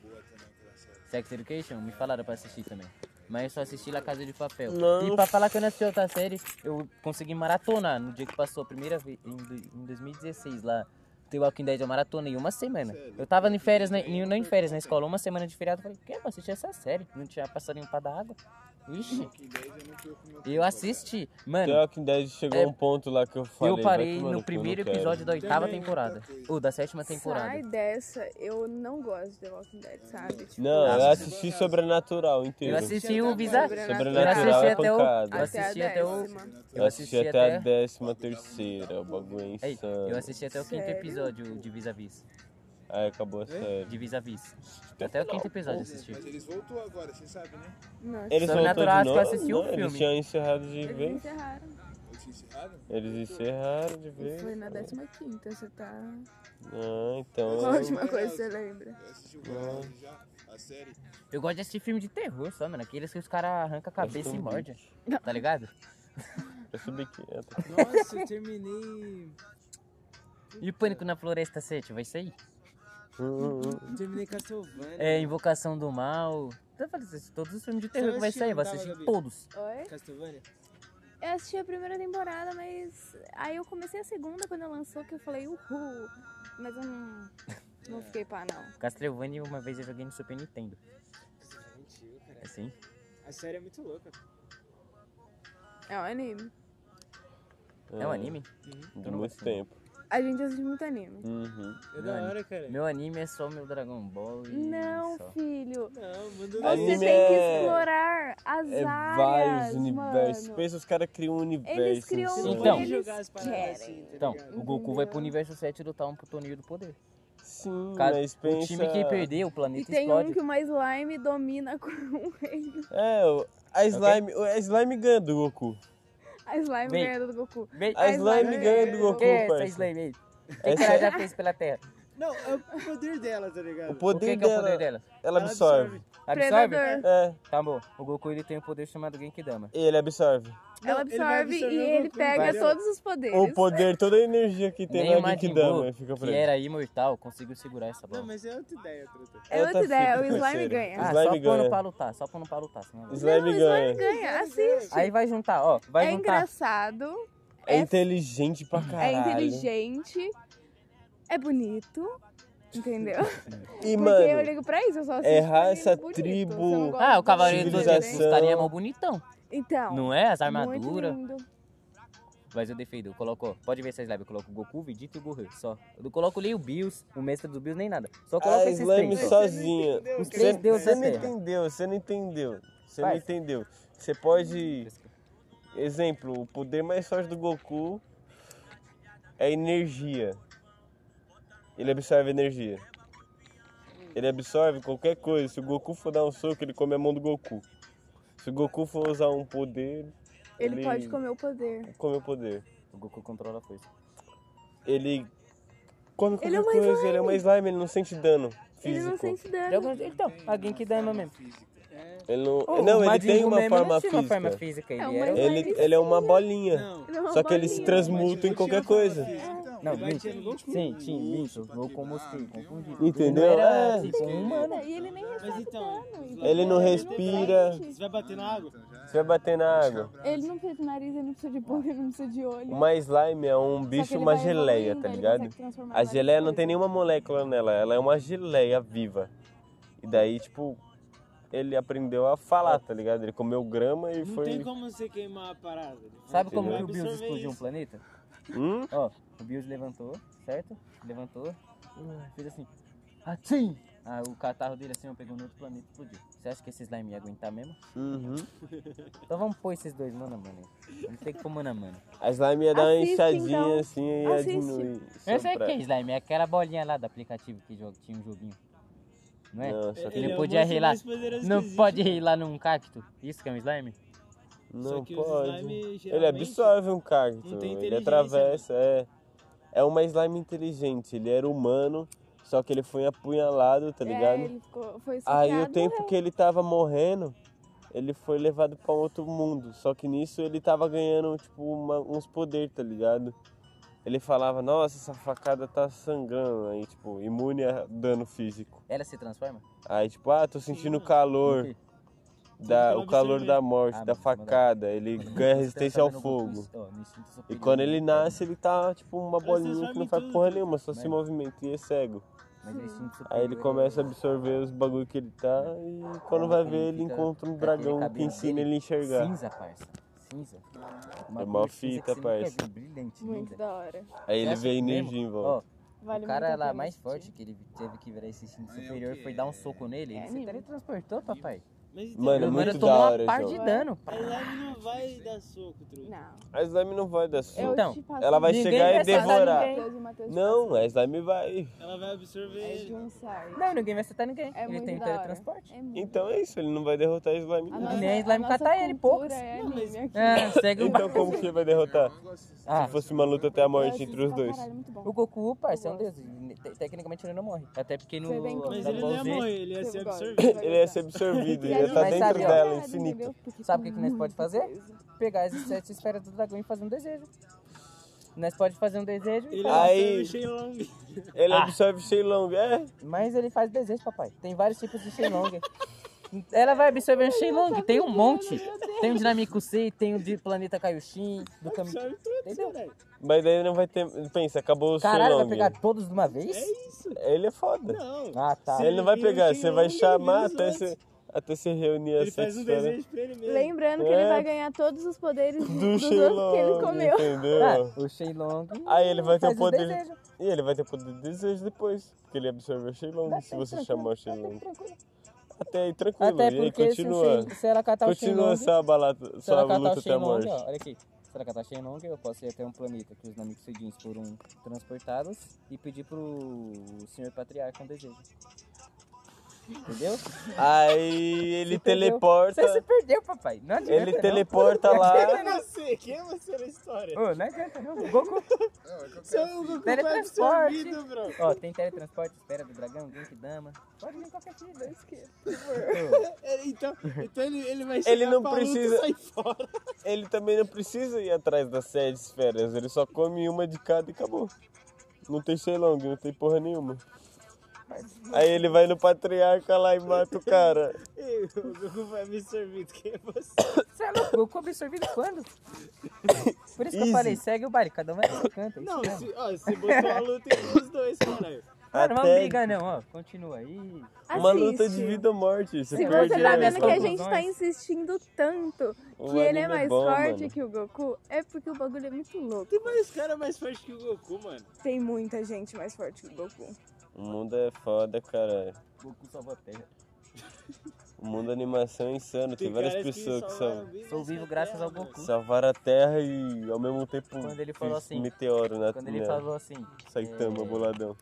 boa também, aquela série. Sex Education, me falaram pra assistir também. Mas eu só assisti La Casa de Papel. Não. E pra falar que eu não assisti outra série, eu consegui maratonar no dia que passou a primeira vez, em, do- em 2016, lá. The Walking Dead eu maratonei uma semana. Eu tava em férias, na, em, não em férias na escola, uma semana de feriado. eu Falei, que vou assistir essa série? Não tinha passarinho pra dar água? Ixi. Eu assisti. Mano, The Walking Dead chegou é- um ponto lá que eu falei. eu vai parei tomar no cu, eu primeiro não quero. episódio da oitava temporada. Ou da sétima temporada. Sai dessa, eu não gosto de The Walking Dead, sabe? Tipo, é Não, eu assisti Sobrenatural inteiro. Eu tá assisti o Bizarro. Sobrenatural eu assisti é até o. pancada. Eu assisti até o. Eu assisti até a décima terceira, o bagulho é Ei, insano. eu assisti até o quinto Sério? episódio de Vis a Vis. Aí acabou É. a série. De Vis a Vis. É. Até o quinto episódio eu assisti. Mas eles voltou agora, você sabe, né? Nossa. Eles voltou de Sobrenatural, acho um que eu novo? assisti o Não, Eles filme. tinham encerrado de Eles vez. encerraram. Eles encerraram? Eles encerraram de vez. Foi na 15, você tá. Ah, então. Qual a última coisa que você lembra? Não. Já, a série. Eu gosto de assistir filme de terror só, mano. Aqueles que os caras arrancam a cabeça e zumbi. mordem. Tá ligado? Eu é subi quieto. Nossa, eu terminei. E o Pânico na Floresta 7, vai sair? Eu terminei Castlevania. É, Invocação do Mal. Eu falei, assisti todos os filmes de terror que vai sair, eu vou assistir todos. É. Oi? Castlevania? Eu assisti a primeira temporada, mas. Aí eu comecei a segunda quando ela lançou, que eu falei, uhul. Mas eu não. Não fiquei pá, não. Castlevania uma vez eu joguei no Super Nintendo. Castlevania é antigo, cara. Assim? A série é muito louca. É um anime. É um anime? Uhum. Então De Ah, muito tempo. a gente assiste muito anime. Uhum. É da hora, cara. Meu anime é só meu Dragon Ball e Hum, Não, só. filho. no Você tem anime que é- explorar as É áreas, vários universos. mano. Pensa, os caras criam um universo. Eles criam insano. um Então, assim, querem. tá então o Goku vai Entendeu? pro universo 7 lutar um pro torneio do poder. Sim, mas O time pensa- que perder, o E planeta tem um explode. que uma slime domina com um reino. É, o- a slime, a slime ganha do Goku. A slime Vem. ganha do Goku. A slime ganha do Goku, Quem é essa parça. slime aí? O que, é? Essa- que ela é já fez pela Terra? Não, é o poder dela, tá ligado? O poder, que que é o dela, poder dela? Ela absorve. Absorve? Predador. É. Tá bom. O Goku ele tem um poder chamado Genkidama. Ele absorve. Ela ele vai absorve absorver e o ele Goku, pega entendeu? todos os poderes. O poder, toda a energia que tem é Nem o na Majin Genkidama Buu, fica pra que ele. era imortal, conseguiu segurar essa bola. Não, mas é outra ideia, truta. É outra Outra ideia, fita, o slime parceiro. ganha. Ah, Slime só ganha. pano pra lutar, só pano pra lutar. senão- é. Slime Não, o ganha. slime é É, ganha, assiste. Aí vai juntar, ó. Vai é juntar. engraçado, É inteligente pra é caralho. inteligente, é bonito, entendeu? Porque mano, eu ligo pra isso, eu só assisto é anime raça, bonito, tribo, você não gosta Ah, o de Cavaleiro do bonito, Zodíaco entendeu? estaria é mó bonitão. Então. Não é? As muito armaduras. lindo. Mas eu defendo, eu coloco, ó, pode ver se é slime, eu coloco o Goku, o Vegeta e o Gohan, só. Eu não coloco nem o Bills, o mestre do Bills, nem nada. Só coloco A esses É, slime três. ó. sozinha. Os três deuses Você da não Terra. entendeu, você não entendeu. Você não Vai. entendeu. Você pode. Exemplo, o poder mais forte do Goku é energia. Ele absorve energia. Ele absorve qualquer coisa. Se o Goku for dar um soco, ele come a mão do Goku. Se o Goku for usar um poder, Ele, pode comer o poder. come o poder. O Goku controla a força. Ele come qualquer Ele é uma coisa, slime. ele é uma slime, ele não sente dano físico. Ele não sente dano. De algum- Então, alguém que dama mesmo. Ele não, Oh, não, o ele Majin tem Buu uma mesmo forma não tinha física. uma forma física, ele É uma era um- ele, ele é uma bolinha. Ele é uma só que ele se bolinha. transmuta em qualquer coisa. Não, minto. Sim, sim, minto. Eu vou com o Mosquito, confundi. Entendeu? Não era, É. tipo, um humano. E ele nem recebe então, dano. entendeu? é Ele não respira. Você vai bater na Tá água? Você vai bater na água. Ele não precisa de nariz, ele não precisa de boca, ele não precisa de olho. Uma slime é um que bicho, ele uma vai geleia, evoluindo, tá ele ligado? consegue transformar A várias geleia não tem nenhuma molécula nela, ela é uma geleia viva. E daí, tipo, ele aprendeu a É. falar, tá ligado? Ele comeu grama e Não foi. tem como você queimar a parada. Sabe como Entendeu? que o Bills Absorver explodiu um isso. planeta? Hum? Ó, o Bills levantou, certo? Levantou, Hum. fez assim. Assim! Ah, o catarro dele assim, ó, pegou no outro planeta e explodiu. Você acha que esse slime ia aguentar mesmo? Uhum. Então vamos pôr esses dois mano a mano. aí. Não tem que pôr mano a mano. A slime ia dar uma Assiste, inchadinha então. assim e ia Assiste. diminuir. Eu só sei o pra- que é slime, é aquela bolinha lá do aplicativo que joga- tinha um joguinho. Não é? Não, só que- ele Ele é o podia monstro relar. mais poderoso Não que existe, pode cara. relar num cacto. Isso que é um slime? Não que os pode. slime, ele geralmente, absorve um cacto, não tem ele inteligência, atravessa, é. É uma slime inteligente, ele era humano, só que ele foi apunhalado, tá ligado? É, ele ficou, foi Aí o sugado, tempo morreu. que ele tava morrendo, ele foi levado pra um outro mundo. Só que nisso ele tava ganhando, tipo, uma- uns poder, tá ligado? Ele falava, nossa, essa facada tá sangrando. Aí, tipo, imune a dano físico. Ela se transforma? Aí, tipo, ah, tô sentindo calor. Da, Tudo o que ela calor absorve. da morte, Ah, da mano, manda- facada. Ele manda- ganha você é resistência ao tá vendo Goku, fogo. ó, me sinto superior, E quando ele né? nasce, ele tá, tipo, uma bolinha que transforma não em faz tudo, porra tudo. nenhuma, só se Mas- movimenta e é cego. Mas eu sinto superior Aí ele começa a absorver os bagulho que ele tá e quando vai ver ele fica encontra um daquele dragão que cabelo ensina dele ele a enxergar. Cinza, parça. Cinza. Uma É mó cor cinza que fita, você nunca parça. viu, Brilhante, Muito linda. da hora. Aí ele Você vê a acha mesmo? energia em volta. Ó, Vale muito o cara a lá pena mais assistir. forte que ele teve que virar esse instinto superior foi dar um soco nele É, e ele então se anime. teletransportou, papai. Mano, é O muito tomou da uma hora, par João. de dano. então, É. A slime não vai dar soco, truta. Não. A slime não vai dar soco. Então, Eu te passo ela vai um- chegar e vai soltar devorar. Matheus e Matheus te Não, a slime vai. Ela vai absorver É ele. de um site. Não, ninguém vai acertar ninguém. É ele muito tem um da teletransporte. hora. É muito Então é isso, ele não vai derrotar a slime. A não. nossa- Nem a slime a nossa catar ele, poucos. cultura é anime aqui. Ah, segue o Então como que ele vai derrotar? Ah. Se fosse uma luta até a morte entre os dois. O Goku, parça, é um deus. Te- Tecnicamente ele não morre. Até porque no. Foi bem Dragon tá Mas Mas ele Ball não ia Z- morrer, ele ia ser gosta. absorvido. Ele ia ser absorvido, ele ia tá estar Mas dentro sabe, ó, dela, infinito. Sabe o que, que nós pode fazer? Pegar as sete esferas do dragão e fazer um desejo. Nós pode fazer um desejo e Ele fazer- Aí- absorve o Shenlong. Ele Ah. absorve Shenlong, é? Mas ele faz desejo, papai. Tem vários tipos de Shenlong. Ela vai absorver um Shenlong, tem um monte. Tem o Dinamico C, tem o de Planeta Kaioshin, do Kami. Absorve tudo, Entendeu? caralho. Mas daí não vai ter. Pensa, acabou o Caralho, vai Shenlong. pegar todos de uma vez? É isso. Ele é foda. Não. Ah, tá. Sim. Ele não vai E o pegar, você vai um Shenlong, chamar ele até usa você. até se reunir Ele essa faz um história. desejo pra ele mesmo. Lembrando que ele É. vai ganhar todos os poderes do do dos outros que ele Shenlong, comeu. entendeu? Ah, o Shenlong. Aí ele vai ter o faz o poder. desejo. E ele vai ter poder de desejo depois, porque ele absorveu o Shenlong, se você chamar o Shenlong. Até aí, tranquilo. Até e aí porque se o continua. Shen- se ela catar o continua Shenlong- essa balada, Se ela sua catar luta o até a Shenlong, morte. ó, olha aqui. Se ela catar o Shenlong, eu posso ir até um planeta que os Namixudins foram transportados e pedir pro senhor patriarca um desejo. Entendeu? Aí ele Se perdeu. teleporta. Você se perdeu, papai. Não adianta, Ele não. teleporta Não lá. adianta, não. Eu sei, quem é você na história? Ô, não adianta não. O Goku. Seu Goku é vai pro seu Teletransporte. ouvido, bro. Ó, tem teletransporte, esfera do dragão, Genkidama. Pode vir qualquer filho, eu esqueço. Ele- então, então ele, ele vai chegar Ele não pra luta e precisa. sair fora. Ele também não precisa ir atrás das sete esferas. Ele só come uma de cada e acabou. Não tem Shenlong, não tem porra nenhuma. Aí ele vai no patriarca lá e mata o cara. Ei, o Goku vai absorvido, quem é você? Você é louco? Goku absorvido quando? Por isso que eu Easy. falei, segue o baile, cada um é seu canto. é isso Não, mesmo. se, ó, você botou a luta entre os dois, caralho. Mano, não Até- é briga não, ó. Continua aí. Uma luta de Assiste. vida ou morte. Você Se perde você tá as vendo que a gente tá conclusões. insistindo tanto O que anime ele é é mais bom, forte mano. que o Goku, é porque o bagulho é muito louco. Tem mais cara mais forte que o Goku, mano. Tem muita gente mais forte que o Goku. O mundo é foda, caralho. Goku salvou a terra. O mundo da animação é insano. Tem, Tem várias caras que pessoas que, salvaram, Sou vivo graças ao Goku. salvaram a Terra e ao mesmo tempo Quando ele falou fez assim- meteoro na quando ele na- falou assim, Saitama, é, boladão.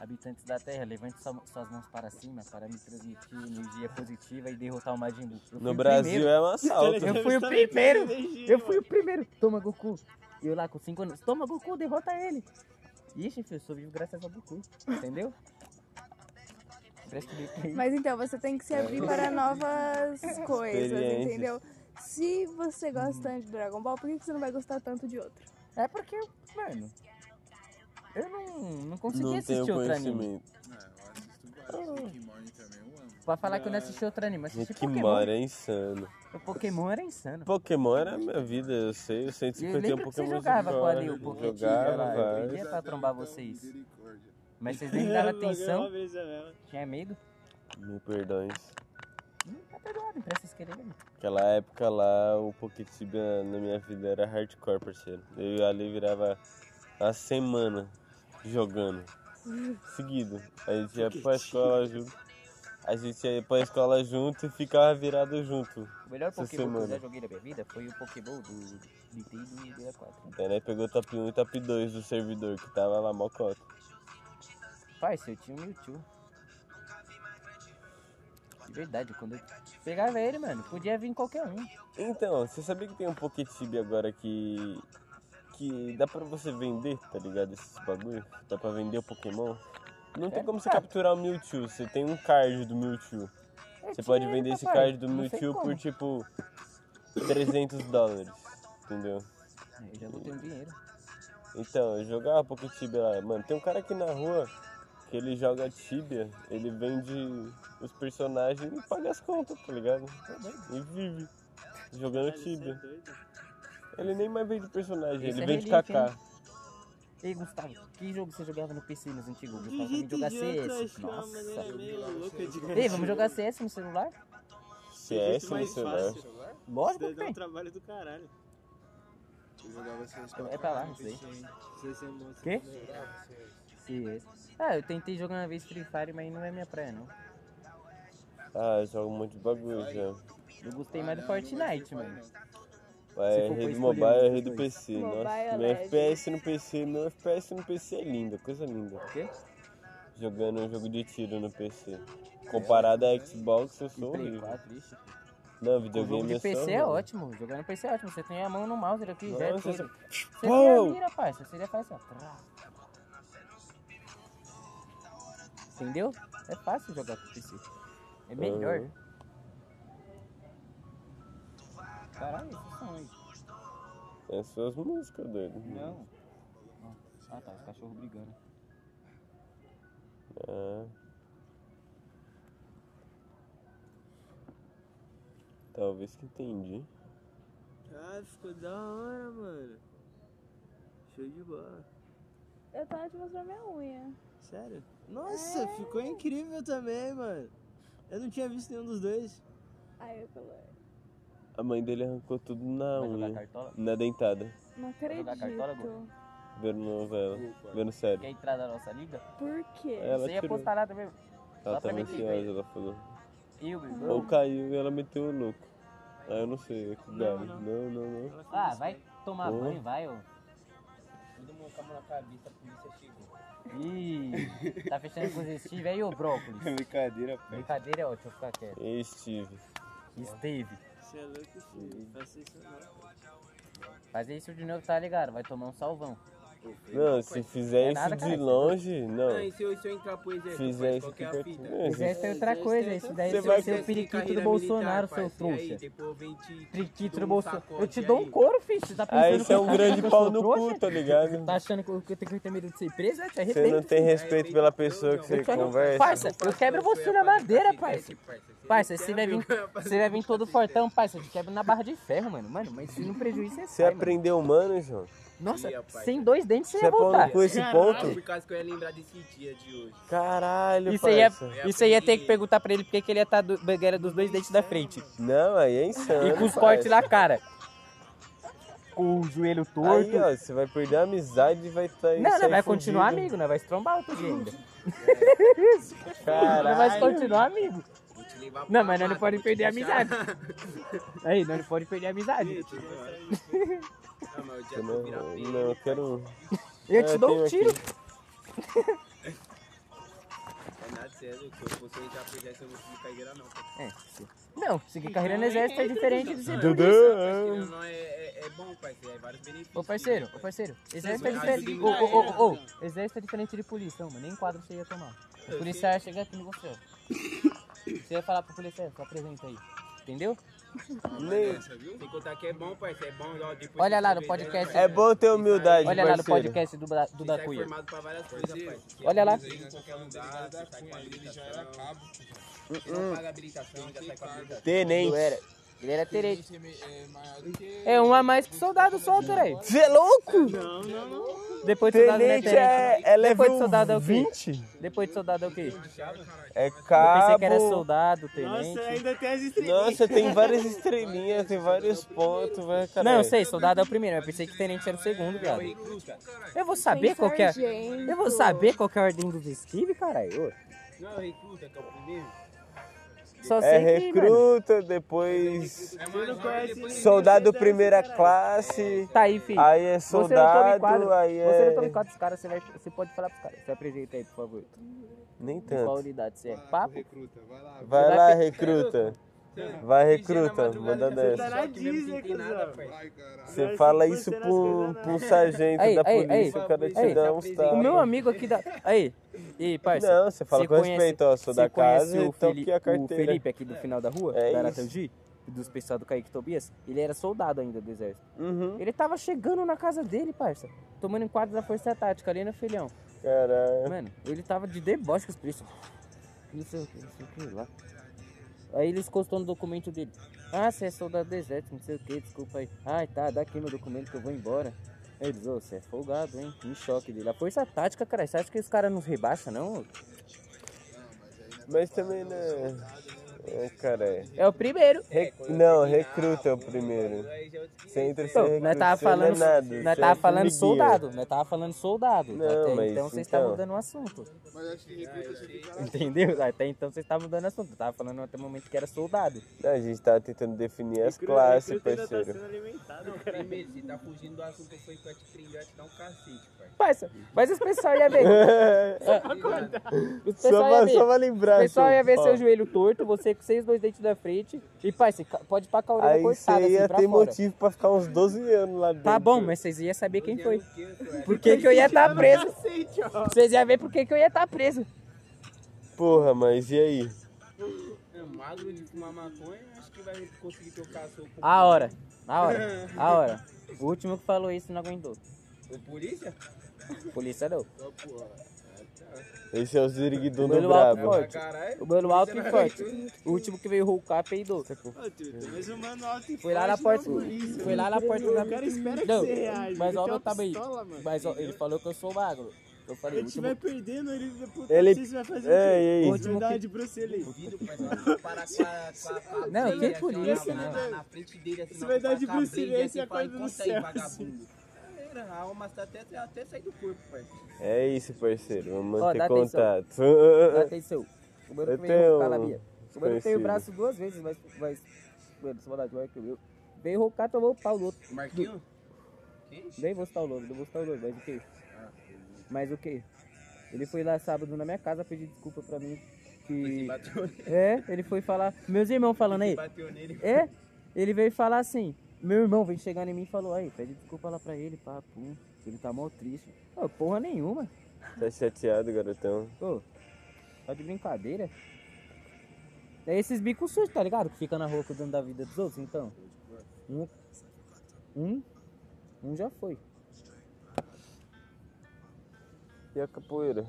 Habitantes da Terra, levante sua- suas mãos para cima para me transmitir energia positiva e derrotar o Majin Buu. Eu fui No o Brasil primeiro. é um Tá assalto. Eu fui o primeiro. Eu fui o primeiro. Toma Goku. Eu lá com 5 anos. Toma Goku, derrota ele. Ixi, filho, eu sou vivo graças ao Goku. Entendeu? Presta atenção aí. Mas então você tem que se É. abrir para novas coisas, Experiências. entendeu? Se você gosta tanto de Dragon Ball, por que que você não vai gostar tanto de outro? É porque, mano, eu não, não consegui Não assistir tenho outro anime. conhecimento. Pra falar que eu não assisti outro anime, eu assisti Pokémon. Rikimora é insano. O Pokémon era insano. Pokémon era a minha vida, eu sei. Eu E eu 151 lembro que você Pokémon jogava com a Gold, Lil Pokémon. Jogava, ela, eu vai. ia pra trombar vocês. Mas vocês nem davam atenção. Tinha medo? Mil perdões. Não tá perdoado, empresta querer. Aquela época lá, o Pocket Tibia na minha vida era hardcore, parceiro. Eu e a Ali virava a semana jogando. Seguido. A gente ia pra escola junto. A gente ia pra escola junto e ficava virado junto. O melhor essa Pokémon que eu já semana. joguei na minha vida foi o Pokéball do Nintendo e do 4. Então, né, pegou o top 1 e top 2 do servidor, que tava lá mocota. Pai, eu tinha um Mewtwo. De verdade, quando eu pegava ele, mano, podia vir qualquer um. Então, você sabia que tem um Pocket Tibia agora que. que dá pra você vender, tá ligado? Esses bagulho? Dá pra vender o Pokémon? Não É tem como você capturar o Mewtwo, você tem um card do Mewtwo. Você tinha pode ele, vender esse papai, card do não sei Mewtwo por como. tipo 300 dólares, entendeu? Eu já não tenho dinheiro. Então, eu jogava Poké Tibia lá. Mano, tem um cara aqui na rua que ele joga Tibia, ele vende os personagens e paga as contas, tá ligado? E vive jogando é Tibia. Ele nem mais vende personagem, é Isso ele é vende relíquia, Kaká. hein? Ei, Gustavo, que jogo você jogava no PC nos antigos? Do Gustavo também jeito jogar de outro, eu acho CS. que é uma Nossa. maneira meio louca né? de Ei, vamos jogar CS no celular? CS no mais celular. fácil. Lógico Isso daí que dá um tem. trabalho do caralho. É pra lá, isso daí. Quê? CS. Ah, eu tentei jogar uma vez Free Fire, mas não é minha praia, não. Ah, eu jogo um monte de bagulho já. Eu gostei mais do Fortnite, mano. Tá Vai, for pra rei escolher do mobile, é um rei dos do dois. PC. Mobile Nossa, meu Legends. FPS no PC, meu FPS no PC é lindo, coisa linda. O quê? Jogando um jogo de tiro no PC. Comparado a Xbox, eu sou Play horrível. 4, ixi. Não, O jogo videogame de é só. PC é ótimo. Jogar no PC é ótimo. Você tem a mão no mouse aqui, já é Nossa, tudo. você- Você tem a Uou! mira, parça. Você já faz assim, ó. Trá. Entendeu? É fácil jogar com PC. É melhor. Uhum. Caralho, esses são aí. É suas músicas, doido. Não. Ah tá, os cachorros brigando. Ah. Talvez que entendi. Ah, ficou da hora, mano. Show de bola. Eu tava te mostrando minha unha. Sério? Nossa, ficou incrível também, mano. Eu não tinha visto nenhum dos dois. Aí eu falei, A mãe dele arrancou tudo na Vai jogar unha, cartola? na dentada, não Vai jogar cartola, Gu? acredito. vendo novela, vendo Quer série. entrar na nossa liga? Por quê? Ela Você ia tirou. postar nada mesmo. Ela Só pra tava assim, meter ansiosa, ela falou. E o Gu? Ou caiu e ela meteu o louco. Ah, eu não sei, é que Não, dá. não. Não, não, não. Ah, vai tomar Ô. banho, vai, ô. Todo mundo com a mão na cabeça, a polícia chegou. Ih, tá fechando com o Steve aí, ô brócolis. Brincadeira, pai. Brincadeira é ótimo, fica quieto. Ei, Steve. Steve, Você é louco, filho. Faça isso não. fazer isso de novo, tá ligado? Vai tomar um salvão. Não, se fizer É isso nada, de cara. longe, não. e se eu, se eu entrar pro exército, Fizer faz isso, qual que é a fica fita? quieto. Exército é outra coisa, isso daí é seu- seu vai- periquito do carreira Bolsonaro, militar, seu parceiro. E aí, trouxa. depois vem te- Triquito dou do um bolso. Eu sacode te aí. dou um couro, filho. Você tá pensando Aí que você é eu um acho grande que eu pau sou no trouxa? cu, tá ligado? Tá achando que eu que eu tenho que ter medo de ser preso? Eu te Você arrebento. não tem filho. respeito pela pessoa que você Eu te arre- conversa. Parça, eu quebro você na madeira, parça. Parça, você vai vir, você vai vir todo fortão, parça. Eu te quebro na barra de ferro, mano. Mano, mas se não prejuízo, você Você sai, mano. aprendeu humano, João? Nossa, Ih, rapaz. sem dois dentes você Você ia é pau no voltar. cu esse Não, ponto? por causa que eu ia lembrar desse dia de hoje. Caralho, Isso aí, é ia, parça. É, isso aí ia ter que perguntar pra ele porque que ele ia estar do, bangueira dos dois dentes da frente. Não, aí é insano. E com os parça. cortes na cara. Com o joelho torto. Aí, ó, você vai perder a amizade e vai tá estar não, não, é vai continuar amigo, não vai se trombar outro dia ainda. Caralho. Não vai continuar amigo. levar pra Não, mas nós não mata, podemos vou te perder a deixar. amizade. Aí, nós não podemos perder a amizade. Não, mas o dia Não, que eu virar feio, não, eu quero. um Eu te Ah, dou tenho um tiro. aqui. é nada sério. Se eu fosse eu entrar pro exército, eu não fui carreira, não. pô. É, sim. Não, seguir carreira Então, no exército é diferente de ser Não, polícia. Não, não, é, é, é bom, parceiro. É vários benefícios. Ô parceiro, ô parceiro, exército é mas diferente. ajuda Ô, em ô, nada, ô, ô, exército é diferente de polícia, mano. Nem quadro você ia tomar. O né? Eu policial ia chegar aqui no você. Você ia falar pro policial, se apresenta aí. Entendeu? Tem que contar que é bom, parceiro. É bom, ó, depois Olha que lá você no vem, podcast. né, É bom ter humildade, Olha lá no parceiro. podcast do, Bra- do da Sai Cunha. formado pra várias coisas, parceiro. Olha lá. Então Ele já era cabo. Ele não paga habilitação, já sai com habilitação. Tenente. Não era. Ele era terente. é É um a mais que soldado só, caralho. Você é louco? Não, não, não. Depois de soldado não é Tenente é, terente. é Depois level de soldado é o quê? 20? Depois de soldado é o quê? É Eu cabo. pensei que era soldado, tenente. ainda tem as Nossa, tem várias estrelinhas, tem vários pontos, né, vai, caralho. Não, eu sei, soldado é o primeiro, mas pensei que tenente era o segundo, viado. Eu vou saber Tem qual que é. sargento. Eu vou saber qual que é a ordem do Steve, caralho. Não é o recruta que é o primeiro? Só sei É que, mano, recruta, depois Você não conhece soldado primeira classe, tá aí, filho. aí é Você não toma em soldado, quadro. aí Você não toma em é... quadro dos caras, você, vai, você pode falar pros caras. Se apresenta aí, por favor. Nem De qual tanto. unidade você é? Papo? Vai Vai lá, pe- recruta. Vai, recruta, manda Tá dessa. na Disney, cuzão. Você fala isso pro, pro sargento Aí, da aí, polícia, aí. o cara te Aí, dá uns O tapas. meu amigo aqui da. Aí. Ei, parça. Não, você fala com conhece- respeito, ó, sou você da conhece casa, o então Fili- aqui a O carteira. Felipe aqui do final da rua, É da isso. Aratangi, dos pessoal do Kaique Tobias, ele era soldado ainda do exército. Uhum. Ele tava chegando na casa dele, parça. Tomando em quadro da Força Tática ali no filhão. Caralho. Mano, ele tava de deboche com os polícia. Não sei o que, não sei o que lá. Aí eles encostou no documento dele. Ah, você é soldado do exército, não sei o que, desculpa aí. Ai, tá, dá aqui meu documento que eu vou embora. Aí Eles, ô, você é folgado, hein? Em choque dele. A força tática, cara, você acha que os caras nos rebaixam, não? Mas também, né? É, cara. É o primeiro. Re- Não, recruta é o primeiro. Você entra sem Pô, recruta, nós tava você não é falando, nada. nós você tava é falando formiguinha. soldado, nós tava falando soldado. Não, Até mas então vocês então. estavam mudando o assunto. Entendeu? Até então vocês estavam mudando o assunto. Eu tava falando até o momento que era soldado. Não, a gente tava tentando definir as Recruta- classes, recruta ainda tá parceiro. sendo alimentado, cara. Primeiro, você tá fugindo do assunto que foi que eu te prendi, eu ia te dar um cacete, parceiro. Parça, mas os pessoal ia ver. só, Os pessoal ia pra, ver. só pra lembrar. O pessoal seu ia ver pau. seu joelho torto, você com seis dois dentes da frente. E, pai, você ca- pode pá com a orelha Aí cortada você assim ia pra ter fora. motivo pra ficar uns 12 anos lá dentro. Tá bom, mas vocês iam saber quem foi. Por que, que eu ia estar preso? Vocês iam ver por que, que eu ia estar preso. Porra, mas e aí? É magro de fumar maconha, acho que vai conseguir trocar soco com A hora, a hora, a hora. O último que falou isso não aguentou. o polícia. Polícia não. Esse é o Ziriguidum do Belo alto e Brabo. forte. O belo alto e forte. O último que veio roucar peidou. Mas o mano alto e Foi lá na porta. Foi lá na porta da. O cara espera que Não, você reage. mas Ele ó, tem meu uma tamanho. pistola, mano. Mas ó, ele falou que eu sou magro. Eu falei, a gente último. vai perdendo, ele vai puta, Ele- não sei se vai fazer É, e aí? o quê. Vai Último dar que- uma de Bruxelas aí. Não, que polícia, Você né? vai Na, dar- na frente dele, assim, Você vai dar de Bruce Lee, e você acorda no aí, céu, vagabundo. Era, a alma tá até, até sair do corpo, parceiro. É isso, parceiro. Vamos Ó, manter dá atenção. contato. Dá atenção. O mano Eu que tenho veio roucar na minha. O mano tem conhecido. o braço duas vezes, mas. mas mano, só maldade maior que o meu. Veio roucar, tomou o pau do outro. Marquinho? Nem vou citar o nome, não vou citar o nome, mas o quê? Mas o quê? Ele foi lá sábado na minha casa pedir desculpa pra mim. Que... É, ele foi falar. Meus irmãos falando aí. Bateu nele. É, ele veio falar assim. Meu irmão veio chegando em mim e falou: aí, pede desculpa lá pra ele, pá, pum. Ele tá mal triste. Ô, porra nenhuma. Tá chateado, garotão. Ô, tá de brincadeira? É esses bicos sujos, tá ligado? Que fica na rua cuidando da vida dos outros, então. Um. Um. Um já foi. E a capoeira?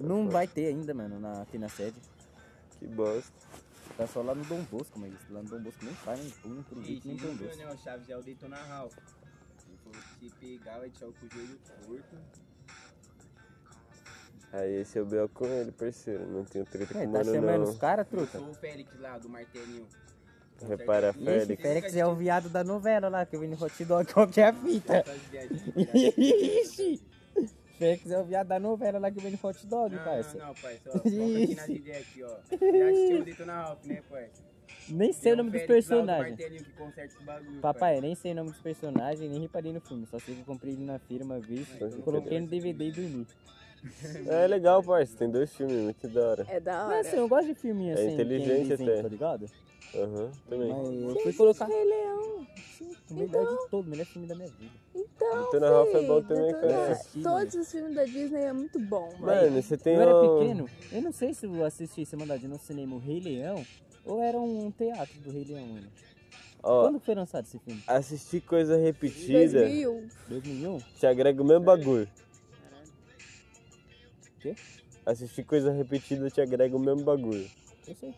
Não vai ter ainda, mano, na, aqui na sede. Que bosta. Tá só lá no Dom Bosco, mas lá no Dom Bosco nem faz, nem punho, por E nem Dom não viu, Bosco. né? O Chaves é o Daytona Hall. Ele falou que se pegar, vai tirar o cu joelho torto. Aí esse é o B.O. com ele, parceiro. Não tenho treta com É, o tá mano, chamando não. os caras, Eu truta? sou o Félix lá, do martelinho. Repara, E esse Félix. Félix é o viado da novela lá, que vem no hot dog, qual que é a fita? Ixi! Félix é o viado da novela lá que vem no hot dog, Não, parça. não, não, parça. Ó, foca aqui nas ideias aqui, ó. Já assistiu o Daytona Hall, né, parça? Nem sei o Tem um nome dos Félix lá, o do personagens. martelinho que conserta os bagulho, Papai, parça. nem sei o nome dos personagens, nem reparei no filme, só sei que eu comprei ele na feira uma vez, coloquei no DVD e dormi. É legal, parceiro. Tem dois filmes, muito da hora. É da Mas assim, eu gosto de filminho É assim, inteligente que é desenho, até. tá ligado? Aham, também. Mas eu Gente, fui colocar Rei Leão. o melhor de todo, o melhor filme da minha vida. Então, Detona Ralph é bom filho, também, Detona- cara. Assisti, Todos os filmes da Disney é muito bom, mano. Mano, você tem eu era um- pequeno, eu não sei se eu assisti essa mandade no cinema o Rei Leão ou era um teatro do Rei Leão, mano. Ó. Quando foi lançado esse filme? Assistir coisa repetida 2001. 2001? te agrega o mesmo bagulho. Quê? Assistir coisa repetida te agrega o mesmo bagulho. Eu sei.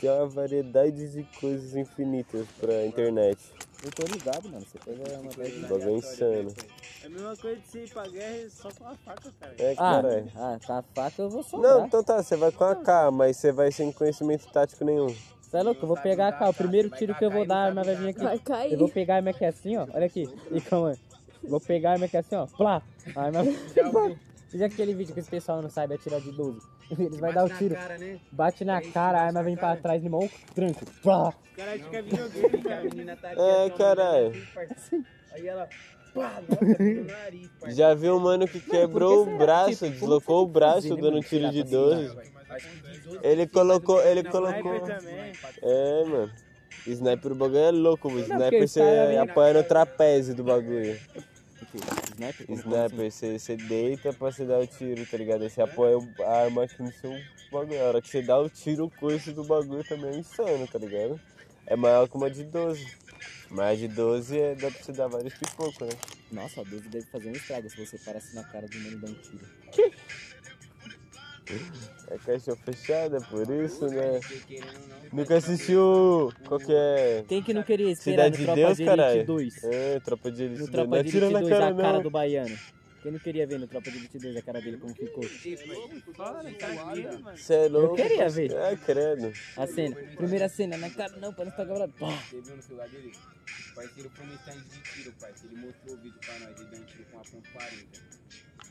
Tem uma variedade de coisas infinitas pra internet. Eu tô ligado, mano. Você pega O uma vez. bagulho é insano. É a mesma coisa de você ir pra guerra só com uma faca, cara. É, Ah, caralho. ah, com a faca eu vou sobrar. Não, então tá, você vai com a K, mas você vai sem conhecimento tático nenhum. Você é louco? Eu vou pegar a cá. O primeiro tiro que eu vou dar, a arma vai vir aqui. Vai cair. Eu vou pegar a arma aqui assim, ó. Olha aqui. E calma. Vou pegar a arma aqui assim, ó. Plá! A arma. Fiz aquele vídeo que esse pessoal não sabe atirar de 12. Eles vai dar o na tiro. cara, né? Bate na cara, a arma vem pra trás, limão, tranco. Plá! Caralho, fica videogame, cara. A menina tá aqui, É, assim, ó, caralho. mandando assim, parceiro. Aí ela, pá, nossa, pelo nariz, parceiro. Já viu um mano que quebrou o será? braço, Tipo, deslocou o braço fazer, né, dando um mano, tiro de assim, tirar pra cima? 12? Ele colocou, ele colocou. É, mano. Sniper o bagulho é louco, o porque sniper os caras você vêm- apanha no trapézio do bagulho. Sniper? Sniper, você, você deita pra você dar o tiro, tá ligado? Aí Você apoia o- a arma aqui no seu bagulho. A hora que você dá o tiro, o coice do bagulho também é insano, tá ligado? É maior que uma de 12. Mais de 12 é, dá pra você dar vários pipocos, né? Nossa, a 12 deve fazer um estrago se você parar assim na cara do mano e dar um tiro. É caixa fechada, é por isso, né? Querendo ou não, Nunca assistiu qual que é? Quem que não queria esperar Cidade no de Tropa Deus, de Elite caralho? 2? É, Tropa de No Elite 2. Não Tropa de atira Elite na 2, cara, a cara não. do baiano. Quem não queria ver no Tropa de Elite 2 a cara dele como ficou? Você é louco? Eu queria ver. É, credo. A cena. Primeira cena, na cara não, pra não ficar gravado. Pá! Você viu no celular dele? O parceiro foi no stand de tiro, parceiro. Ele mostrou o vídeo pra nós, ele deu um tiro com uma ponto 40.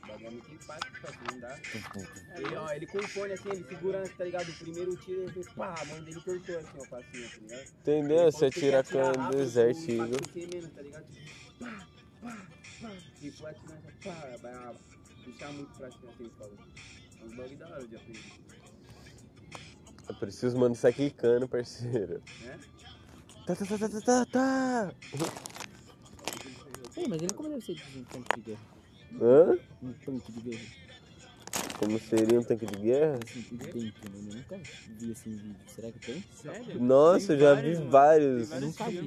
O bagulho é muito empático, parceiro, não dá. Uhum. Aí, ó, ele com o fone assim, ele segurando, tá ligado? O primeiro tiro, ele fez pá, mano, ele cortou assim, ó, facinho, tá ligado? Entendeu? Você Você quer atira atirar com assim, rápido, o desertivo. impacto tem menos, tá ligado? Tipo, pá, pá, pá. Tipo, E foi atirando, pá, vai ah, puxar muito pra cima, assim, falou. É um bagulho da hora de aprender, Eu preciso, mano, sair quicando, parceiro. né? Tá, tá, tá, tá, tá, tá, tá. Ei, imagina como deve ser de um tanque de guerra. Hã? Um tanque de guerra. Como seria um tanque de guerra? Assim, um tanque, mano. Eu nunca vi assim vídeo. Será que tem? Sério? Nossa, eu já vi vários. Nunca vi.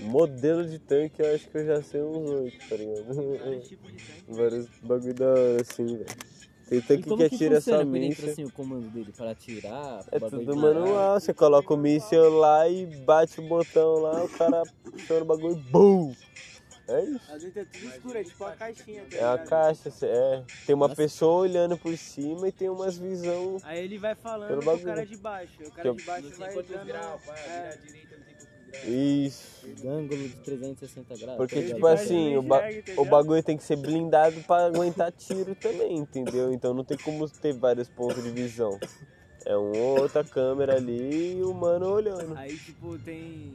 Modelo de tanque, eu acho que eu já sei uns oito, tá ligado? Vários bagulho da hora, assim, velho. Tem E tanque como que que, atira funciona só por dentro, míssil. assim, o comando dele? Para atirar, É pra tudo manual, você coloca o míssil lá e bate o botão lá, o cara funciona o bagulho, BUM! É isso. A dentro é tudo escuro, é tipo uma caixinha. tá É uma ligado? caixa, cê- é. Tem uma pessoa olhando por cima e tem umas visão. Aí ele vai falando Pelo pro bagulho. cara é de baixo. O Que cara eu- de baixo Não vai tem quantos dando- graus, pá, é. vira à direita, não tem quantos graus. Isso. Ângulo de 360 graus. tá Porque, ligado? tipo assim, o, ba- o bagulho tem que ser blindado pra aguentar tiro também, entendeu? Então não tem como ter vários pontos de visão. É uma outra câmera ali e o mano olhando. Aí, tipo, tem.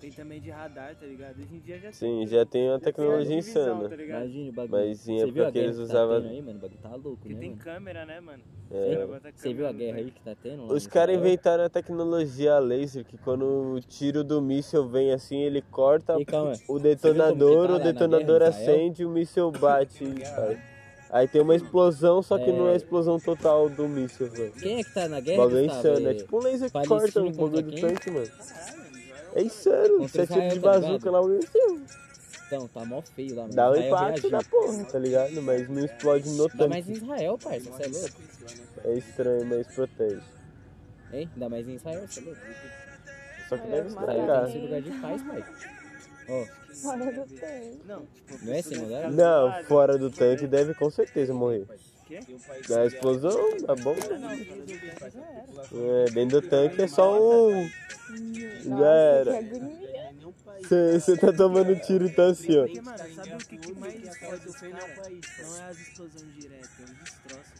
Tem também de radar, tá ligado? Hoje em dia já Sim, já tem uma já tecnologia divisão, insana. tá ligado? Imagina o bagulho. Mas em Você viu época a que guerra eles que tá usavam. tendo aí, mano? O bagulho tá louco, Porque né, tem mano? câmera, né, mano? É. Os caras botam Você viu a câmera, guerra tá aí que tá tendo? lá Os nessa caras época? inventaram a tecnologia laser que quando o tiro do míssil vem assim, ele corta E calma, o você viu como que detonador, tá o lá na detonador guerra, Israel? acende e o míssil bate. cara. Aí tem uma explosão, só que não é a É. explosão total do míssil, velho. Quem é que tá na O guerra, bagulho é Gustavo? insano, é tipo um laser que Palestina corta o contra bagulho do quem? tanque, mano. É insano, Contra você atira de Israel, tá bazuca ligado? lá, o Então, tá mó feio lá, mano. dá um Israel impacto da reagiu. porra, tá ligado? Mas não explode no Ainda mais em tanque. Israel, parça, você é louco? É estranho, mas protege. Hein? Ainda mais em Israel, você é louco? Só É, que Olha, deve Israel estragar. tem que ser lugar de paz, pai. Ó, Fora do tempo. Não, tipo, não é sem lugar? Não, fora do tanque deve com certeza morrer. né? Quê? Da explosão, da bomba. É, dentro do tanque é só um. Já Nossa, era. que agonia. Você tá tomando tiro e tá assim, ó. Porque, mano, sabe o que, que mais fode os caras? Não é as explosões diretas, é os destroços.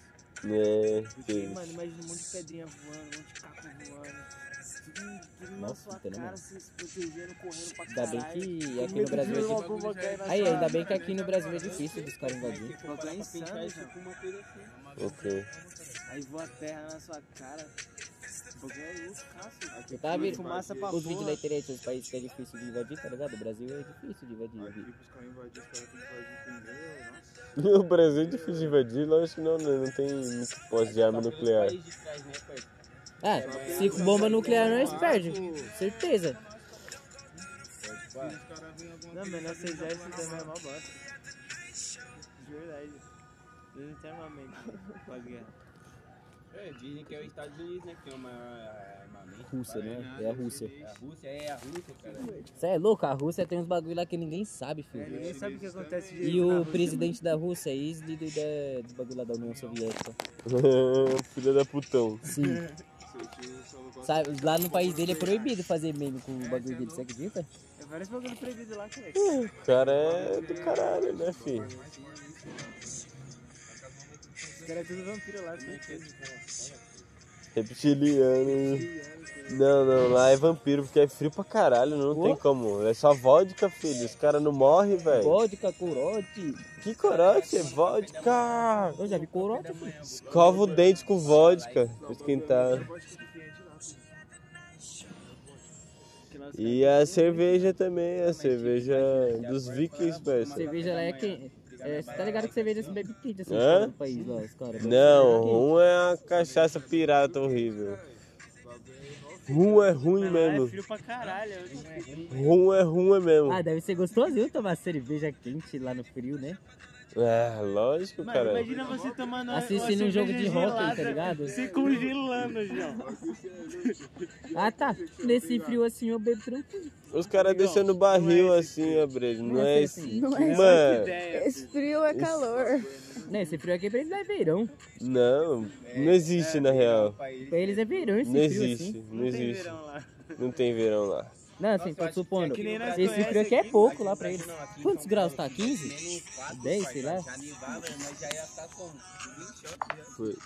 É, que Porque, isso. mano, imagina um monte de pedrinha voando, um monte de caco voando. Tudo, tudo na Nossa, sua então, cara, mano. se se protegendo, correndo pra Ainda caralho. bem que Com aqui no medo de Brasil jogar é alguma coisa difícil. cair na Aí, sua ainda bem cara. que aqui no Brasil é difícil dos caras invadir. O bagulho é insano, já. Ok. Aí voa a terra na sua cara. O bagulho é loucaço. Eu tava vendo fumaça pra os vídeos porra. da internet, os países que é difícil de invadir, tá ligado? O Brasil é difícil de invadir. O Brasil é difícil de invadir, lógico que não, né? não tem muito posse de arma nuclear. Ah, é se com bomba nuclear nós perde, certeza. Não, mas nosso exército também é mó bosta. De verdade. Eles não têm armamento pra guerra. É, dizem que é os Estados Unidos, né? Que tem uma armamento. Rússia, né? É a Rússia. É a Rússia, é a Rússia, cara. Você é louco? A Rússia tem uns bagulho lá que ninguém sabe, filho. É, ninguém sabe o que acontece E direito na o Rússia. né? presidente da Rússia é ex-líder da- do bagulho lá da União Soviética. Filha da putão. Sim. Sabe, lá no país dele é proibido fazer meme com o bagulho dele, você acredita? É vários bagulho proibido lá, cara. O cara é do caralho, né, filho? Os caras é tudo vampiro lá, certeza. Reptiliano. Não, não, lá é vampiro porque é frio pra caralho, não tem como. É só vodka, filho. Os caras não morrem, velho. Vodka, corote. Que corote? É vodka! Eu já vi corote, filho. Escova o dente com vodka pra esquentar. E a cerveja também, a cerveja dos vikings, parça. Cerveja lá é quente. É, você tá ligado que cerveja se bebe quente assim Hã? fora do país lá, os caras. Não, rum é uma cachaça pirata horrível. Rum é ruim mesmo. pra caralho. Rum é rum é mesmo. Ah, deve ser gostoso viu, tomar cerveja quente lá no frio, né? É, lógico, Mano, cara. imagina você tomando uma- Assistindo uma um jogo de cerveja hóquei, gelada, tá ligado? Se congelando, João. Ah tá, nesse frio assim eu bebo tranquilo. Os caras descendo o barril assim, ó, Brejo. é Não é esse. Não é Mano, Esse frio é calor. Né, esse frio aqui pra eles é verão. não, não existe na real. Pra eles é verão esse Não frio existe, assim. não existe. Não tem verão lá. Não, assim, tô supondo. que nem nós Esse frio conhece aqui é aqui, pouco lá pra eles. Quantos graus tá? 15? 10, sei lá. Já nevava, mas já ia estar com 20 anos. Foi.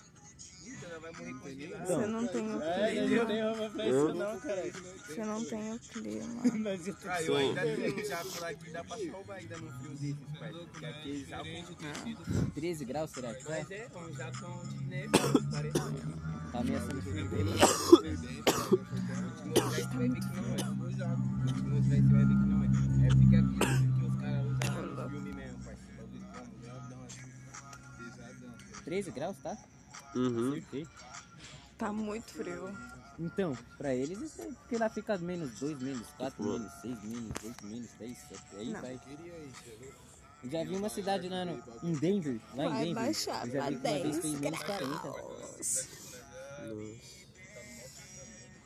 Você não tem o É, eu não tenho clima. roupa pra isso não, cara. Você não tem o clima. Ah, eu ainda tenho já por aqui, dá pra salvar ainda no frio desse, pai. Porque aqui já com tecido. 13 graus será que tá? Mas é, um jacão de neve, parece. Tá ameaçando frio. é, Uhum. 13 graus, tá? Tá muito frio. Então, pra eles isso é porque lá fica menos 2, menos 4, menos 6, menos 8, menos 10, aí Não. vai. Eu já vi uma cidade lá no, em Denver, lá em Vai Denver. baixar eu já vi pra que uma vez 10 fez menos 40. tá né?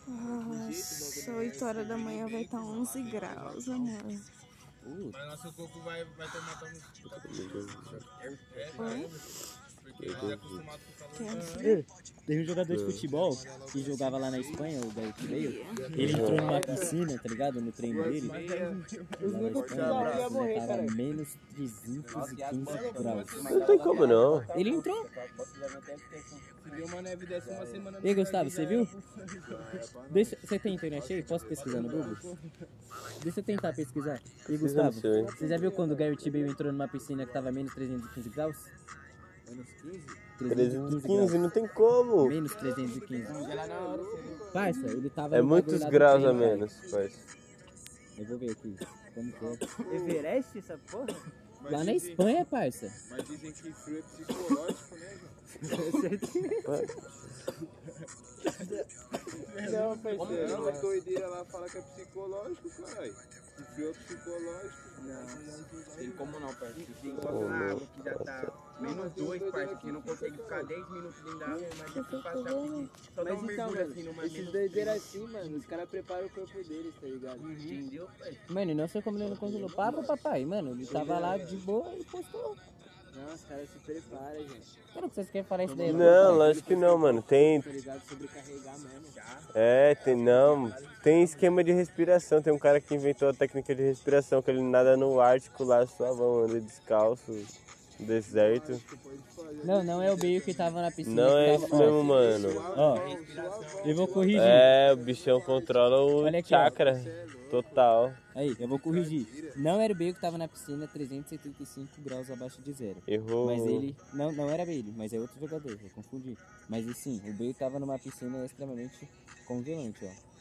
Nossa, 8 horas da manhã vai estar 11 graus, amor. Mas nosso coco vai, vai tomar pra muito tipo, é, é, porque ele é acostumado com o Ei, calor. Teve um jogador de É. futebol que jogava lá na Espanha, o Gaio que veio. Ele entrou numa piscina, tá ligado? No treino dele. Lá na Espanha, morrer, tava menos 315 graus. Não tem como não. Ele entrou. Se deu uma neve dessa uma semana... Ei, Gustavo, você viu? é. Deixa, você tem internet aí? Posso pesquisar no Google? Deixa eu tentar pesquisar. E Pesquisa no Gustavo, seu, hein? você já viu quando o Garrett Bale entrou numa piscina que tava menos 315 graus? Menos 15? 315, não tem como. Menos 315. Parça, ele tava. É no muitos bagulho lá do graus a treino, cara. menos, parça. Eu vou ver aqui. Como que é? Everest, essa porra? Lá na Espanha, parça. Mas dizem que frio é psicológico, né, Não, parceiro. Não, a doideira lá fala que é psicológico, caralho. O frio é psicológico. Não, tem como não, parceiro. Tem que Ô, botar na louco, água que já tá menos dois, parceiro, que não consegue ficar 10 minutos dentro da água, mas já tem passar aqui. Só dá um Mas então, mergulho mano, assim numa esses menos doideiras trinta. assim, mano, os caras preparam o corpo deles, tá ligado? Entendeu, pai? Mano, não sei como ele não congelou. Pava, papai. Mano, ele tava lá de boa e postou. Não, os caras se preparam, gente. Cara, o que vocês querem falar é isso daí? Não, É, lógico que não, mano. Tem. Tá ligado? Sobrecarregar mesmo. Já. É, tem não. Tem esquema de respiração. Tem um cara que inventou a técnica de respiração, que ele nada no Ártico lá suavão, anda descalço, no deserto. Não, não é o Bale que tava na piscina. Não é Tá que isso tava- ó, mesmo, mano. Ó, eu vou corrigir. É, o bichão controla Olha o aqui, ó. chakra total. Aí, eu vou corrigir. Não era o Bale que tava na piscina 375 graus abaixo de zero. Errou. Mas ele. Não, não era Bale, mas é outro jogador, eu confundi. Mas e sim, o Bale tava numa piscina extremamente congelante, ó.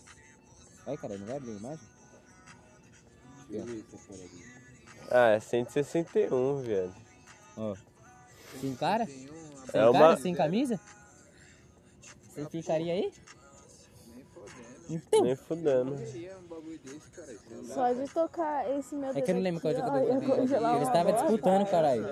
Vai, cara, não vai abrir a imagem? Aqui, ó. Ah, é 161, velho. Ó. Sem cara? Sem É uma- cara? Sem camisa? Você ficaria aí? Então. Nem fudendo. Só de tocar esse meu É que eu não lembro qual dedo jogador aqui, ó, que eu ia congelar Eles uma estavam boa Tá disputando, parte. caralho.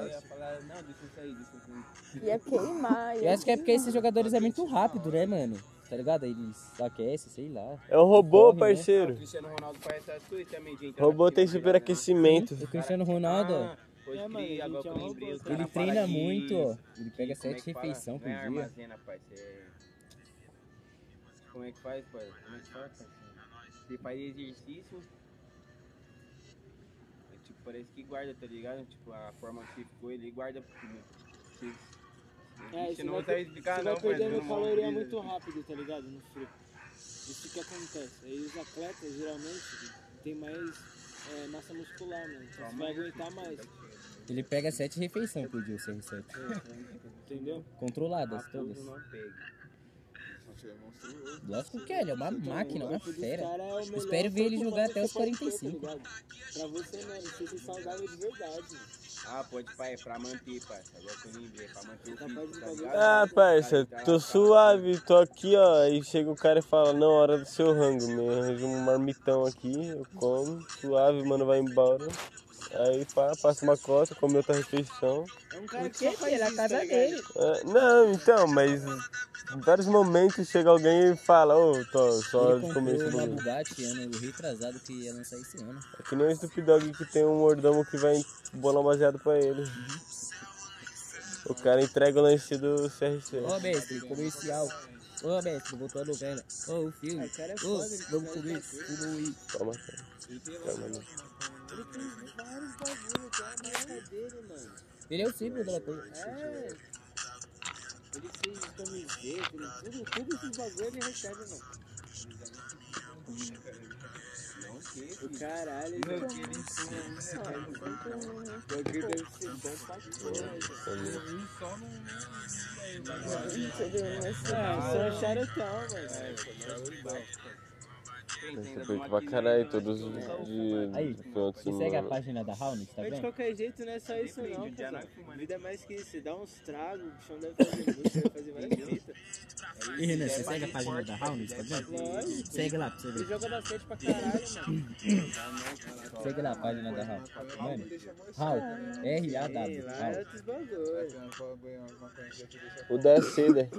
Ia queimar. Eu ia acho que é porque queimar. esses jogadores é muito rápido, né, mano? Tá ligado? Eles aquecem, sei lá. É um robô, Corre, né? parceiro. Cristiano Ronaldo faz essas coisas também, gente. Robô tem né? superaquecimento. O Cristiano Ronaldo, ó, Ah, Hoje cria, agora que eu lembrei, os ele cara treina fala que- muito, ó. Ele que- pega como é sete que fala? refeições por Não é dia. armazena, parceiro, é- Como é que faz, pai? Como é que faz, parceiro? Você faz exercício. é tipo, parece que guarda, tá ligado? Tipo, a forma que você ficou, ele guarda. Você, É, você não vai vai saber per- explicar, você não, vai parceiro, eu perdendo não vou caloria abrir. muito rápido, tá ligado? No frio. Isso que acontece. Aí os atletas, geralmente, tem mais é, massa muscular, mano. Então você vai aguentar mais. Ele pega sete refeições por dia, o CR7. É, Entendeu? Ah, Controladas todas. Lógico que é, ele é uma Então, máquina, uma fera. é Espero ver ele jogar até os 45. tá Pra você, mano, você se saudável de verdade. Ah, pode, pai, é pra manter, parceiro. Agora que eu lembrei, é pra manter o físico, tá ligado? Ah, parça, tô suave, tô aqui, ó. Aí chega o cara e fala, não, hora do seu rango, me arranja um marmitão aqui, eu como, suave, mano, vai embora. Aí pá, passa uma cota, come outra refeição. É um cara que faz isso, tá ligado? Ah, não, então, mas em vários momentos chega alguém e fala, ô, tô só Ele comer esse comprou uma bagulho. Bugatti ano retrasado que ia lançar esse ano. É que nem o Snoop Dogg que tem um mordomo que vai bolar um baseado pra ele. O cara entrega o lanche do CRC. Ô, mestre, comercial. Ô, mestre, voltou a novela. Ô, o filme. cara é Ô, foda, ele vamos faz comer. tanta coisa. Vamos ir. Toma, cara. Toma, né? Ele tem vários bagulhos, que é a marca dele, mano. Ele é o símbolo da coisa. É. Ele fez camiseta, ele tudo, tudo esses bagulho ele recebe, mano. O caralho, ele Não, que ele O bagulho deve ser bom pra caralho. É, só charutão, É, mano. Essa perto é pra caralho, todos os É, de- Aí, de cantos, você segue a mano. página da tá Raul no Mas de Instagram? qualquer jeito não é só isso não, cara. Vida é mais que isso, dá uns tragos, o bichão deve fazer música, deve fazer várias fitas. E Renan, você segue a página da Raul no Instagram? É Lógico. Segue lá pra você Ele ver. joga basquete pra caralho, mano. Segue lá a página da Raul. Mano, Raul, Ei, R-A-W. lá é Raul. outros bagulhos. O da seda.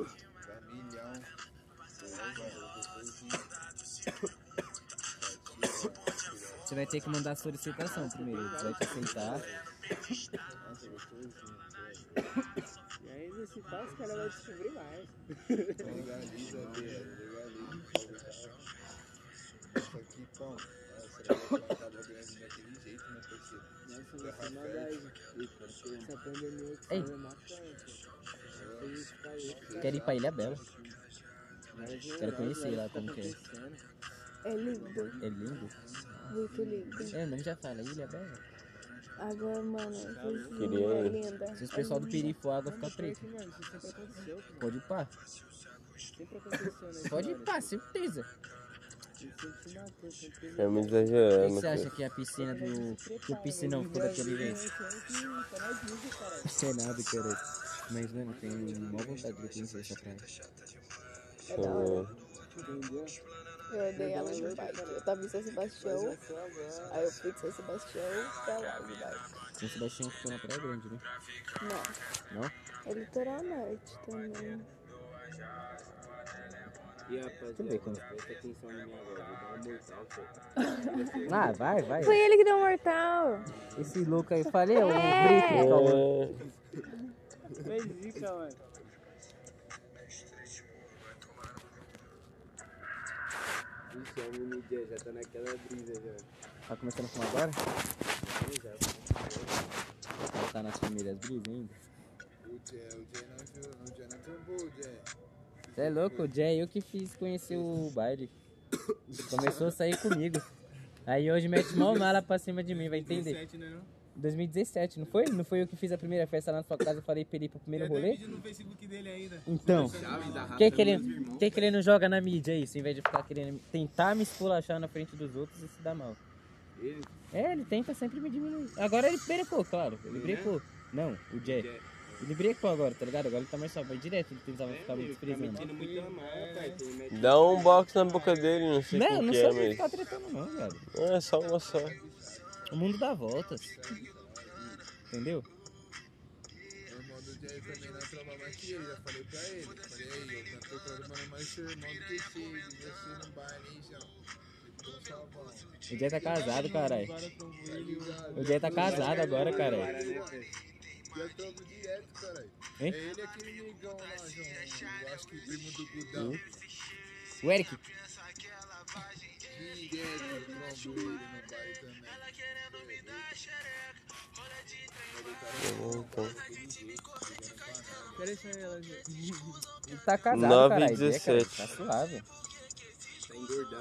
Você vai ter que mandar a solicitação primeiro. Você vai te aceitar. Nossa, gostoso. E aí, nesse tal, os caras vão descobrir mais. Legaliza, Bia, legaliza. Isso aqui, pão. Nossa, eu vou matar o grande daquele jeito, né, parceiro? Terra Nossa, você não fértil. dá Essa pandemia que Ei. foi maconha, pô. Tem isso pra isso. Quero ir pra Ilha Bela. Mas, Quero né, conhecer olha lá o que tá como que é. acontecendo. É lindo. É lindo. Muito lindo. É, o nome já fala, Ilha Bela. Água, mano, vocês Queria linda, é ir. linda. Se os pessoal do Perifo, a água fica preta. Mano, isso sempre aconteceu, pô. Pode ir pá. Sempre aconteceu, né? Pode ir mano? pá, certeza. Sempre se matou, sempre teve- É muito exagerado. O que você acha que é a piscina do. Que o piscinão ficou daquele jeito? Sei nada, cara. Mas, mano, eu tenho maior vontade de conhecer essa praia. É da hora. Entendeu? Eu andei ela no bike. Eu tava em São Sebastião. Aí eu fui de São Sebastião pra lá de bike. São Sebastião ficou na Praia Grande, né? Não. Não? É litoral norte também. E rapaz, Deixa eu ver como- presta atenção em mim agora, vou dar um mortal, pô. Ah, vai, vai. Foi ele que deu o mortal. Esse louco aí, eu falei, é um É. bruto. calma. Foi zica, mano. Vixe, é um mini já tá naquela brisa já. Tá começando a fumar agora? Já, já. Ela tá nas primeiras brisas ainda. O Jay, o Jay não ajudou, o Jay não trombou, o Jay. Você é louco, o Jay, eu que fiz conhecer o baile. Começou a sair comigo. Aí hoje mete mó mala pra cima de mim, vai entender. 17, né, não? 2017, não foi? Não foi eu que fiz a primeira festa lá na sua casa, eu falei pra ele ir pro primeiro Já tem rolê? vídeo no Facebook dele ainda. Então, Chaves da por Rafa, que, que, meus ele, irmãos. por que, que ele não joga na mídia isso, em vez de ficar querendo tentar me esculachar na frente dos outros e se dar mal? Ele? É, ele tenta sempre me diminuir. Agora ele brecou, claro. Ele Ele, brecou. Não, o Jay. Ele brecou agora, tá ligado? Agora ele tá mais só, vai direto, ele tentava ficar me Ele tá metendo desprezando. muita mala, pai. Ele mete Dá um box na boca dele, não sei Não, quem não que sei é, se ele mas... tá tretando não, velho. Ah, É só uma só. O mundo dá voltas. Entendeu? O irmão do Jay também não tromba mais que eu, já falei pra ele. Falei, aí, eu tô trombando mais seu irmão do que você, você não vai nem já. O Jay tá casado, caralho. O Jay tá casado agora, caralho. Já tromo direto, caralho. É Hein? ele e aquele negão lá, João. Eu acho que o primo do Gudão. Hum. O Eric, Direto, trombo ele no baile também. Quer deixar ela, gente. ele tá casado, Nove e caralho. Jay, cara, 17. Tá suave. Tá engordando.